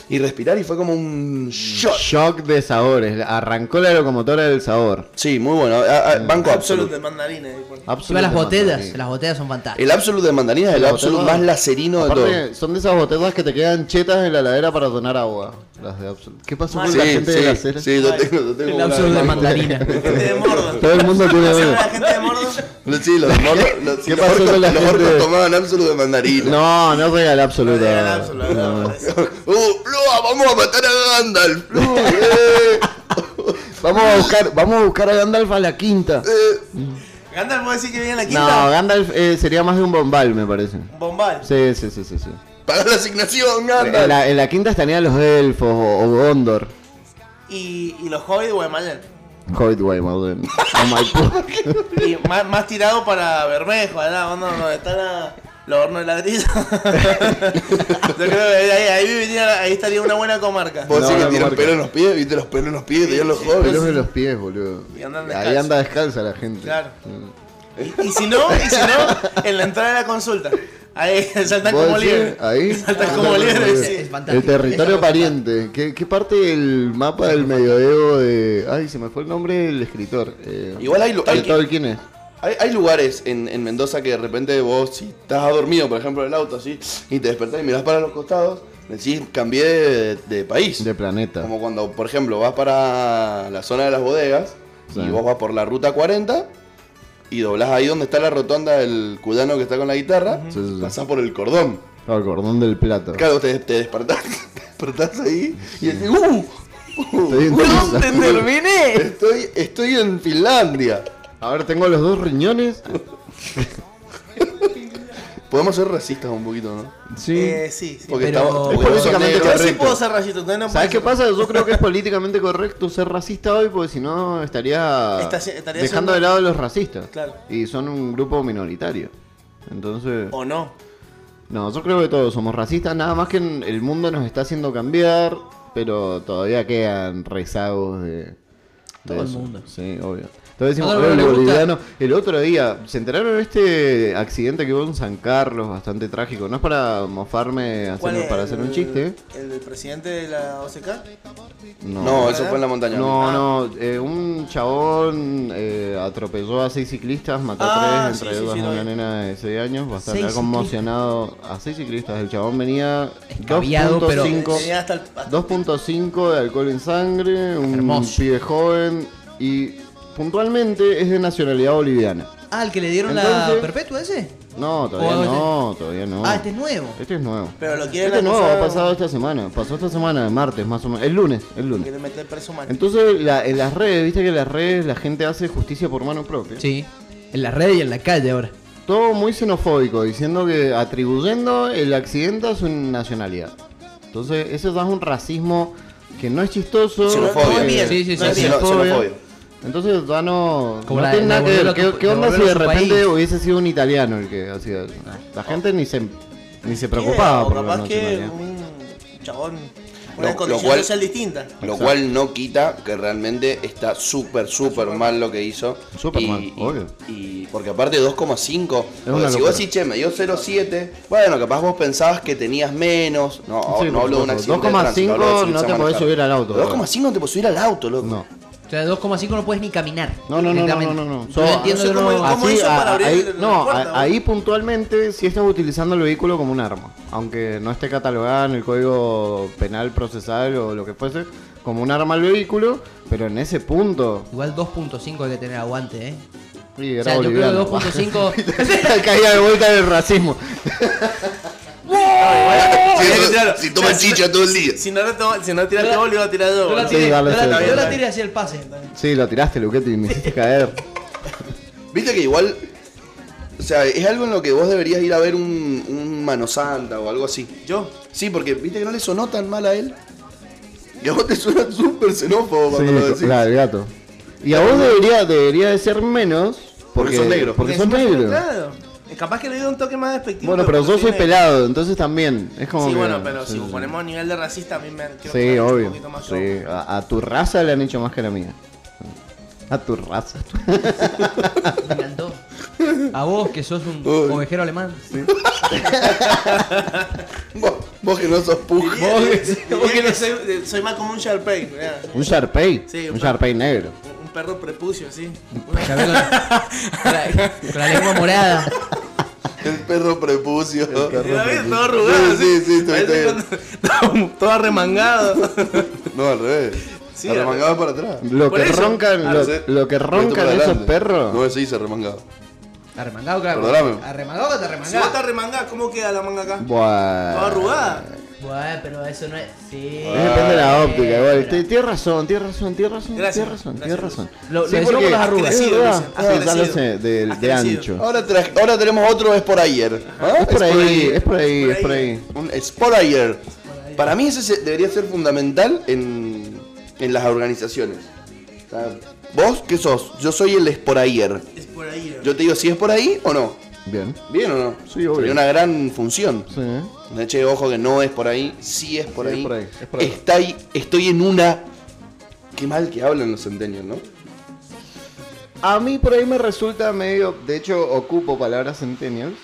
S1: y respirar y fue como un shot.
S4: Shock de sabores. Arrancó la locomotora del sabor.
S1: Sí, muy bueno. A- a-
S3: Mm.
S1: banco
S2: Absolute
S1: Absolute.
S2: de mandarines.
S3: Iba a
S4: Absolutamente
S3: las botellas,
S4: sí.
S3: las botellas son fantásticas.
S1: El Absolute de mandarina es el
S4: La
S1: Absolute
S4: botella-
S1: más lacerino de
S4: Aparte,
S1: todos.
S4: son de esas botellas que te quedan chetas en la heladera para donar agua. Las de Absolut. ¿Qué pasó con
S1: Sí,
S4: la gente de la
S1: sí,
S4: acera?
S1: sí, yo tengo, yo tengo
S3: El
S1: una-
S3: Absolute de mandarina.
S2: Gente de mordo.
S4: Todo el mundo tiene
S2: ¿Sabes la
S4: una.
S2: gente de mordo?
S1: Sí, los morros- los-
S4: ¿Qué
S1: los
S4: pasó
S1: orcos-
S4: con la
S1: los
S4: gente
S1: orcos
S4: de-
S1: tomaban Absolute de mandarina.
S4: No, no soy el absoluto.
S2: Era la Absolute, la
S4: No.
S2: verdad.
S1: ¡Uh, Plua, vamos a matar a Gandalf! Plua, eh,
S4: Vamos a buscar, vamos a buscar a Gandalf a la quinta.
S1: eh.
S2: Gandalf, ¿vos decís que viene la
S4: No,
S2: quinta?
S4: Gandalf eh, sería más de un bombal, me parece.
S2: Bombal.
S4: Sí, sí, sí, sí, sí.
S1: ¡Paga la asignación,
S4: En
S1: Gandalf!
S4: la, en la quinta estarían los elfos o, o Gondor.
S2: Y, y los hobbits, Guaymallén.
S4: Hoidway, madre. Oh my god.
S2: Y más, más tirado para Bermejo, allá donde, donde está la, los hornos de ladrillo. Yo creo que ahí, ahí, viviría- ahí estaría una buena comarca.
S1: Vos
S4: No,
S1: decís
S4: no,
S1: que tienen
S4: Marco.
S1: pelo en los pies, viste los pelos en los pies, tenían los
S4: Pelos
S1: jóvenes.
S4: de los pies, boludo.
S2: Y andan
S4: Ahí
S2: descalzo.
S4: anda descalza la gente.
S2: Claro. Mm. Y, y si no, y si no, en la entrada de la consulta. Ahí saltan
S4: ¿Vos
S2: como
S4: decís?
S2: libre.
S4: Ahí.
S2: Saltan como libre.
S3: Es
S2: sí.
S3: fantástico.
S4: El territorio pariente. ¿Qué, qué parte del mapa del medioevo de. Ay, se me fue el nombre del escritor. eh,
S1: Igual hay lu- hay
S4: ¿de
S1: que-
S4: Tolkien es?
S1: Hay, hay lugares en, en Mendoza que de repente vos, si estás dormido, por ejemplo, en el auto así, y te despertás y mirás para los costados, decís, cambié de, de país.
S4: De planeta.
S1: Como cuando, por ejemplo, vas para la zona de las bodegas
S4: Sí.
S1: y vos vas por la ruta 40 y doblás ahí donde está la rotonda del cudano que está con la guitarra,
S4: Sí, sí, sí.
S1: pasás por el cordón.
S4: Ah, el cordón del plato.
S1: Claro, te, te despertás, te despertás ahí y decís, ¡uh!
S4: Estoy en Suiza.
S1: Estoy, estoy en Finlandia.
S4: Ahora tengo los dos riñones.
S1: Podemos ser racistas un poquito, ¿no?
S4: Sí.
S2: Eh, sí, sí.
S1: Porque
S3: pero-
S1: estamos.
S3: Es
S1: porque son
S4: políticamente
S1: negros.
S2: Yo sí
S4: correcto.
S2: puedo ser rayito, entonces no
S4: ¿Sabes qué
S2: puedo
S4: pasa? Yo creo que es políticamente correcto ser racista hoy porque si no estaría,
S2: Está- estaría siendo-
S4: dejando de lado a los racistas.
S2: Claro.
S4: Y son un grupo minoritario. Entonces,
S2: ser- O no.
S4: no, yo creo que todos somos racistas, nada más que en- el mundo nos está haciendo cambiar, pero todavía quedan rezagos de... de
S3: Todo el
S4: eso.
S3: mundo.
S4: Sí, obvio. Entonces decimos,
S3: Todo el mundo
S4: "Oye,
S3: le gusta".
S4: boliviano". el otro día, ¿se enteraron de este accidente que hubo en San Carlos? Bastante trágico. No es para mofarme,
S2: ¿Cuál
S4: hacer-
S2: es
S4: para hacer un
S2: el-
S4: chiste.
S2: ¿El del presidente de la OCK?
S1: No, eso fue en la montaña.
S4: No, no, eh, un chabón eh, atropelló a seis ciclistas, mató
S2: Ah,
S4: a tres,
S2: sí,
S4: entre
S2: sí,
S4: ellos
S2: sí,
S4: a
S2: lo
S4: una
S2: vi.
S4: nena de 6 años, bastante
S3: Seis
S4: conmocionado. A seis ciclistas, el chabón venía
S3: Escabiado, pero-
S4: 2.5
S2: Tenía hasta el- hasta-
S4: 2.5 de alcohol en sangre, un
S3: Hermoso.
S4: pibe joven y puntualmente es de nacionalidad boliviana.
S3: Ah, el que le dieron la
S4: Entonces-
S3: perpetua ese.
S4: No, todavía
S3: Oh, este-
S4: no, todavía no.
S3: Ah, este es nuevo.
S4: Este es nuevo.
S2: Pero lo quieren
S4: Este es nuevo,
S2: acusar-
S4: ha pasado esta semana. Pasó esta semana, martes más o menos. El lunes, el lunes.
S2: Quieren meter preso mal.
S4: Entonces, la- en las redes, viste que en las redes la gente hace justicia por mano propia.
S3: Sí. En la red y en la calle ahora.
S4: Todo muy xenofóbico, diciendo que atribuyendo el accidente a su nacionalidad. Entonces, eso ya es un racismo que no es chistoso.
S1: Xenofobia.
S4: que-
S1: No es bien,
S3: Sí, sí,
S4: no es
S3: sí, sí.
S4: xenofobia.
S1: Xenofobia.
S4: Entonces, ya no.
S3: Como
S4: no
S3: la-
S4: tiene
S3: la
S4: nada que ver.
S3: devolverlo a
S4: ¿Qué,
S3: su-
S4: qué onda si
S3: devolverlo
S4: de
S3: a su
S4: repente
S3: país?
S4: hubiese sido un italiano el que hacía eso? La gente ni se, ni se preocupaba
S2: O
S4: por la
S2: capaz que
S4: nacionalidad.
S2: un chabón,
S1: Lo-
S2: una
S1: lo
S2: condición
S1: cual-
S2: social distinta.
S1: Lo cual no quita que realmente está súper, súper mal lo que hizo.
S4: Súper
S1: Y-
S4: mal,
S1: y-
S4: obvio.
S1: Y porque aparte 2,5.
S4: una
S1: porque Si
S4: locura.
S1: vos decís, che, me dio 0,7. Bueno, capaz vos pensabas que tenías menos. No,
S4: Sí,
S1: no hablo
S4: por
S1: de un
S4: supuesto.
S1: accidente. de
S4: 2,5
S1: tránsito, hablo de subirse
S4: no te
S1: a
S4: podés
S1: manejar.
S4: subir al auto,
S1: 2,5 no te podés subir al auto, loco.
S4: No.
S3: Claro, 2,5 no puedes ni caminar.
S4: No, no, no, no, no,
S3: directamente.
S4: no, no.
S3: Yo no entiendo
S4: así,
S3: cómo- cómo
S4: así,
S3: hizo
S4: a-
S3: para abrir
S4: ahí-
S3: la
S4: no,
S3: puerta,
S4: a-
S3: boludo.
S4: ahí puntualmente sí estás utilizando el vehículo como un arma, aunque no esté catalogada en el código penal procesal o lo que fuese, como un arma al vehículo, pero en ese punto
S3: Igual 2.5 hay que tener aguante, ¿eh?
S4: y
S3: O
S4: era
S3: sea, yo creo que
S4: boliviano.
S3: 2.5.
S4: caía de vuelta del racismo.
S1: Si toman chicha todo el día.
S11: Si no, la toma- si no tiraste vos, le iba a tirar yo.
S3: Yo la
S11: boludo.
S3: tiré,
S4: Sí, dale,
S3: yo la-
S4: sí,
S3: yo
S4: dale.
S3: la tiré hacia el pase.
S4: Sí, lo tiraste, Luquetti, me hiciste caer.
S1: Viste que igual. O sea, es algo en lo que vos deberías ir a ver un, un mano santa o algo así. ¿Yo? Sí, porque viste que no le sonó tan mal a él. Y a vos te suena súper xenófobo
S4: Sí,
S1: cuando lo decís.
S4: claro, el gato. Y a vos debería, debería de ser menos. Porque,
S1: son negros.
S4: Porque son
S11: Porque-
S4: negros.
S11: Claro. Eh, Capaz que le dio un toque más despectivo.
S4: Bueno, pero yo soy
S11: tiene-
S4: pelado, entonces también. Es como
S11: Sí,
S4: que-
S11: bueno, pero
S4: sí,
S11: si
S4: sí.
S11: ponemos a nivel de racista, a mí me creo que
S4: Sí,
S11: me hace un
S4: obvio.
S11: poquito más yo.
S4: Sí, a, a tu raza le han hecho más que a la mía. A tu raza.
S3: Me encantó. A vos, que sos un ovejero alemán.
S1: Vos, vos que no sos puja.
S11: Diría- diría que soy, soy más como un Sharpay, mirá.
S4: Un Sharpei.
S11: Sí,
S4: un
S11: un-
S4: Sharpei negro.
S11: un perro prepucio, así.
S3: Sharpay con la- Con la lengua morada.
S1: El perro prepucio. El
S11: Ya ves, todo arrugado,
S1: Sí, sí, sí, estoy-
S11: Parece
S1: estoy-
S11: cuando- todo arremangado.
S1: No, al revés.
S11: Sí,
S1: arremangado para atrás.
S4: Lo
S11: Por
S4: que,
S11: eso,
S4: roncan,
S1: ah,
S4: lo,
S1: sí.
S4: lo que
S1: Esto para
S4: roncan esos
S1: adelante.
S4: perros.
S1: No, sí, se arremangado.
S3: Arremangado, claro.
S1: Perdóname.
S3: Arremangado que te
S11: Si vos
S3: arremangás.
S11: te arremangás, ¿cómo queda la manga acá? Toda
S4: Buah.
S11: arrugada.
S3: Bueno, pero eso no es. Sí.
S4: Eh, Depende de la óptica, igual. Tien- Tienes razón, tienes razón, tienes razón,
S11: Gracias,
S4: tienes razón,
S11: gracias,
S4: tienes razón.
S3: Lo- lo decimos
S4: porque-
S3: por las arrugas.
S4: Es
S11: Crecido,
S4: verdad,
S11: dicen. Has
S4: ah, ya lo
S11: crecido.
S4: sé, de,
S11: Has
S4: de
S11: crecido.
S4: ancho.
S1: Ahora, tra- ahora tenemos otro Sporayer. ¿Ah?
S4: Es por ahí, es por ahí,
S11: por
S4: es por ahí.
S1: Un Sporayer. Para mí ese se- debería ser fundamental en, en las organizaciones. O sea, ¿Vos qué sos? Yo soy el Sporayer.
S11: Es por ahí.
S1: Yo te digo si es por ahí o no.
S4: Bien.
S1: ¿Bien o no?
S4: Sí, obvio.
S1: Sería una gran función.
S4: Sí, ¿eh?
S1: De Che, ojo que no es por ahí, sí es por
S4: Sí, es
S1: ahí.
S4: por ahí, es por ahí.
S1: Está ahí- estoy en una. Qué mal que hablan los centenios, ¿no?
S4: A mí por ahí me resulta medio. De hecho, ocupo palabras centennials.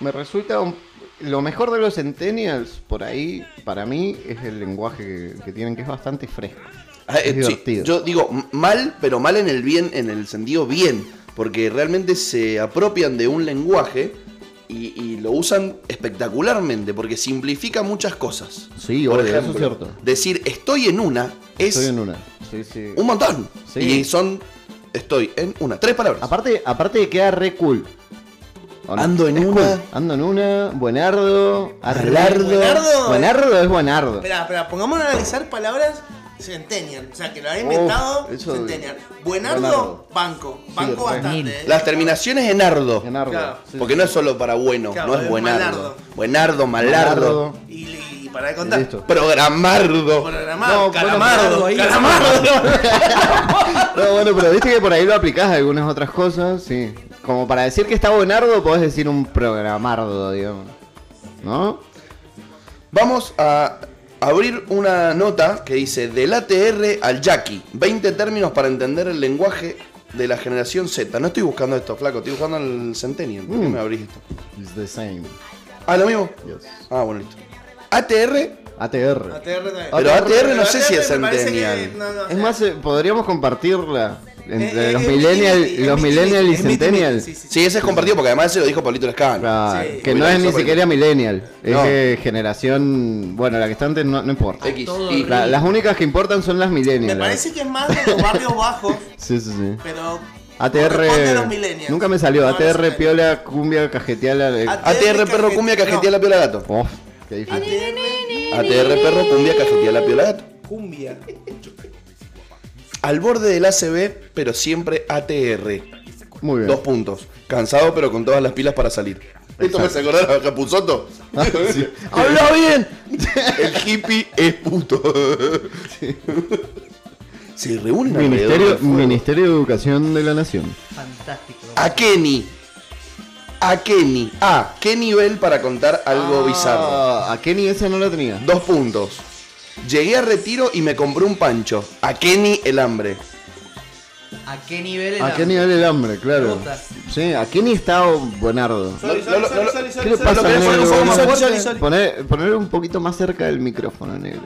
S4: Me resulta. un- lo mejor de los centennials, por ahí, para mí, es el lenguaje que, que tienen, que es bastante fresco.
S1: Ah, eh,
S4: Es
S1: sí,
S4: divertido.
S1: yo digo m- mal, pero mal en el bien, en el sentido bien, porque realmente se apropian de un lenguaje y, y lo usan espectacularmente, porque simplifica muchas cosas.
S4: Sí,
S1: Por
S4: obvio, eso es
S1: ejemplo,
S4: cierto.
S1: decir estoy en una es
S4: Estoy en una. Sí, sí.
S1: un montón.
S4: Sí.
S1: Y son estoy en una, tres palabras.
S4: Aparte, aparte de queda re cool. ¿O no?
S1: Ando en
S4: Es
S1: una.
S4: cool. Ando en una. Buenardo. Arlardo.
S11: Buenardo.
S4: Buenardo es buenardo.
S11: Espera, espera, pongámonos a analizar palabras centennial. O sea, que lo ha inventado
S4: Uf, eso-
S11: centennial. Buenardo,
S4: Buenardo.
S11: banco. Banco
S4: re.
S11: bastante. eh.
S1: Las terminaciones en ardo.
S4: Buenardo.
S11: Claro.
S4: Sí,
S1: Porque
S4: sí.
S1: no es solo para bueno,
S11: Claro,
S1: no es
S11: es
S1: buenardo.
S11: malardo.
S1: Buenardo, malardo,
S11: Y, y para de contar.
S4: Listo.
S1: programardo.
S11: Programar,
S4: No, bueno,
S11: calamardo,
S4: programado ahí.
S11: calamardo.
S4: No, bueno, pero viste que por ahí lo aplicás a algunas otras cosas, sí. Como para decir que está buenardo, podés decir un programardo, digamos. ¿No?
S1: Vamos a abrir una nota que dice del ATR al Jackie. 20 términos para entender el lenguaje de la generación Z. No estoy buscando esto, flaco, estoy buscando el Centennial. ¿Por qué
S4: Mm.
S1: me abrís esto?
S4: It's the same.
S1: Ah, lo mismo.
S4: Yes.
S1: Ah, bueno, listo. ATR,
S11: ATR
S4: ATR.
S11: también.
S1: pero ATR no
S11: Pero
S1: sé si es
S11: ATR me parece que-
S1: Centennial.
S11: no, no, o
S4: Es
S11: sea,
S4: más, eh, podríamos compartirla entre
S11: Eh, eh,
S4: los
S11: eh,
S4: millennials
S11: miti-miti,
S4: los
S11: es
S4: millennial y
S11: miti-miti, es
S4: centennial.
S11: miti-miti, sí, sí.
S1: Sí, ese es compartido porque además se lo dijo Pablito Lescano.
S4: Claro,
S11: Sí.
S4: que no
S1: Mira,
S4: es ni
S1: eso,
S4: siquiera millennial, es
S1: No.
S4: eh, generación, bueno, la que está antes no, no importa.
S1: X.
S3: Todo
S1: Y-
S4: La- las únicas que importan son las
S11: Me
S4: millennials.
S11: parece que es más de los barrios bajos,
S4: Sí, sí, sí.
S11: pero. corresponde a los
S4: ATR.
S11: millennials.
S4: Nunca me salió.
S11: No, no
S4: ATR,
S11: sé.
S4: piola, cumbia, cajeteala. eh.
S1: ATR, perro, cumbia, cajetía la piola gato.
S4: Oh, qué difícil.
S11: ATR
S1: ATR, perro, cumbia, cajetía la piola gato.
S11: cumbia.
S1: Al borde del ACB, pero siempre ATR.
S4: Muy bien.
S1: Dos puntos. Cansado pero con todas las pilas para salir. Esto me hace acordar a Capuzoto.
S4: ¡Habló Ah, bien!
S1: El hippie es puto. Se reúnen
S4: Ministerio,
S1: alrededor del fuego.
S4: Ministerio de Educación de la Nación.
S3: Fantástico.
S1: A Kenny. A Kenny. A. ¿Qué nivel para contar algo bizarro?
S4: Ah, a Kenny esa no la tenía.
S1: Dos puntos. Llegué a retiro y me compré un pancho. A Kenny el hambre.
S3: ¿A qué nivel
S4: ¿A
S3: era?
S4: qué nivel el hambre? Claro.
S3: Puta.
S4: Sí, a Kenny está buenardo.
S11: Sorry,
S1: No, no,
S11: sorry,
S1: no,
S11: sorry, sorry,
S1: no.
S4: ¿Qué
S11: sorry,
S4: le
S11: sorry.
S4: pasa,
S1: ¿Lo querés poner
S4: negro?
S1: un poco más
S11: Sorry,
S1: fuerte?
S11: sorry, sorry.
S4: Poner, ponerlo un poquito más cerca del micrófono, negro.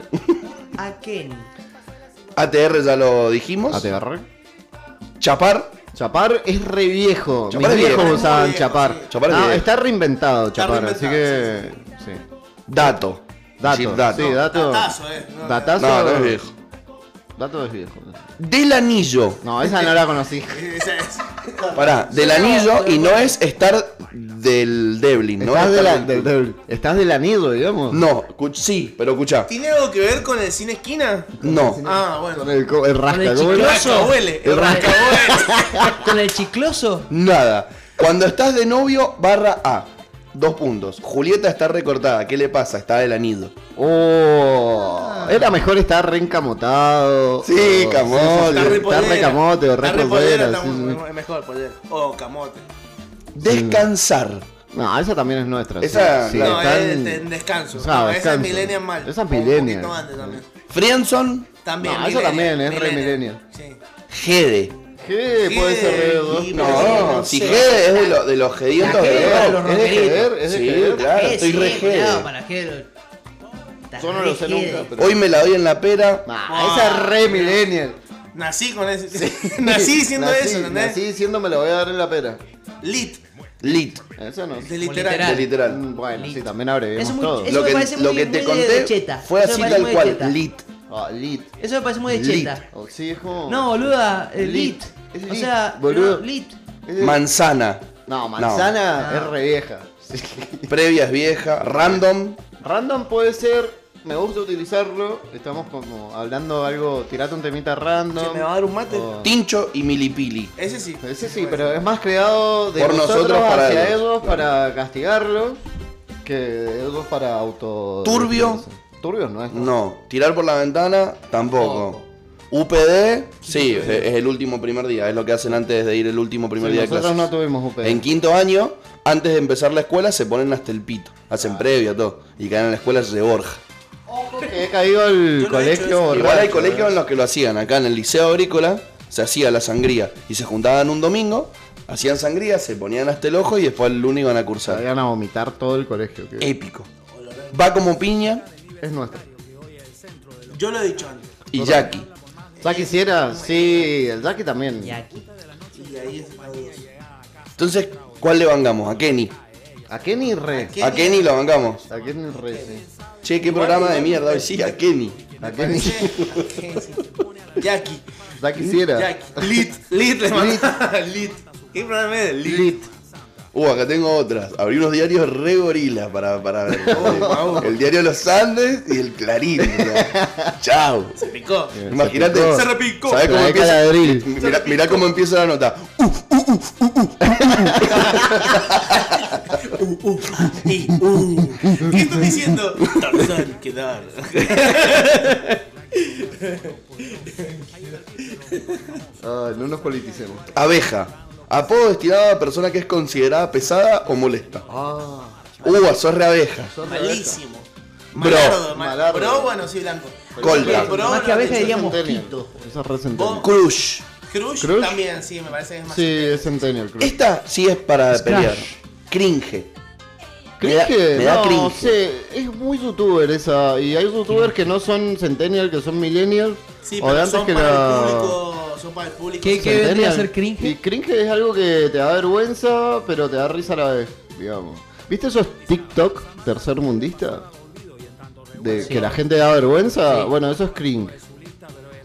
S3: ¿A qué?
S1: ATR ya lo dijimos.
S4: ATR.
S1: Chapar.
S4: Chapar es re viejo.
S1: Chapar
S4: Mis
S1: es
S4: viejos
S1: viejo.
S4: usaban
S1: Muy viejo,
S4: chapar.
S1: sí. Chapar es
S4: Ah,
S1: viejo.
S4: está reinventado
S1: Está
S4: chapar, así que.
S1: reinventado,
S4: Sí.
S1: Dato.
S4: Dato.
S1: Decir
S4: Sí, dato.
S11: Datazo, eh. No,
S4: Datazo.
S1: No, no es viejo.
S4: Dato es viejo.
S1: Del anillo.
S4: No, esa no la conocí.
S11: Esa es.
S1: Pará, del anillo y no es estar del Devlin, ¿no?
S4: Estás,
S1: es
S4: de la-
S1: estar
S4: del, del- estás del anillo, digamos.
S1: No, escu- sí, pero escuchá.
S11: ¿Tiene algo que ver con el cine esquina?
S1: No.
S11: Ah, bueno.
S4: Con el, co- el rasca. ¿cómo
S11: El
S4: era?
S11: rascahuele. El
S4: El rasca-
S3: ¿Con el chicloso?
S1: Nada. Cuando estás de novio, barra A. Dos puntos. Julieta está recortada. ¿Qué le pasa? Está del anillo.
S4: Oh, era mejor estar reencamotado.
S1: Sí,
S4: Oh,
S1: camote.
S4: sí, sí, sí, Estar
S11: re
S4: recamote o
S11: Está re polera,
S4: recolera.
S11: está muy- es mejor pollera. O camote.
S1: Descansar.
S4: No, esa también es nuestra. sí,
S1: Esa,
S4: sí,
S1: claro.
S11: No,
S4: están-
S11: es de- en descanso.
S4: Ah,
S11: No, esa es
S4: descanso.
S11: Millennium mal.
S4: Esa es
S11: O un
S4: Millennial.
S11: poquito antes también.
S1: Friendson,
S11: También.
S4: No, esa también es re
S11: Sí.
S1: Gede.
S4: ¿Qué? Puede ser
S11: Sí,
S4: dedo.
S11: y-
S1: No, si Gede es de, lo- de los gedientos de
S4: Gede,
S1: verdad.
S4: los Es de roqueritos. Geder, es de
S1: Sí,
S4: Geder.
S1: claro, estoy re Gede.
S3: cuidado, para que.
S4: Yo no lo sé nunca, pero.
S1: Hoy me la doy en la pera.
S4: Ah, esa es re millennial.
S11: Nací con ese. nací diciendo
S4: Nací-
S11: eso, ¿entendés?
S4: Nací diciendo me la voy a dar en la pera.
S11: Lit.
S1: Lit.
S4: Eso no.
S11: De
S1: De
S11: literal.
S1: literal.
S4: Mm, Bueno, sí,
S3: Listo.
S4: también
S3: Eso es
S4: abreviamos
S3: muy-
S4: todo.
S3: eso
S1: Lo
S3: me
S1: que,
S3: parece muy-
S1: lo que te
S3: muy de-
S1: conté
S3: de cheta.
S1: fue
S3: Eso me
S1: así
S3: parece
S1: tal
S3: muy de
S1: cual.
S3: cheta.
S1: Lit.
S4: Ah, lit.
S3: Eso me parece muy de
S1: Lit.
S3: cheta.
S4: Oh, sí, es como.
S3: No, boluda, eh,
S4: Lit.
S3: lit.
S4: Es
S3: O
S4: lit,
S3: sea,
S4: boludo.
S3: no, lit.
S4: Es de-
S1: Manzana.
S4: No, manzana
S3: No.
S11: Ah.
S4: es re vieja.
S1: Previa es vieja. Random.
S4: Random puede ser. Me gusta utilizarlo. Estamos como hablando algo. Tirate un temita random.
S11: Che, ¿me va a dar un mate?
S4: o-
S1: Tincho y milipili.
S11: Ese sí.
S4: Ese sí, pero es más creado de
S1: Por
S4: nosotros,
S1: nosotros para
S4: hacia ellos,
S1: ellos,
S4: para castigarlos que de ellos para auto.
S1: Turbio.
S4: Turbio no es.
S1: No. Tirar por la ventana, tampoco. UPD, sí, es es el último primer día, es lo que hacen antes de ir el último primer
S4: Sí,
S1: día de
S4: nosotros
S1: clases.
S4: no tuvimos UPD.
S1: En quinto año, antes de empezar la escuela, se ponen hasta el pito,
S4: Ah.
S1: hacen previa, todo, y caen en la escuela de Borja.
S4: Que he caído el
S11: Yo no he hecho
S4: colegio
S11: eso.
S4: borracho,
S1: Igual hay
S4: ¿eh?
S1: colegios en los que lo hacían. Acá en el Liceo Agrícola se hacía la sangría y se juntaban un domingo, hacían sangría, se ponían hasta el ojo y después el lunes iban a
S4: Se
S1: cursar.
S4: vayan a vomitar todo el colegio. que
S1: Épico. Va como piña
S4: Es nuestro.
S11: Yo lo he dicho antes.
S1: y Jackie.
S4: Ya quisiera, sí, el Jackie también.
S3: Y aquí.
S11: Y ahí es la duda.
S1: Entonces, ¿cuál le bancamos? A Kenny.
S4: ¿A Kenny Re?
S1: A Kenny lo bancamos.
S4: ¿A Kenny Re? Sí.
S1: Che, qué programa de mierda hoy. Sí, a Kenny.
S4: ¿A Kenny?
S11: Jackie.
S4: Ya quisiera.
S11: Jackie. Lit. Lit le manda. Lit. ¿Qué problema es? Lit.
S4: Lit.
S1: Uh, acá tengo otras. Abrí unos diarios re gorilas para, para ver.
S11: Oh,
S1: el diario Los Andes y el Clarín. o sea. Chao.
S11: Picó.
S1: Imagínate.
S4: picó.
S11: Se repicó.
S1: ¿Sabés cómo
S4: Trae
S1: empieza?
S4: caladril.
S1: Mirá, mirá cómo empieza la nota.
S11: Y, uh, ¿Qué estás diciendo? Tarzán, quedar.
S4: Ah, no nos politicemos.
S1: Abeja. Apodo destinado a persona que es considerada pesada o molesta.
S4: Ah,
S1: Uva, sos re abeja.
S11: Malísimo.
S1: Bro.
S11: Malardo, mal-
S4: Malardo.
S11: Bro, bueno, sí, blanco.
S1: Colta.
S11: Pero bro,
S3: Más que
S11: no,
S3: a veces
S11: eso es
S3: diríamos
S4: centennial.
S3: quito.
S4: Eso es re centennial.
S1: Crush.
S11: Crush,
S4: Crush.
S11: también, sí, me parece que es más.
S4: Sí, es centennial, creo.
S1: Esta sí es para
S3: Scratch.
S1: pelear. Cringe. Me da-
S4: Cringe,
S1: me da
S4: no
S1: cringe.
S4: sé, es muy youtuber esa, y hay youtubers que no son centennial, que son millennials,
S11: Sí,
S4: o de
S11: pero
S4: antes
S11: son
S4: que
S11: para
S4: la...
S11: el público. Son para el público.
S3: ¿Qué- qué?
S11: Sí.
S3: vendría a
S4: Centennial.
S3: ser cringe?
S4: Y cringe es algo que te da vergüenza, pero te da risa a la vez, digamos. ¿Viste esos TikTok tercermundistas? De
S3: Sí.
S4: que la gente da vergüenza.
S3: Sí.
S4: Bueno, eso es cringe.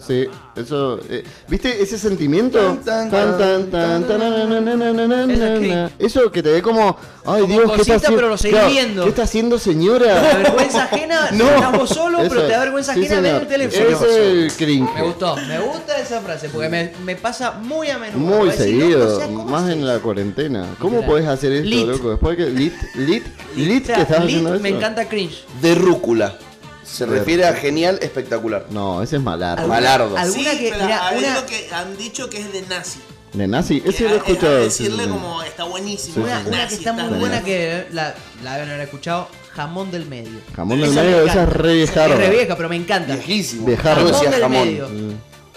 S4: Sí, eso. eh, ¿Viste ese sentimiento?
S1: Tan, tan,
S4: Tan, tan, tan, tan, na, na, na, na, na, na,
S3: Eso es
S4: na,
S3: cringe.
S4: na. Eso que te ve como. Ay,
S3: Como
S4: Dios, ¿qué está
S3: cosita,
S4: haciendo?
S3: pero lo seguís viendo.
S4: ¿Qué está haciendo,
S3: La
S4: señora?
S3: vergüenza ajena,
S4: No.
S3: estás vos solo, pero
S4: Eso,
S3: te da vergüenza
S4: sí,
S3: ajena ver
S4: señor.
S3: el teléfono.
S4: Ese Es el cringe.
S3: Me gustó, me gusta esa frase porque me, me pasa muy a menudo.
S4: Muy
S3: Voy a decir,
S4: seguido,
S3: loco, o sea, ¿cómo
S4: más
S3: haces?
S4: en la cuarentena. ¿Cómo
S3: Literal.
S4: podés hacer esto,
S3: Lit.
S4: loco? Después que lit, lit, lit,
S3: O sea,
S4: que estás
S3: lit,
S4: haciendo
S3: Me
S4: eso.
S3: encanta cringe.
S1: De rúcula. Se
S4: Ver-
S1: refiere a genial, espectacular.
S4: No, ese es malar.
S1: Al- Malardo.
S3: Alguna
S11: Sí,
S3: que,
S11: pero
S3: mirá,
S11: hay
S3: una,
S11: algo que han dicho que es de nazi.
S4: De nazi, ese
S11: Que
S4: lo he
S11: a- es a
S4: escuchado. sí,
S11: decirle
S4: sí, sí.
S11: como está buenísimo.
S4: Sí,
S11: es
S3: una,
S4: sí, sí.
S3: una
S11: nazi,
S3: que está
S11: está
S3: muy buena
S11: nazi.
S3: que la, la deben haber escuchado, jamón del medio.
S4: Jamón del
S3: Esa me
S4: medio, esa es
S3: encanta.
S4: re viejarda.
S3: Es re vieja, pero me encanta.
S1: Viejísimo.
S4: Viejardo.
S1: Yo
S3: Jamón
S1: decía
S3: del
S1: jamón.
S3: medio.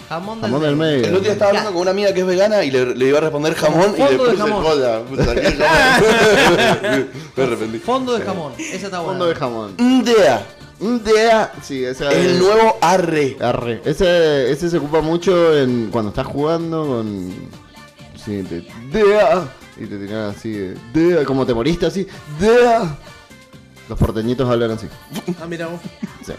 S3: Jamón del
S4: Mm. Jamón
S3: medio.
S4: del medio.
S1: El otro día estaba hablando con una amiga que es vegana y le, le iba a responder jamón y le
S3: Fondo de
S1: puse
S3: jamón.
S1: joda. Puta, qué jamón. Me arrepentí.
S3: Fondo de jamón, esa está buena.
S4: Fondo de jamón.
S1: Ndea.
S4: Dea. Sí, esa
S1: El
S4: es-
S1: nuevo arre.
S4: Arre. Ese, ese se ocupa mucho en cuando estás jugando con. Sí, te- Dea. Y te tiran así. eh, Dea. Como te moriste así. Dea. Los porteñitos hablan así.
S11: Ah, mira vos.
S4: Sí.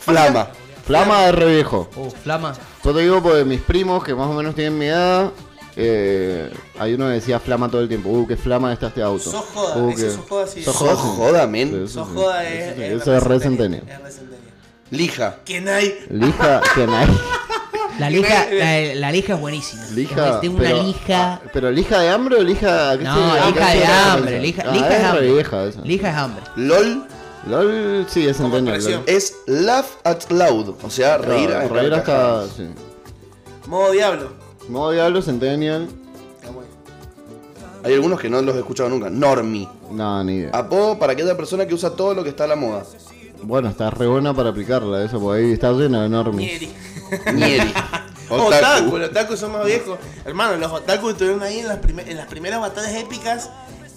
S4: Flama. Flama de re viejo.
S3: Oh, flama.
S4: Yo te digo porque mis primos, que más o menos tienen mi edad, eh, hay uno que decía flama todo el tiempo. Uh, qué flama está este auto.
S11: Sos joda,
S4: Uh,
S11: ese
S4: qué-
S11: sos joda, sí.
S4: Sos joda,
S11: Sos
S4: sí.
S1: joda, men.
S4: Sí, eso
S11: Sos
S4: sí.
S11: joda
S4: Eso
S11: es-
S4: sí,
S11: es
S4: Eso es re centenio.
S1: Lija.
S11: Que nadie.
S4: Lija, que nadie.
S3: La lija, la, la lija es buenísima.
S4: Lija,
S3: Tengo una
S4: pero- ah, este
S3: lija.
S4: ¿Pero lija de hambre o lija.? ¿a qué
S3: No,
S4: se- a
S3: lija
S4: qué
S3: de
S4: se-
S3: hambre, lija-
S4: Ah,
S3: lija
S4: es
S3: es
S4: re
S3: hambre.
S4: vieja esa.
S3: Lija es hambre.
S1: LOL
S4: LOL, sí, es centenio. LOL.
S1: es laugh at loud. O sea, reír
S4: Claro,
S1: a
S4: reír hasta.
S1: carcajadas.
S4: Sí.
S11: Modo diablo.
S4: Modo Diablo, Centennial.
S1: Hay algunos que no los he escuchado nunca. Normi.
S4: No, ni
S3: Ah.
S4: idea.
S1: Apodo para aquella persona que usa todo lo que está a la moda.
S4: Bueno, está re buena para aplicarla, eso, porque ahí está lleno de normis.
S11: Nieri.
S1: Nieri.
S11: Otaku.
S1: Otaku.
S11: los otakus son más viejos. Hermano, los otakus estuvieron ahí en las, prime- en las primeras batallas épicas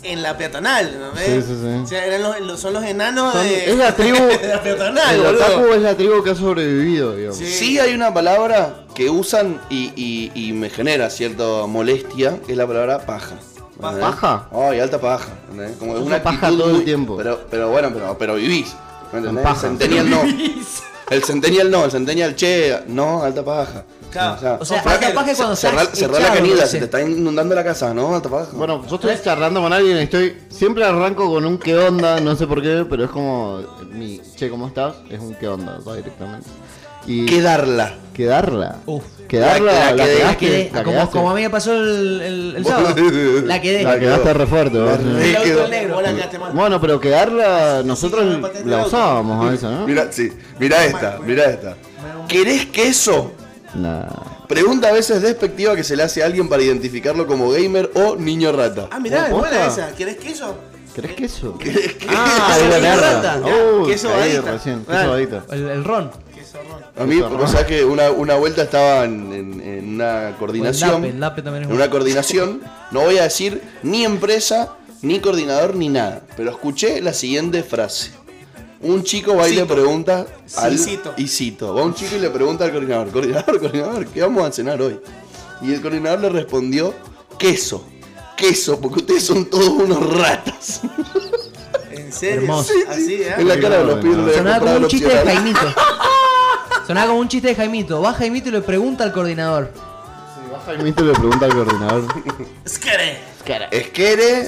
S11: en la peatonal, ¿no ves?
S4: Sí, sí, sí.
S11: O sea, eran los, los- son los enanos
S4: Son-
S11: de,
S4: es la tribu.
S11: de la peatonal,
S4: el
S11: boludo.
S4: otaku es la tribu que ha sobrevivido, digamos.
S1: Sí. hay una palabra que usan y, y- y me genera cierta molestia, que es la palabra paja. ¿entendés?
S4: ¿Paja?
S1: Ay, alta paja. ¿entendés? Como
S4: Usa
S1: es una
S4: paja
S1: actitud
S4: todo el
S1: muy-
S4: tiempo.
S1: Pero, pero bueno, pero, pero vivís. ¿me entendés?
S4: paja.
S1: El centennial no. El centennial no, el centennial che, no, alta paja.
S11: Claro.
S3: O sea,
S1: cerrá-
S3: alta paja es cuando
S1: cerrá-
S3: estás
S1: cerrá la
S3: echado,
S1: canilla,
S3: dice.
S1: se te está inundando la casa, ¿no? Alta paja.
S4: Bueno, yo estoy charlando con alguien y estoy. Siempre arranco con un qué onda, no sé por qué, pero es como. Mi, che, ¿cómo estás? Es un qué onda, va directamente. Y
S1: Quedarla.
S4: Quedarla.
S3: Uf.
S4: Quedarla,
S1: La- la
S4: la,
S1: quedé, la
S4: quedaste,
S3: Quedé-
S4: la
S3: como,
S4: quedaste.
S3: como a mí me pasó el, el- el sábado. La quedé.
S4: La quedaste re fuerte, vos.
S3: El auto
S1: quedó.
S3: en negro.
S11: Vos la quedaste mal.
S4: Bueno, pero quedarla, nosotros
S11: patente de
S4: la
S11: auto.
S4: usábamos a esa, ¿no?
S1: Mira, sí, mira esta, mira esta. ¿Querés queso?
S4: Nah.
S1: Pregunta a veces despectiva que se le hace a alguien para identificarlo como gamer o niño rata.
S11: Ah, mirá, es
S4: ¿Vos
S11: buena
S4: posta?
S11: esa. ¿Querés queso?
S4: ¿Crees que eso?
S1: ¿Querés queso?
S4: Ah,
S11: Queso
S4: de la
S11: rata.
S4: mierda.
S11: Mirá,
S4: Uh,
S11: queso
S4: caí
S11: badita.
S4: recién, queso
S11: Claro.
S4: badita.
S3: El, el ron.
S11: Queso ron.
S1: A mí, o sea que una, una vuelta estaba en, en- en una coordinación.
S3: O el lape, el lape también
S1: en
S3: es bueno.
S1: una coordinación. No voy a decir ni empresa, ni coordinador, ni nada. Pero escuché la siguiente frase. Un chico va y le
S11: Cito.
S1: pregunta
S11: Sí,
S1: al
S11: cito.
S1: y cito. Va un chico y le pregunta al coordinador, coordinador, coordinador, ¿qué vamos a cenar hoy? Y el coordinador le respondió, queso, queso, porque ustedes son todos unos ratas.
S11: En serio.
S3: Hermoso.
S11: Así,
S1: En
S11: ¿eh?
S1: la cara de los pibes. le había
S3: Sonaba como
S1: comprado
S3: un
S1: los
S3: chiste de
S1: opcionales.
S3: Jaimito. Sonaba como un chiste de Jaimito. Va Jaimito y le pregunta al coordinador.
S4: Jaimito le pregunta al coordinador.
S11: Esquere.
S10: Eh,
S1: Esquere.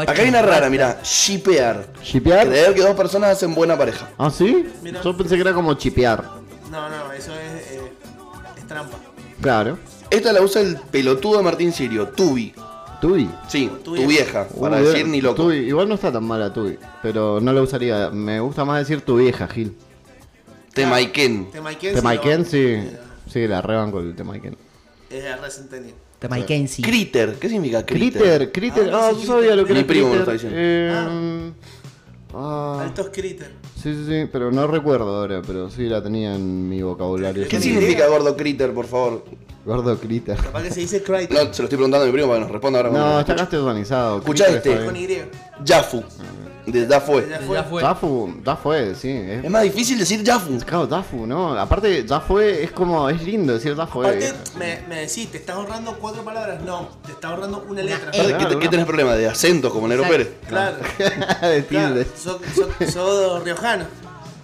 S1: Acá hay una rara, mira, shipear.
S4: ¿Chipear?
S1: Creer que dos personas hacen buena pareja.
S4: ¿Ah, sí?
S11: Mira.
S4: Yo pensé que era como chipear.
S11: No, no, eso es, eh, es trampa.
S4: Claro.
S1: Esta la usa el pelotudo de Martín Sirio, Tubi.
S4: Tubi.
S1: Sí, tu
S11: Tu
S1: vieja,
S11: vieja.
S1: para
S4: Uh,
S1: decir ni loco.
S4: Tubi. Igual no está tan mala Tubi, pero no la usaría. Me gusta más decir tu vieja, Gil.
S1: Te maiquen.
S11: Te maiquen.
S4: Te Maiken, sí. Sí, la reban con el Te Maiken.
S11: Es el resentimiento.
S3: De Mackenzie.
S1: Critter, ¿qué significa critter?
S4: Critter, Critter.
S11: Ah,
S4: Ah,
S11: no
S4: yo
S11: sé
S4: sabía lo que
S1: Mi
S4: era
S1: primo me lo
S4: Critter.
S1: está diciendo.
S4: Eh, ah,
S11: Altos critters.
S4: sí, sí, sí, pero no recuerdo ahora, pero sí la tenía en mi vocabulario.
S1: ¿Qué
S4: Yo-
S1: significa gordo critter, por favor?
S4: Gordo Critter.
S11: Capaz que se dice critter.
S1: No, se lo estoy preguntando a mi primo para que nos responda ahora.
S4: No, está castellanizado.
S1: Escuchá
S4: Critter
S1: este.
S4: está
S11: Con
S4: bien.
S11: Y.
S1: Jafu. De
S11: Ya
S1: Dafue.
S11: fue.
S3: Ya fue.
S4: Dafu, Dafu es, sí.
S1: Es
S4: Es,
S1: más difícil decir Jafu.
S4: claro, Dafu, ¿no? Aparte, Dafu es como, es lindo decir Dafu.
S11: Aparte,
S4: eh.
S11: me, me decís, ¿te estás ahorrando cuatro palabras? No, te estás ahorrando una letra.
S1: Aparte, ¿Qué,
S4: Claro,
S1: te-
S4: no.
S1: qué tenés problema? ¿De acentos como Nero
S3: Exacto.
S1: Pérez?
S11: Claro,
S4: de
S11: claro.
S4: tilde.
S11: Sos so, riojano,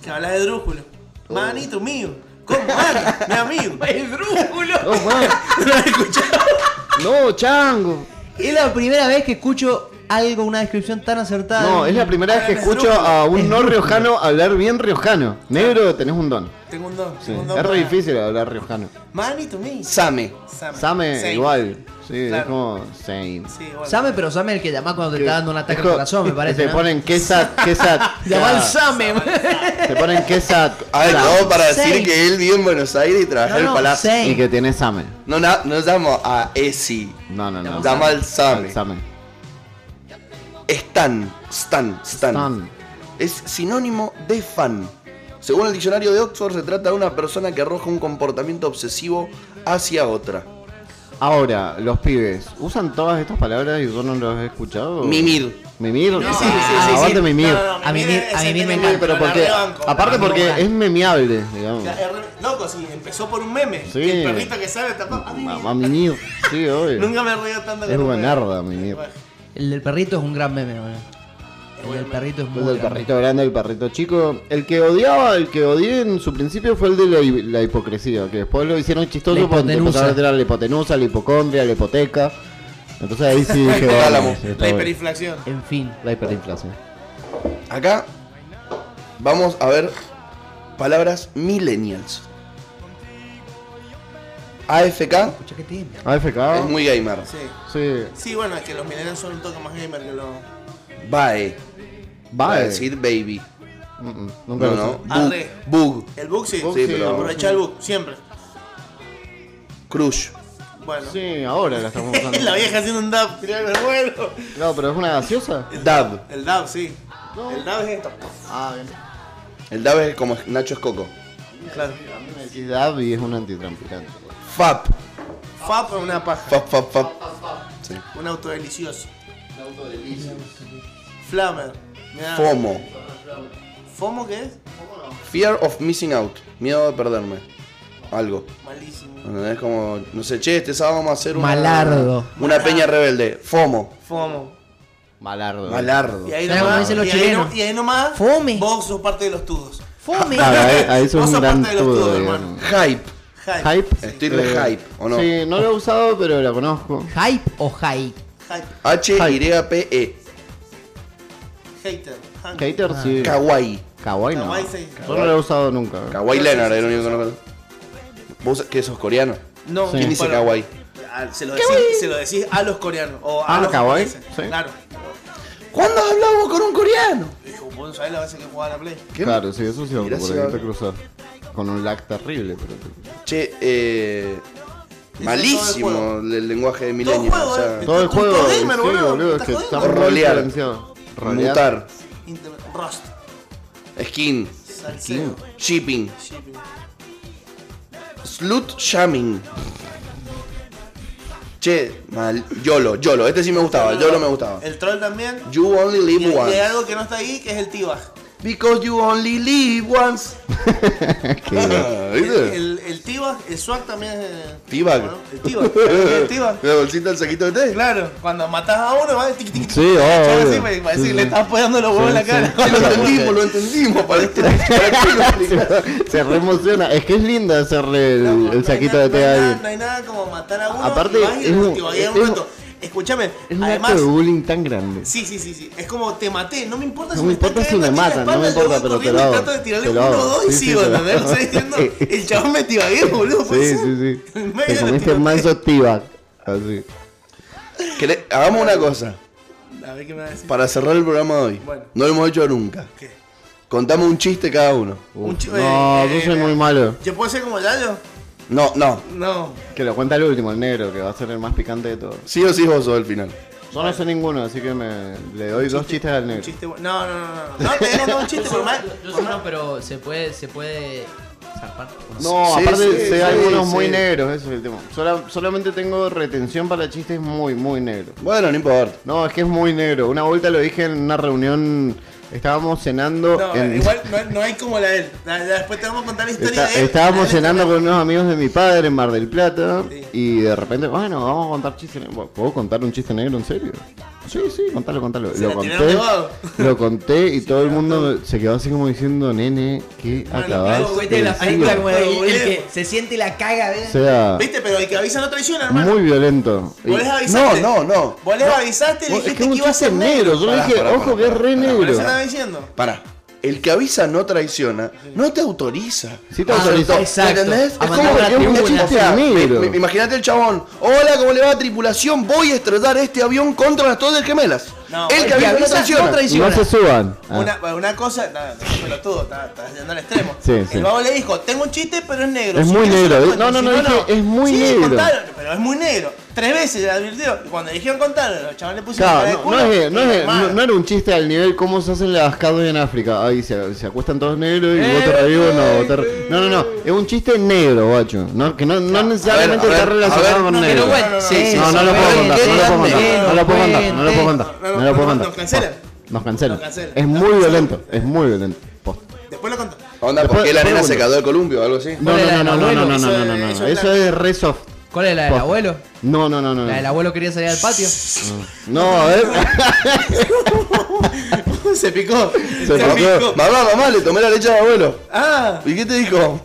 S11: que hablas de drújulo.
S4: Oh.
S11: Manito mío, ¿cómo anda? Mi amigo. ¡El drújulo!
S4: Oh, man.
S11: ¿Lo has escuchado?
S4: No, chango.
S3: Es la primera vez que escucho algo, una descripción tan acertada.
S4: No, es la primera vez que escucho a un no riojano hablar bien riojano. Negro, tenés un don.
S11: Tengo un don,
S4: Sí,
S11: tengo un don.
S4: Es re
S11: para-
S4: difícil hablar riojano.
S11: Manito mío.
S1: Same.
S11: Same.
S4: Same,
S11: Same.
S4: igual. Sí, es
S11: Claro.
S4: como same.
S11: Sí, igual.
S3: Same, pero Same el que llamás cuando te está dando un ataque
S4: Es
S3: al
S4: co-
S3: corazón, me parece.
S4: Te
S3: ¿no?
S4: ponen quesat, quesat.
S3: Llamá al
S4: Sa-
S3: Same.
S4: Te ponen quesat.
S1: A ver,
S4: Sa-
S1: no, para
S3: Same.
S1: decir que él vive en Buenos Aires y trabaja
S3: No,
S1: en el
S3: no,
S1: palacio.
S3: Same.
S4: Y que tiene same.
S1: No, no, no llamo a Esi.
S4: No, no, no.
S1: Llama al Same.
S4: Same.
S1: Stan. Stan. Stan.
S4: Tan.
S1: es sinónimo de fan. Según el diccionario de Oxford, se trata de una persona que arroja un comportamiento obsesivo hacia otra.
S4: Ahora, los pibes, ¿usan todas estas palabras y yo no los he escuchado?
S1: Mimir.
S4: Mimir.
S1: No, sí, sí, sí,
S4: Ah,
S1: sí.
S4: aguante mimir.
S2: No, no, no,
S4: A
S2: mimir
S4: mimir,
S2: es
S4: a
S2: el
S4: mimir me
S2: meme,
S4: encanta. Pero
S2: la
S4: porque,
S2: rebanco, la
S4: aparte porque
S2: rebanco.
S4: es memeable, digamos.
S2: La- es- Loco, sí, empezó por un meme.
S4: Sí.
S2: Que el perrito que sale tapó. a mí
S4: Mamá mimir. Sí, obvio.
S2: Nunca me he reído tanto con un
S4: Es
S2: meme.
S4: buenarda mimir.
S3: El del perrito es un gran meme, boludo. El del perrito es muy
S4: El del
S3: gran
S4: perrito grande, el perrito chico. El que odiaba, el que odié en su principio fue el de la, hi- la hipocresía, que después lo hicieron
S3: La
S4: chistoso porque
S3: hipotenusa.
S4: empezaron a tirar la hipotenusa, la hipocondria, la hipoteca. Entonces ahí sí dije, bueno, sí, está
S2: La
S4: bueno.
S2: hiperinflación.
S3: En fin.
S4: La hiperinflación.
S1: Acá vamos a ver palabras millennials. AFK
S3: Escucha, ¿qué tiene?
S4: AFK.
S1: es muy gamer.
S2: Sí.
S4: Sí.
S2: Sí, bueno, es que los millennials son un toque más gamer que los.
S1: Bae. Va a
S4: Bae.
S1: decir baby.
S4: Mm, mm, nunca
S1: No,
S4: lo
S1: no.
S4: sé.
S1: Bug.
S2: Arre.
S1: Bug.
S2: El bug sí.
S4: Bug
S1: Sí,
S4: sí,
S1: pero-
S2: Aprovecha el bug, siempre.
S1: Crush.
S2: Bueno.
S4: Sí, ahora la estamos usando.
S2: la vieja haciendo un dab, tirando el vuelo.
S4: No, pero es una gaseosa.
S1: Dab.
S2: El dab, sí. El dab es esto.
S4: Ah, bien.
S1: El dab es como Nacho es coco.
S2: Claro.
S4: Y Davi es un antitranspirante.
S1: Fap.
S2: Fap es una paja.
S1: Fap, fap, fap. Sí.
S2: Un auto delicioso. Flamer. Mirá.
S1: FOMO.
S2: ¿Fomo qué es?
S1: Fear of missing out. Miedo de perderme. Algo.
S2: Malísimo.
S1: Es como, no sé, che, este sábado vamos a hacer una,
S3: Malardo.
S1: una peña rebelde. FOMO.
S2: Fomo.
S4: Malardo.
S1: Malardo.
S2: Y ahí
S3: ¿Sabes cómo
S2: nomás.
S3: dicen los
S2: y, ahí no-
S3: chilenos?
S2: y ahí nomás.
S3: Fome.
S2: Vos sos parte de los tudos.
S3: Fome.
S4: Claro, ahí, ahí sos
S2: Vos
S4: un
S2: sos
S4: gran
S2: parte de los
S4: tudo,
S2: tudos,
S4: digamos.
S2: hermano.
S1: Hype.
S2: Hype.
S4: Hype.
S1: Estoy re
S4: Eh,
S1: hype, ¿o no?
S4: Sí, no lo he usado, pero la conozco.
S3: ¿Hype o hype?
S2: Hype.
S1: H-Y-P-E.
S2: Hater. Hank.
S4: Hater, sí.
S1: Ah, Kawaii.
S4: Kawaii no.
S2: Kawaii, sí.
S4: Yo no lo he usado nunca.
S1: Kawaii Leonard es el único que no conozco. ¿Vos que sos coreano?
S2: No,
S1: ¿Quién dice
S2: bueno,
S1: kawaii?
S2: ah, Se lo, decís, se lo decís a los coreanos. O a
S4: Ah,
S2: los
S4: kawaii,
S2: japoneses.
S4: sí.
S2: Claro.
S1: ¿Cuándo hablamos con un coreano?
S2: Dijo, vos no sabés la veces que jugaba la Play.
S4: Claro, sí, eso sí, porque
S1: Mirá si
S4: ahí
S1: va.
S4: te cruzas. Con un lag terrible, pero. te-
S1: Che, eh.
S2: Ese
S1: Malísimo
S2: es todo el
S1: el, lenguaje de Millennium.
S2: juego,
S1: o sea,
S2: eh.
S4: Todo el
S2: Tú- tú
S4: juego.
S2: gamer,
S4: sí,
S2: boludo,
S4: boludo, es
S2: estás
S4: que
S2: jodiendo.
S4: está muy
S1: Rolear.
S4: diferenciado. Rolear.
S1: mutar,
S2: Internet. Rust.
S1: skin,
S2: Salseo.
S1: shipping,
S2: Shipping.
S1: slut shamming. Che, mal. YOLO, YOLO. Este sí me gustaba, YOLO me gustaba.
S2: El troll también.
S1: You only
S2: Y hay,
S1: live
S2: y hay algo
S1: once.
S2: que no está ahí, que es el Tibaj.
S1: Because you only live once. Ah,
S2: El,
S1: ¿viste?
S2: el, el T-Bag, el swag también es.
S1: T-Bag.
S2: Bueno, El T-Bag. ¿sabes qué es El T-Bag?
S1: La bolsita del saquito de té.
S2: Claro, cuando matás a uno, vas tic, tic, tic,
S4: Sí, oh,
S2: echar así
S4: obvio.
S2: para- para
S4: Sí,
S2: decir, le
S4: sí.
S2: estás apoyando los huevos en la
S4: Sí,
S2: cara.
S1: Lo entendimos, lo entendimos. ¿Para qué- para qué lo explicás?
S4: Se reemociona. Es que es linda hacerle el,
S2: No,
S4: el
S2: no
S4: saquito
S2: hay nada-
S4: de té
S2: no hay
S4: a
S2: nada-
S4: alguien.
S2: No hay nada como matar a uno.
S4: Aparte,
S2: y vas y
S4: es
S2: lo
S4: un-
S2: tibagueas
S4: es
S2: un
S4: un-
S2: rato. Escúchame,
S4: Es un
S2: además.
S4: acto de bullying tan grande.
S2: Sí, sí, sí, sí. Es como te maté, no me importa
S4: No
S2: si
S4: me
S2: están
S4: importa si
S2: cagando
S4: me
S2: aquí en la
S4: matan, no
S2: espalda,
S4: me
S2: yo voy
S4: importa, pero te
S2: corriendo
S4: lo
S2: y
S4: hago,
S2: trato de tirarle
S4: te lo
S2: uno
S4: hago.
S2: o dos y
S4: Sí, sí,
S2: sigo,
S4: te lo
S2: ¿entendés?
S4: hago.
S2: O sea, diciendo, el chabón me tibagué, boludo. puede
S4: Sí,
S2: ser.
S4: sí, sí.
S2: En medio
S4: Te
S2: de
S4: comiste
S2: tiroteo.
S4: manso tibac. Así.
S1: Que le- Hagamos una cosa.
S2: A ver qué me va a decir.
S1: Para cerrar el programa de hoy.
S2: Bueno.
S1: No lo hemos hecho nunca.
S2: ¿Qué?
S1: Contamos un chiste cada uno.
S2: Un
S4: Uf,
S2: chi-
S4: no,
S2: eh,
S4: yo soy
S2: eh,
S4: muy malo.
S2: ¿Yo puedo ser como Yayo?
S1: No, no.
S2: No.
S4: Que lo cuenta el último, el negro, que va a ser el más picante de todos.
S1: Sí o sí vos sos el final.
S4: Yo no sé ninguno, así que me, le doy dos chistes al
S2: Un
S4: negro.
S2: chiste bueno. No, no, no, no. No, te digo no, un chiste, por más.
S3: Yo sé no, pero se puede, se puede zarpar.
S4: No,
S1: Sí,
S4: aparte
S1: sí,
S4: sé
S1: sí,
S4: algunos muy
S1: sí.
S4: negros, eso es el tema. Sola- solamente tengo retención para chistes muy, muy negros.
S1: Bueno, no importa.
S4: No, es que es muy negro. Una vuelta lo dije en una reunión, estábamos cenando
S2: No,
S4: en...
S2: igual no, no hay como la de él. La- la- después te vamos a contar la historia
S4: Está-
S2: de él.
S4: estábamos
S2: Dale,
S4: cenando con unos amigos de mi padre en Mar del Plata
S2: Sí.
S4: y de repente, bueno, vamos a contar chistes negros. Bueno, ¿Puedo contar un chiste negro en serio? Sí, sí, contalo, contalo.
S2: Se
S4: lo
S2: la tiraron
S4: conté,
S2: de vago.
S4: lo conté y todo el mundo se quedó así como diciendo, nene, ¿qué
S2: Bueno,
S4: acabas
S2: luego,
S4: de
S3: este
S2: vete la
S4: decir?".
S2: película como-
S3: el, el que
S2: Boludo.
S3: se siente la caga,
S4: O
S3: ¿ves?
S4: sea,
S2: Viste, pero el que avisa no traiciona, hermano.
S4: muy violento. Y-
S2: Vos les
S1: No,
S2: avisaste.
S1: no, no.
S2: Vos les avisaste y
S4: es que
S2: dijiste
S4: es un
S2: que iba a
S4: chiste
S2: ser
S4: negro.
S2: negro.
S4: Yo
S1: Pará,
S4: dije,
S1: pará,
S4: ojo,
S1: pará,
S4: que es
S1: pará,
S4: re
S1: pará,
S2: Pero
S4: negro.
S2: eso estaba diciendo.
S1: Pará. El que avisa no traiciona, no te autoriza.
S4: Sí te
S1: Ah,
S4: autoriza.
S1: ¿me
S3: Exacto.
S1: ¿Entendés?
S3: A
S1: Es
S3: mandar
S1: como
S3: una
S1: que es un
S4: tribuna.
S1: chiste.
S4: Sí,
S1: Me-
S4: negro.
S1: me- Imaginate el chabón. Hola, ¿cómo le va tripulación? Voy a estrellar este avión este contra las torres gemelas.
S2: No,
S1: el que
S2: bueno,
S1: avisa no
S2: avisa,
S1: traiciona.
S2: no
S4: No se suban. Ah.
S2: Una, bueno, una cosa, nada, no, pelotudo, está, está yendo al extremo.
S4: Sí,
S2: el
S4: sí.
S2: babo le dijo, tengo un chiste, pero es negro.
S4: Es
S2: Si
S4: muy
S2: quieres,
S4: negro.
S2: se lo cuento,
S4: No, no,
S2: si
S4: no, dije, es muy
S2: Sí,
S4: negro.
S2: contaron, pero es muy negro. Tres veces le advirtió. Y cuando le dijeron contarlo, los chavales le pusieron cara de
S4: Claro, no,
S2: culo
S4: no es- no
S2: y
S4: es-
S2: armaron.
S4: no- no era un chiste al nivel cómo se hacen las caduas en África. Ahí se, se acuestan todos negros y vos te
S1: Eh,
S4: reís, vos no, vos te re- No, no, no. Es un chiste negro, guacho. No, que no, no necesariamente
S1: a ver,
S4: está
S1: a ver,
S4: relacionado con
S1: no,
S4: negro.
S1: pero bueno,
S4: No,
S1: sí, sí,
S4: no,
S1: sí,
S4: no lo
S1: sí,
S4: puedo
S1: sí,
S4: contar, no lo puedo
S1: sí,
S4: contar, no lo puedo contar, no lo puedo contar,
S2: no,
S4: no lo puedo
S2: no,
S4: contar.
S2: nos cancelan.
S4: Nos cancelan.
S2: Nos cancelan.
S4: Es muy violento, es muy violento. Posta.
S2: Después lo contó.
S1: Onda, ¿por
S4: Después-
S1: qué la
S4: después
S1: nena
S4: uno.
S1: se cagó el columpio o algo así?
S4: No,
S3: ¿Cuál es la
S4: no, no,
S3: del
S4: no, no,
S3: abuelo?
S4: no, no,
S2: Eso
S4: no, no,
S2: es-
S4: no,
S2: eso
S4: no.
S2: es
S4: Eso es re soft.
S3: ¿Cuál es la del
S4: Posta.
S3: abuelo?
S4: No, no, no, no.
S3: La del
S4: no.
S3: abuelo quería salir al patio.
S4: No, a ver.
S2: se picó.
S4: Se
S2: Se
S4: picó.
S2: picó.
S1: Mamá, mamá, le tomé la leche al abuelo.
S2: Ah,
S1: ¿Y qué te dijo?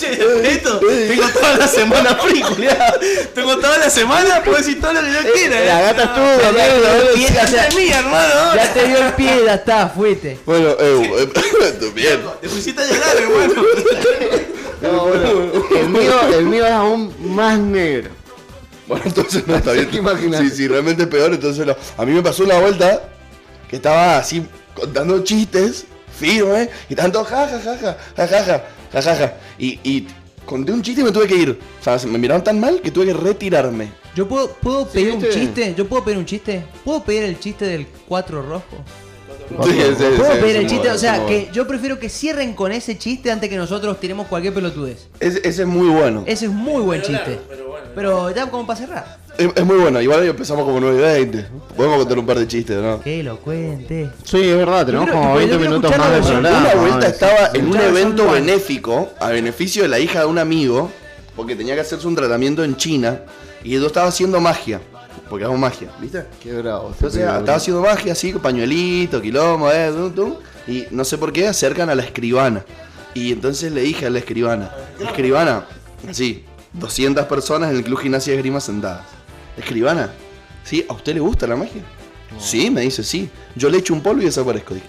S2: che, esto, tengo toda la semana free, culiao. Tengo toda la semana, puedo decir todo lo que yo quiera. eh.
S4: La gata estuvo,
S3: Ya te dio el pie,
S4: amigo.
S3: o sea,
S2: Es mía, hermano. ahora.
S3: ya te dio el pie, ya está, fuiste.
S1: Bueno, eh, eh, bien.
S2: Te pusiste a llorar, hermano.
S4: No, bueno, el mío, el mío es aún más negro.
S1: Bueno, entonces no está
S4: Así
S1: bien.
S4: que imagínate.
S1: Si, si realmente es peor, entonces no. A mí me pasó una vuelta que estaba así contando chistes firme y tanto jajajaja, jajaja, jajaja. Y, y conté un chiste y me tuve que ir. O sea, se- me miraron tan mal que tuve que retirarme.
S3: Yo puedo, puedo pedir un
S4: ¿viste?
S3: chiste, yo puedo pedir un chiste, puedo pedir el chiste del cuatro rojo.
S1: Sí, sí, sí,
S3: Puedo
S1: sí, es
S3: pedir el
S1: un modo,
S3: chiste, o
S1: es un
S3: sea,
S1: modo.
S3: que yo prefiero que cierren con ese chiste antes que nosotros tiremos cualquier pelotudez.
S1: Ese, ese es muy bueno. Es,
S3: Ese es muy buen chiste. Pero ya como para cerrar.
S1: es muy bueno. Igual hoy empezamos como 9 y 20. Podemos contar un par de chistes, ¿no?
S3: Que lo cuente.
S4: Sí, es verdad, tenemos
S3: quiero-
S4: como
S3: pero yo
S4: 20
S3: quiero
S4: minutos más
S3: escucharlo
S4: de
S3: de-
S4: programa.
S1: una vuelta
S4: ¿no?
S1: estaba
S4: Sí,
S1: en un
S3: Claro, son
S1: evento
S3: iguales.
S1: benéfico a beneficio de la hija de un amigo, porque tenía que hacerse un tratamiento en China, y yo estaba haciendo magia, porque hago magia, ¿viste?
S4: Qué bravo.
S1: Entonces estaba haciendo magia así, con pañuelito, quilombo, eh, tum, tum, y no sé por qué acercan a la escribana. Y entonces le dije a la escribana, escribana, así, 200 personas en el club gimnasia de esgrima sentadas. Escribana, ¿sí? ¿A usted le gusta la magia? Sí, me dice, sí. Yo le echo un polvo y desaparezco. Dije,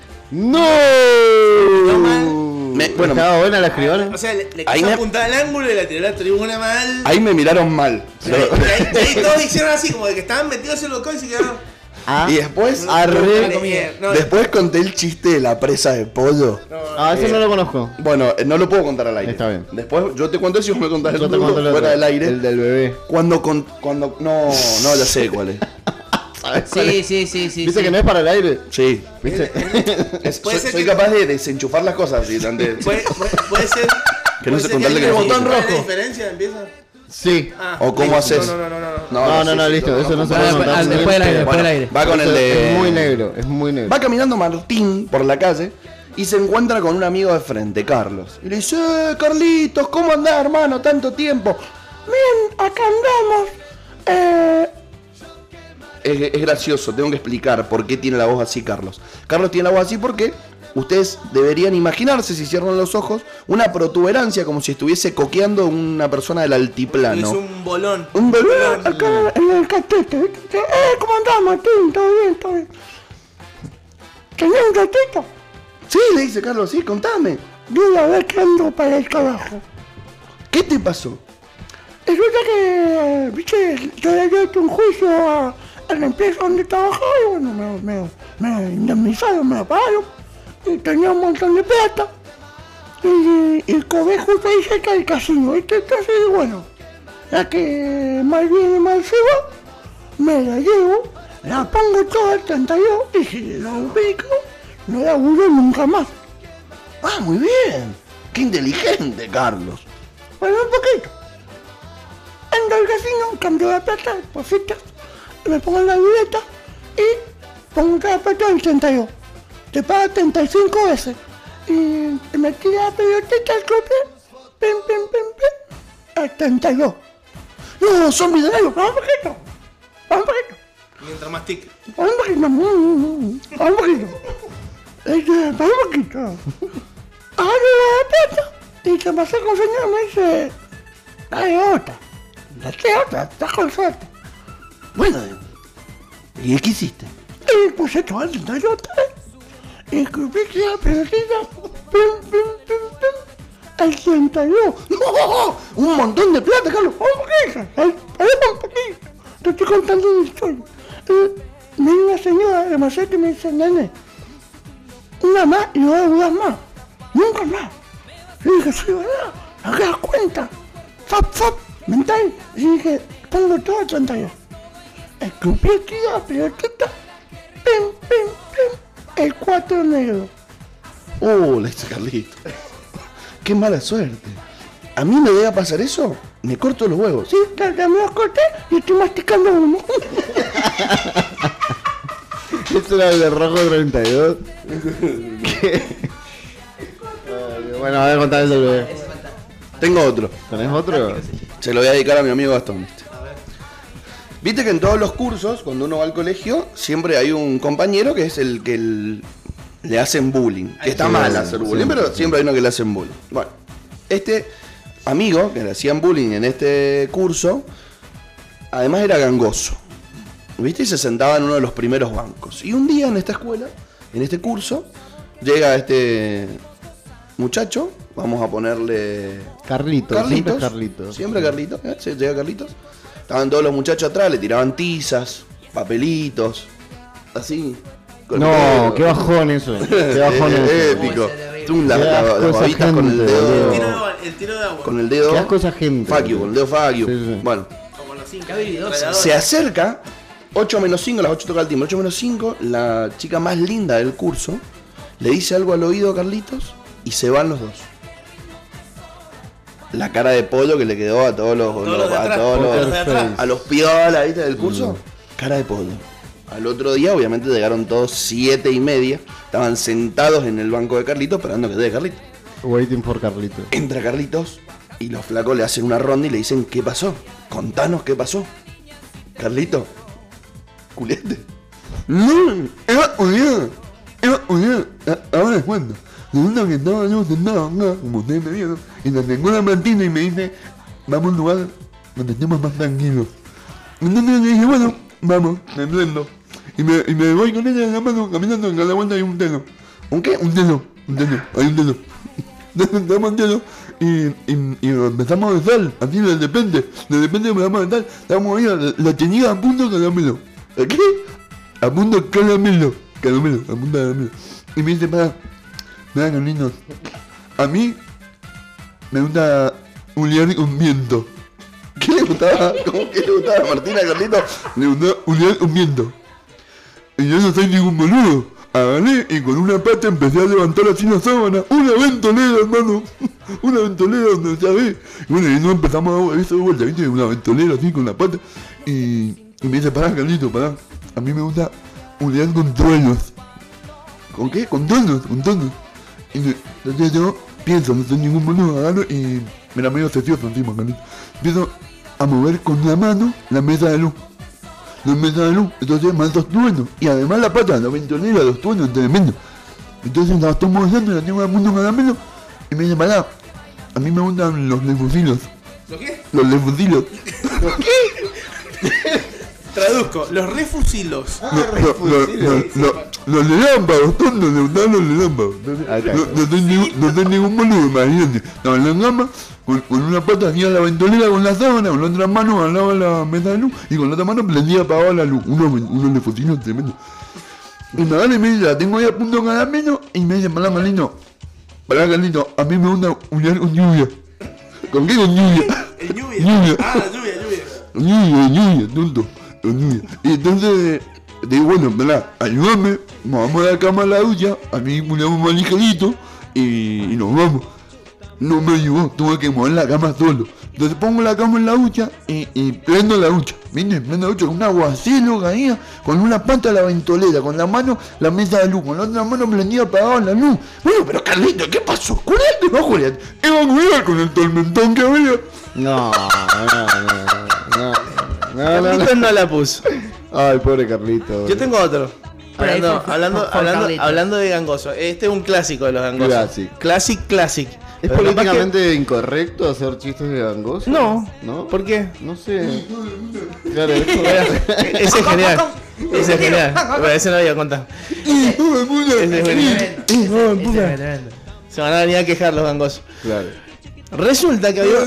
S4: ¡No!
S1: Me- bueno,
S4: estaba buena la escribana.
S2: O sea, le, le
S1: Ahí
S2: quiso
S1: me-
S2: apuntar al ángulo y la tiró a la tribuna mal.
S1: Ahí me miraron mal.
S2: Y ahí, y ahí- y ahí todos hicieron así, como de que estaban metidos en los coches y se quedaron.
S4: Ah,
S1: Y después,
S4: Arre-
S2: Comieron, no,
S1: después conté el chiste de la presa de pollo.
S4: ah, eso no lo conozco.
S1: Bueno, eh, no lo puedo contar al aire.
S4: Está bien.
S1: Después yo te cuento eso y vos me contás el
S4: Yo te
S1: otro
S4: cuento el otro,
S1: fuera del aire.
S4: El del bebé.
S1: Cuando con, cuando no, no ya sé cuál es.
S3: Sí, sí, sí, sí.
S4: Dice
S3: sí.
S4: que no es para el aire.
S1: Sí.
S4: ¿Viste?
S1: Es-
S2: Puede
S1: soy
S2: ser
S1: soy
S2: que-
S1: capaz de desenchufar las cosas y tanto-
S2: Puede, puede- puede ser.
S1: Que no se
S2: puede ser
S1: contarle
S2: alguien
S1: que no se
S2: diga,
S1: contarle.
S2: ¿cuál es
S1: Rojo.
S2: la diferencia? Empieza.
S4: Sí.
S2: Ah,
S1: O cómo
S2: listo.
S1: haces.
S2: No, no, no, no. no.
S4: No, no,
S1: sí,
S4: no,
S1: sí,
S4: listo. Eso no se
S3: Ah,
S4: puede
S3: ah,
S4: contar.
S3: después del aire, después del aire.
S1: Va con el de
S4: Es muy negro, es muy negro.
S1: Va caminando Martín por la calle y se encuentra con un amigo de frente, Carlos. Y le dice, "Eh, Carlitos, ¿cómo andás, hermano? Tanto tiempo. Bien, acá andamos. Eh, es, es gracioso, tengo que explicar por qué tiene la voz así Carlos. Carlos tiene la voz así porque ustedes deberían imaginarse, si cierran los ojos, una protuberancia como si estuviese coqueando una persona del
S2: Es
S1: altiplano.
S2: un bolón.
S1: Un dolor acá en el catete. ¿viste? Eh, ¿cómo andás, Martín? ¿Todo bien? ¿Todo bien? ¿Tenés un ratito? Sí, le dice Carlos, sí, contame. Yo la vez que ando para el trabajo. ¿Qué te pasó? Resulta que, viste, yo le había hecho un juicio a, a la empresa donde trabajaba y bueno, me, me, me indemnizaron, me la pagaron y tenía un montón de plata. Y, y cobré justo ahí cerca del casino, ¿viste? Entonces, bueno, la que más viene mal se va, me la llevo, la pongo toda al 32 y si la ubico, no la uso nunca más. Ah, muy bien. Qué inteligente, Carlos. Bueno, un poquito. Ando al casino, cambio la plata por fichas, me pongo la libreta y pongo cada plata en 32. Te paga 35 veces. Y me tira la pelotita al copia, pim, pim, pim, pim, al 32. No, son millonarios, vamos un poquito. Vamos un poquito.
S2: Mientras mastica.
S1: Vamos un poquito. mm, Vamos un poquito. Este, Vamos un poquito. Agarro la plata y se pasó con el señor y me dice, dale otra. Dale otra, estás con suerte. Bueno, ¿y qué hiciste? Y puse toda la otra vez. Y cumplí que la pelotita, pim, pim, pim, pim,
S12: 32. ¡No! Un montón de plata, Carlos. ¡Oh, Margarita! Ay, pará un poquito. Te estoy contando una historia. Eh, me dio una señora de Marseille que me dice, nene, una más y no voy a dudar más. Nunca más. Le dije, sí, ¿verdad? No te das cuenta. Fap, fap, mental. Y dije, pongo todo a 32. Escupí el tío, la pelotita. Pim, pim, pim. El 4 negro.
S1: Oh, la hizo Carlito. Qué mala suerte. A mí me llega a pasar eso, me corto los huevos.
S12: Sí, la, la me los corté y estoy masticando uno.
S4: ¿Este era el de rojo 32? ¿Qué? bueno, voy a contar eso luego.
S1: Tengo otro.
S4: ¿Tenés otro?
S1: Se lo voy a dedicar a mi amigo Gastón. ¿viste? Viste que en todos los cursos, cuando uno va al colegio, siempre hay un compañero que es el que el- le hacen bullying. Que está
S4: sí,
S1: mal
S4: sí,
S1: hacer
S4: sí,
S1: bullying,
S4: sí.
S1: pero siempre hay uno que le hacen bullying. Bueno, este amigo que le hacían bullying en este curso, además era gangoso. ¿Viste? Y se sentaba en uno de los primeros bancos. Y un día en esta escuela, en este curso, llega este muchacho, vamos a ponerle
S4: Carlitos, siempre es Carlitos.
S1: Siempre Carlitos, ¿eh? Sí, llega Carlitos. Estaban todos los muchachos atrás, le tiraban tizas, papelitos, así. con el
S4: No,
S1: dedo.
S4: qué bajón eso. Qué bajón
S1: Eh,
S4: eso.
S1: Épico. Tú,
S4: Qué
S1: la- la-
S4: asco
S1: las
S4: esa
S1: babitas con el
S4: gente,
S1: dedo.
S4: boludo. El tiro
S1: Con el dedo.
S4: Qué asco esa gente.
S1: Fuck you, con el dedo fuck you. Bueno, se acerca, 8 menos 5, las 8 toca el timbre, 8 menos 5, la chica más linda del curso le dice algo al oído a Carlitos y se van los dos. La cara de pollo que le quedó a todos los,
S11: todos los de
S1: a
S11: atrás,
S1: todos
S11: todos
S1: los-
S11: los de atrás. Mm.
S1: a los piola, ¿viste? Del curso. Cara de pollo. Al otro día, obviamente, llegaron todos siete y media. Estaban sentados en el banco de Carlitos esperando que dé Carlitos.
S4: Waiting for Carlitos.
S1: Entra Carlitos y los flacos le hacen una ronda y le dicen, ¿qué pasó? Contanos qué pasó. Carlito, culete.
S12: No, era unida. Era unida. A- Ahora es cuando. Resulta que estaba yo sentado acá, como ustedes me vieron, y la señora Martina y me dice, vamos a un lugar donde estemos más tranquilos. Entonces le dije, bueno, vamos, me prendo. Y me, y me voy con ella en la mano, caminando, en cada vuelta hay un telo. ¿Un qué? Un telo, un telo, hay un telo. Entonces damos un telo y, y, y empezamos a besar, así de repente, de repente empezamos a besar, estábamos ahí, la, la tenía a punto caramelo. ¿Qué? A punto caramelo, caramelo, a punto caramelo. Y me dice, para, nada, Carlitos, a mí me gusta unir un viento.
S1: ¿Qué le gustaba? ¿Cómo que le gustaba a Martina Carlito?
S12: Le gustaba unir un viento. Y yo no soy ningún boludo. Agarré y con una pata empecé a levantar así la sábana. Una ventolera, hermano. Una ventolera donde ya ve. Y bueno, y no empezamos a dar eso de vuelta, ¿viste? Una ventolera así con la pata. Y, y me dice, pará, Carlito, pará. A mí me gusta unir con truenos. ¿Con qué? Con truenos, con truenos. Y le- entonces yo pienso, no soy ningún boludo, agarro y me la medio sesioso encima, Carlito. Empiezo a mover con la mano la mesa de luz. La mesa de luz, entonces más dos truenos. Y además la pata, la ventolera, los truenos, tremendo. Entonces la tomo usando, la tengo al mundo caramelo. Y me dice, pará, a mí me gustan los lefusilos.
S11: ¿Lo qué?
S12: Los lefusilos.
S11: Traduzco, los refusilos.
S1: Ah.
S12: Los- los- los- los- Los relámpagos, tonto, le gustaban los relámpagos. No, no soy ningún- no soy ningún boludo, imagínate. Estaba en la cama, con, con una pata hacía la ventolera con la sábana, con la otra mano ganaba la mesa de luz y con la otra mano prendía apagaba la luz. Uno, uno le fusiló tremendo. Y me agarra y me dice, la tengo ahí a punto caramelo y me dice, pará Carlito, pará Carlito, a mí me gusta unir con lluvia. ¿Con qué con lluvia?
S11: El lluvia.
S12: Lluvia.
S11: Ah, la lluvia, lluvia.
S12: Niño, niño, tonto, niño. Y entonces, digo, bueno, verdad, ayúdame, nos vamos a la cama a la ducha, a mí me un mal ligerito y, y nos vamos. No me ayudó, tuve que mover la cama solo. Entonces pongo la cama en la ducha y, y prendo la ducha. Vine, prendo la ducha con un aguacero caía, con una pata la ventolera, con la mano la mesa de luz, con la otra mano prendía apagada la luz. Bueno, pero Carlito, ¿qué pasó? Curate, no, Julián. Iba a cuidar con el tormentón que había.
S4: No, no, no, no. No, no,
S11: Carlitos no Ah, la puso.
S4: Ay, pobre Carlito.
S11: Yo tengo otro.
S3: Pero ahí
S11: Hablando,
S3: fue-
S11: hablando,
S3: fue- fue
S11: hablando,
S3: Carlitos.
S11: hablando de gangoso. Este es un clásico de los gangosos.
S4: Classic.
S11: Classic, classic.
S4: ¿Es
S11: Pero capaz que-
S4: políticamente incorrecto hacer chistes de gangoso?
S11: No.
S4: ¿No?
S11: ¿Por qué?
S4: No sé. Claro, es
S11: Ese es genial. Ese es genial. Bueno, ese no lo había contado. Ese es genial.
S3: Ese es tremendo.
S11: Se van a venir a quejar los gangosos.
S4: Claro.
S2: Resulta que había.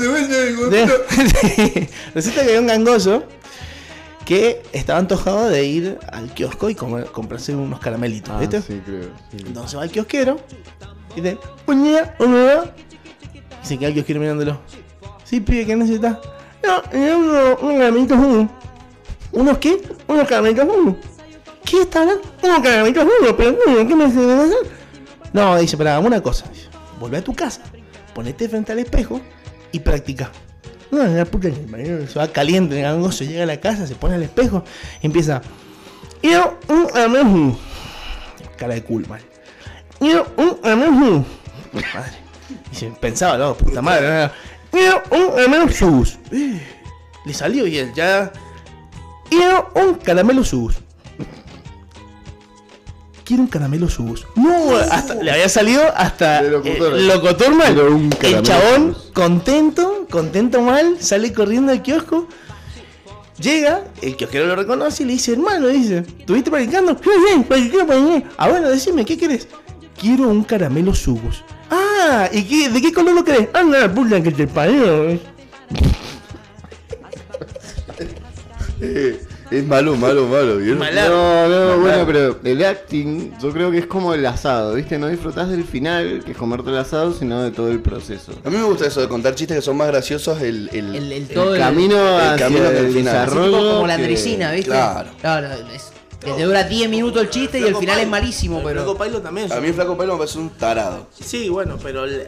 S2: De- Resulta que había un gangoso que estaba antojado de ir al kiosco y comer- comprarse unos caramelitos, ¿viste?
S4: Sí, creo.
S2: Entonces va al kiosquero y dice, "Uña, uña". Se queda el kiosquero mirándolo. Sí, pibe, ¿qué necesitas? No, eh, uno- unos caramelitos uno. ¿Unos qué? Unos caramelitos uno. ¿Qué está hablando? Unos caramelitos uno, pero uno, ¿qué me necesitas? No, dice, pero hagamos una cosa. Dice, Volvé a tu casa, ponete frente al espejo y practica. No, la puta que el marido se va caliente, el gangoso llega a la casa, se pone al espejo y empieza. Y yo, un caramelo". Cara de cool, mal. Yo, un caramelo". Madre. Y se pensaba, no, puta madre. no, Yo, un caramelo subus. Eh, Le salió y él ya. Yo, un caramelo subus. Quiero un caramelo subus. No, hasta, le había salido hasta
S4: locutor.
S2: eh, locutor mal.
S4: Quiero un
S2: El
S4: caramelo
S2: chabón contento, contento mal, sale corriendo del kiosco. Llega, el kiosquero lo reconoce y le dice, hermano, dice, ¿estuviste practicando? Sí, sí, practiqué, practiqué. Ah, bueno, decime, ¿qué querés? Quiero un caramelo subos. Ah, ¿y qué- de qué color lo querés? Anda, la puta que te parió.
S3: Este
S4: Eh, Es malo, malo, malo, ¿vieron?
S2: Malar.
S4: No, no,
S2: Malar.
S4: bueno, pero el acting yo creo que es como el asado, ¿viste? No disfrutás del final, que es comerte el asado, sino de todo el proceso.
S1: A mí me gusta eso de contar chistes que son más graciosos el, el,
S3: todo el-
S4: camino
S1: el
S4: hacia
S1: camino
S4: el
S1: del final.
S3: Así tipo
S4: desarrollo
S3: como la
S4: que-
S3: andresina, ¿viste?
S1: Claro.
S3: es- que te dura 10 minutos el chiste y el
S11: Flaco
S3: final
S11: Pailo.
S3: es malísimo,
S11: El
S3: pero.
S11: Flaco Pailo también.
S1: A mí el flaco pelo me parece un tarado.
S11: Sí, bueno, pero la, yo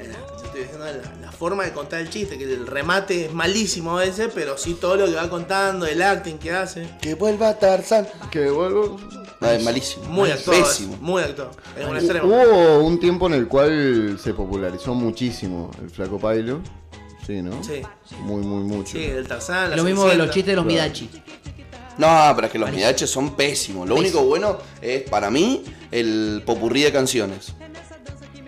S11: estoy diciendo la, la forma de contar el chiste, que el remate es malísimo a veces, pero sí todo lo que va contando, el acting que hace.
S1: Que vuelva Tarzán.
S4: Que vuelvo.
S1: No, es malísimo.
S11: Muy actuado. es,
S1: Pésimo.
S11: Muy actuado. Es un extremo.
S4: Hubo un tiempo en el cual se popularizó muchísimo el flaco pailo. Sí, ¿no?
S11: Sí.
S4: Muy, muy mucho.
S11: Sí, el Tarzán. la
S3: Lo mismo de los
S11: Cenicienta.
S3: chistes de los
S4: Claro.
S3: Midachi.
S1: No, pero es que los midaches son pésimos. Lo único bueno es, para mí, el popurrí de canciones.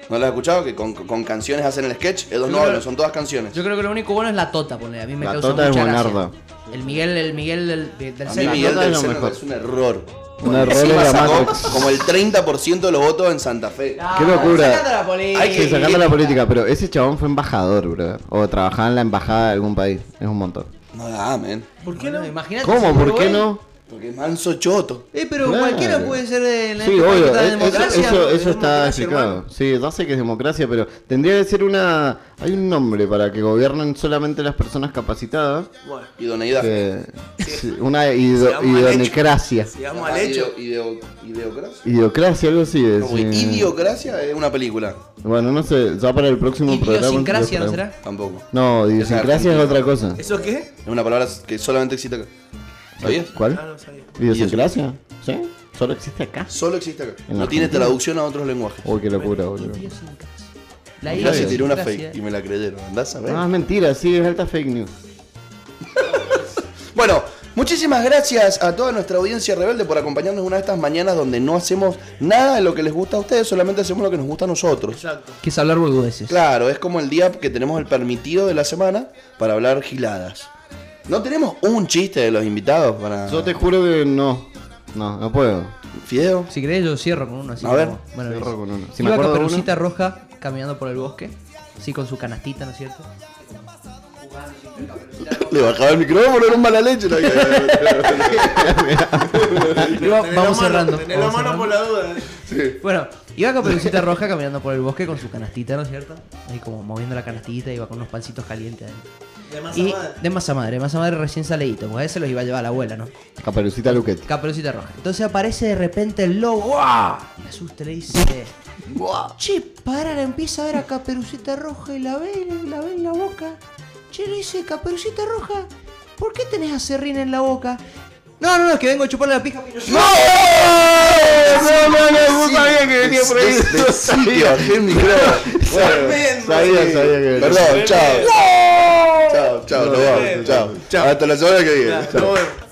S1: ¿No lo has escuchado? Que con, con canciones hacen el sketch. Es dos
S3: Yo creo-
S1: no, son todas canciones.
S3: Yo creo que lo único bueno es la tota, ponle. A mí me
S4: La
S3: causa
S4: tota es
S3: mucha
S4: buenarda.
S3: gracia. El Miguel, el Miguel del, del
S1: A mí
S3: Cera.
S1: Miguel
S4: nota es
S1: del
S4: lo
S1: Cero me
S4: mejor.
S1: parece un error.
S4: Un
S1: Porque
S4: error
S1: encima
S4: de la
S1: sacó
S4: Matrix.
S1: como el 30% de los votos en Santa Fe.
S3: Ah,
S4: Qué locura.
S3: sacándola, ponele.
S1: Hay
S4: Sí, sacando la política, pero ese chabón fue embajador, bro. O trabajaba en la embajada de algún país. Es un montón.
S1: No da, men.
S11: ¿Por qué no?
S3: Bueno, imagínate
S4: ¿Cómo?
S3: si
S4: ¿Por qué
S3: Uruguay-
S4: no?
S1: Porque es manso choto.
S3: Eh, pero
S4: Claro.
S3: cualquiera puede ser de la
S4: Sí,
S3: época
S4: obvio,
S3: de la
S4: es- eso,
S3: democracia.
S4: eso,
S3: de
S4: eso está
S3: democracia,
S4: explicado.
S3: hermano.
S4: Sí, yo sé que es democracia, pero tendría que ser una... Hay un nombre para que gobiernen solamente las personas capacitadas.
S11: Bueno,
S1: Y Doneida.
S4: que- sí, Una ido-
S11: Se llama
S4: idonecracia.
S11: sigamos al hecho.
S1: Ideo, ideocracia.
S4: Idiocracia, algo así. es,
S1: No, güey,
S4: sí.
S1: Idiocracia es una película. Tampoco.
S4: Bueno, no sé, ya para el próximo programa...
S3: Idiosincrasia, ¿no
S4: entonces lo
S3: será?
S1: Tampoco.
S4: No, idiosincrasia es otra cosa.
S11: ¿Eso qué?
S1: Es una palabra que solamente existe acá. ¿Sabías?
S11: Ah,
S4: ¿Cuál?
S11: no sabía.
S4: ¿Idiosincrasia? ¿Sí? Solo existe acá.
S1: Solo existe acá.
S4: En
S1: No tiene
S4: Argentina.
S1: traducción a otros lenguajes.
S4: Uy, qué locura, boludo.
S3: La
S1: Mirá si
S4: Idiosincrasia.
S1: tiré una
S3: idiosincrasia.
S1: fake y me la creyeron. Andás a ver.
S4: No, es mentira, sí, es alta fake news.
S1: Bueno, muchísimas gracias a toda nuestra audiencia rebelde por acompañarnos una de estas mañanas donde no hacemos nada de lo que les gusta a ustedes, solamente hacemos lo que nos gusta a nosotros.
S11: Exacto.
S3: Que es hablar boludeces.
S1: Claro, es como el día que tenemos el permitido de la semana para hablar giladas. No tenemos un chiste de los invitados
S3: Ah.
S1: para.
S4: Yo te juro que no. No, no puedo.
S1: Fideo.
S3: Si querés, yo cierro con uno así.
S1: A ver,
S3: como- bueno,
S4: cierro
S3: es-
S4: con uno. Si me
S3: Iba
S4: acuerdo de uno.
S3: Caperucita Roja caminando por el bosque. Así con su canastita, ¿no es cierto?
S1: Le bajaba el micrófono, era un mala leche. la-
S3: Iba-
S11: Tené
S3: vamos
S11: la mano,
S3: cerrando.
S11: tené
S3: vamos
S11: la mano
S3: cerrando.
S11: por la duda.
S3: Bueno, iba Caperucita Roja caminando por el bosque con su canastita, ¿no es cierto? Ahí como moviendo la canastita, iba con unos pancitos calientes adentro.
S11: De masa
S3: Y
S11: madre.
S3: de masa madre, masa madre recién saleíto, porque a ese los iba a llevar la abuela, ¿no?
S4: Caperucita Luquet.
S3: Caperucita Roja. Entonces aparece de repente el lobo. ¡guau! Me asusta y le dice. Che, para, la empieza a ver a Caperucita Roja y la ve, la ve en la boca. Che, le dice, Caperucita Roja, ¿por qué tenés a Serrín en la boca? No, no, no, es que vengo a chuparle la pija. pero yo-".
S4: No, no, no, no sabía que venía por ahí.
S1: Este sitio, bajé el micrófono.
S11: Tremendo.
S4: Sabía, sabía que venía.
S1: Perdón, chao. Chao, chao, nos vamos, chao. Hasta la semana que viene.
S11: Ya,
S1: Chao.
S11: nos vemos.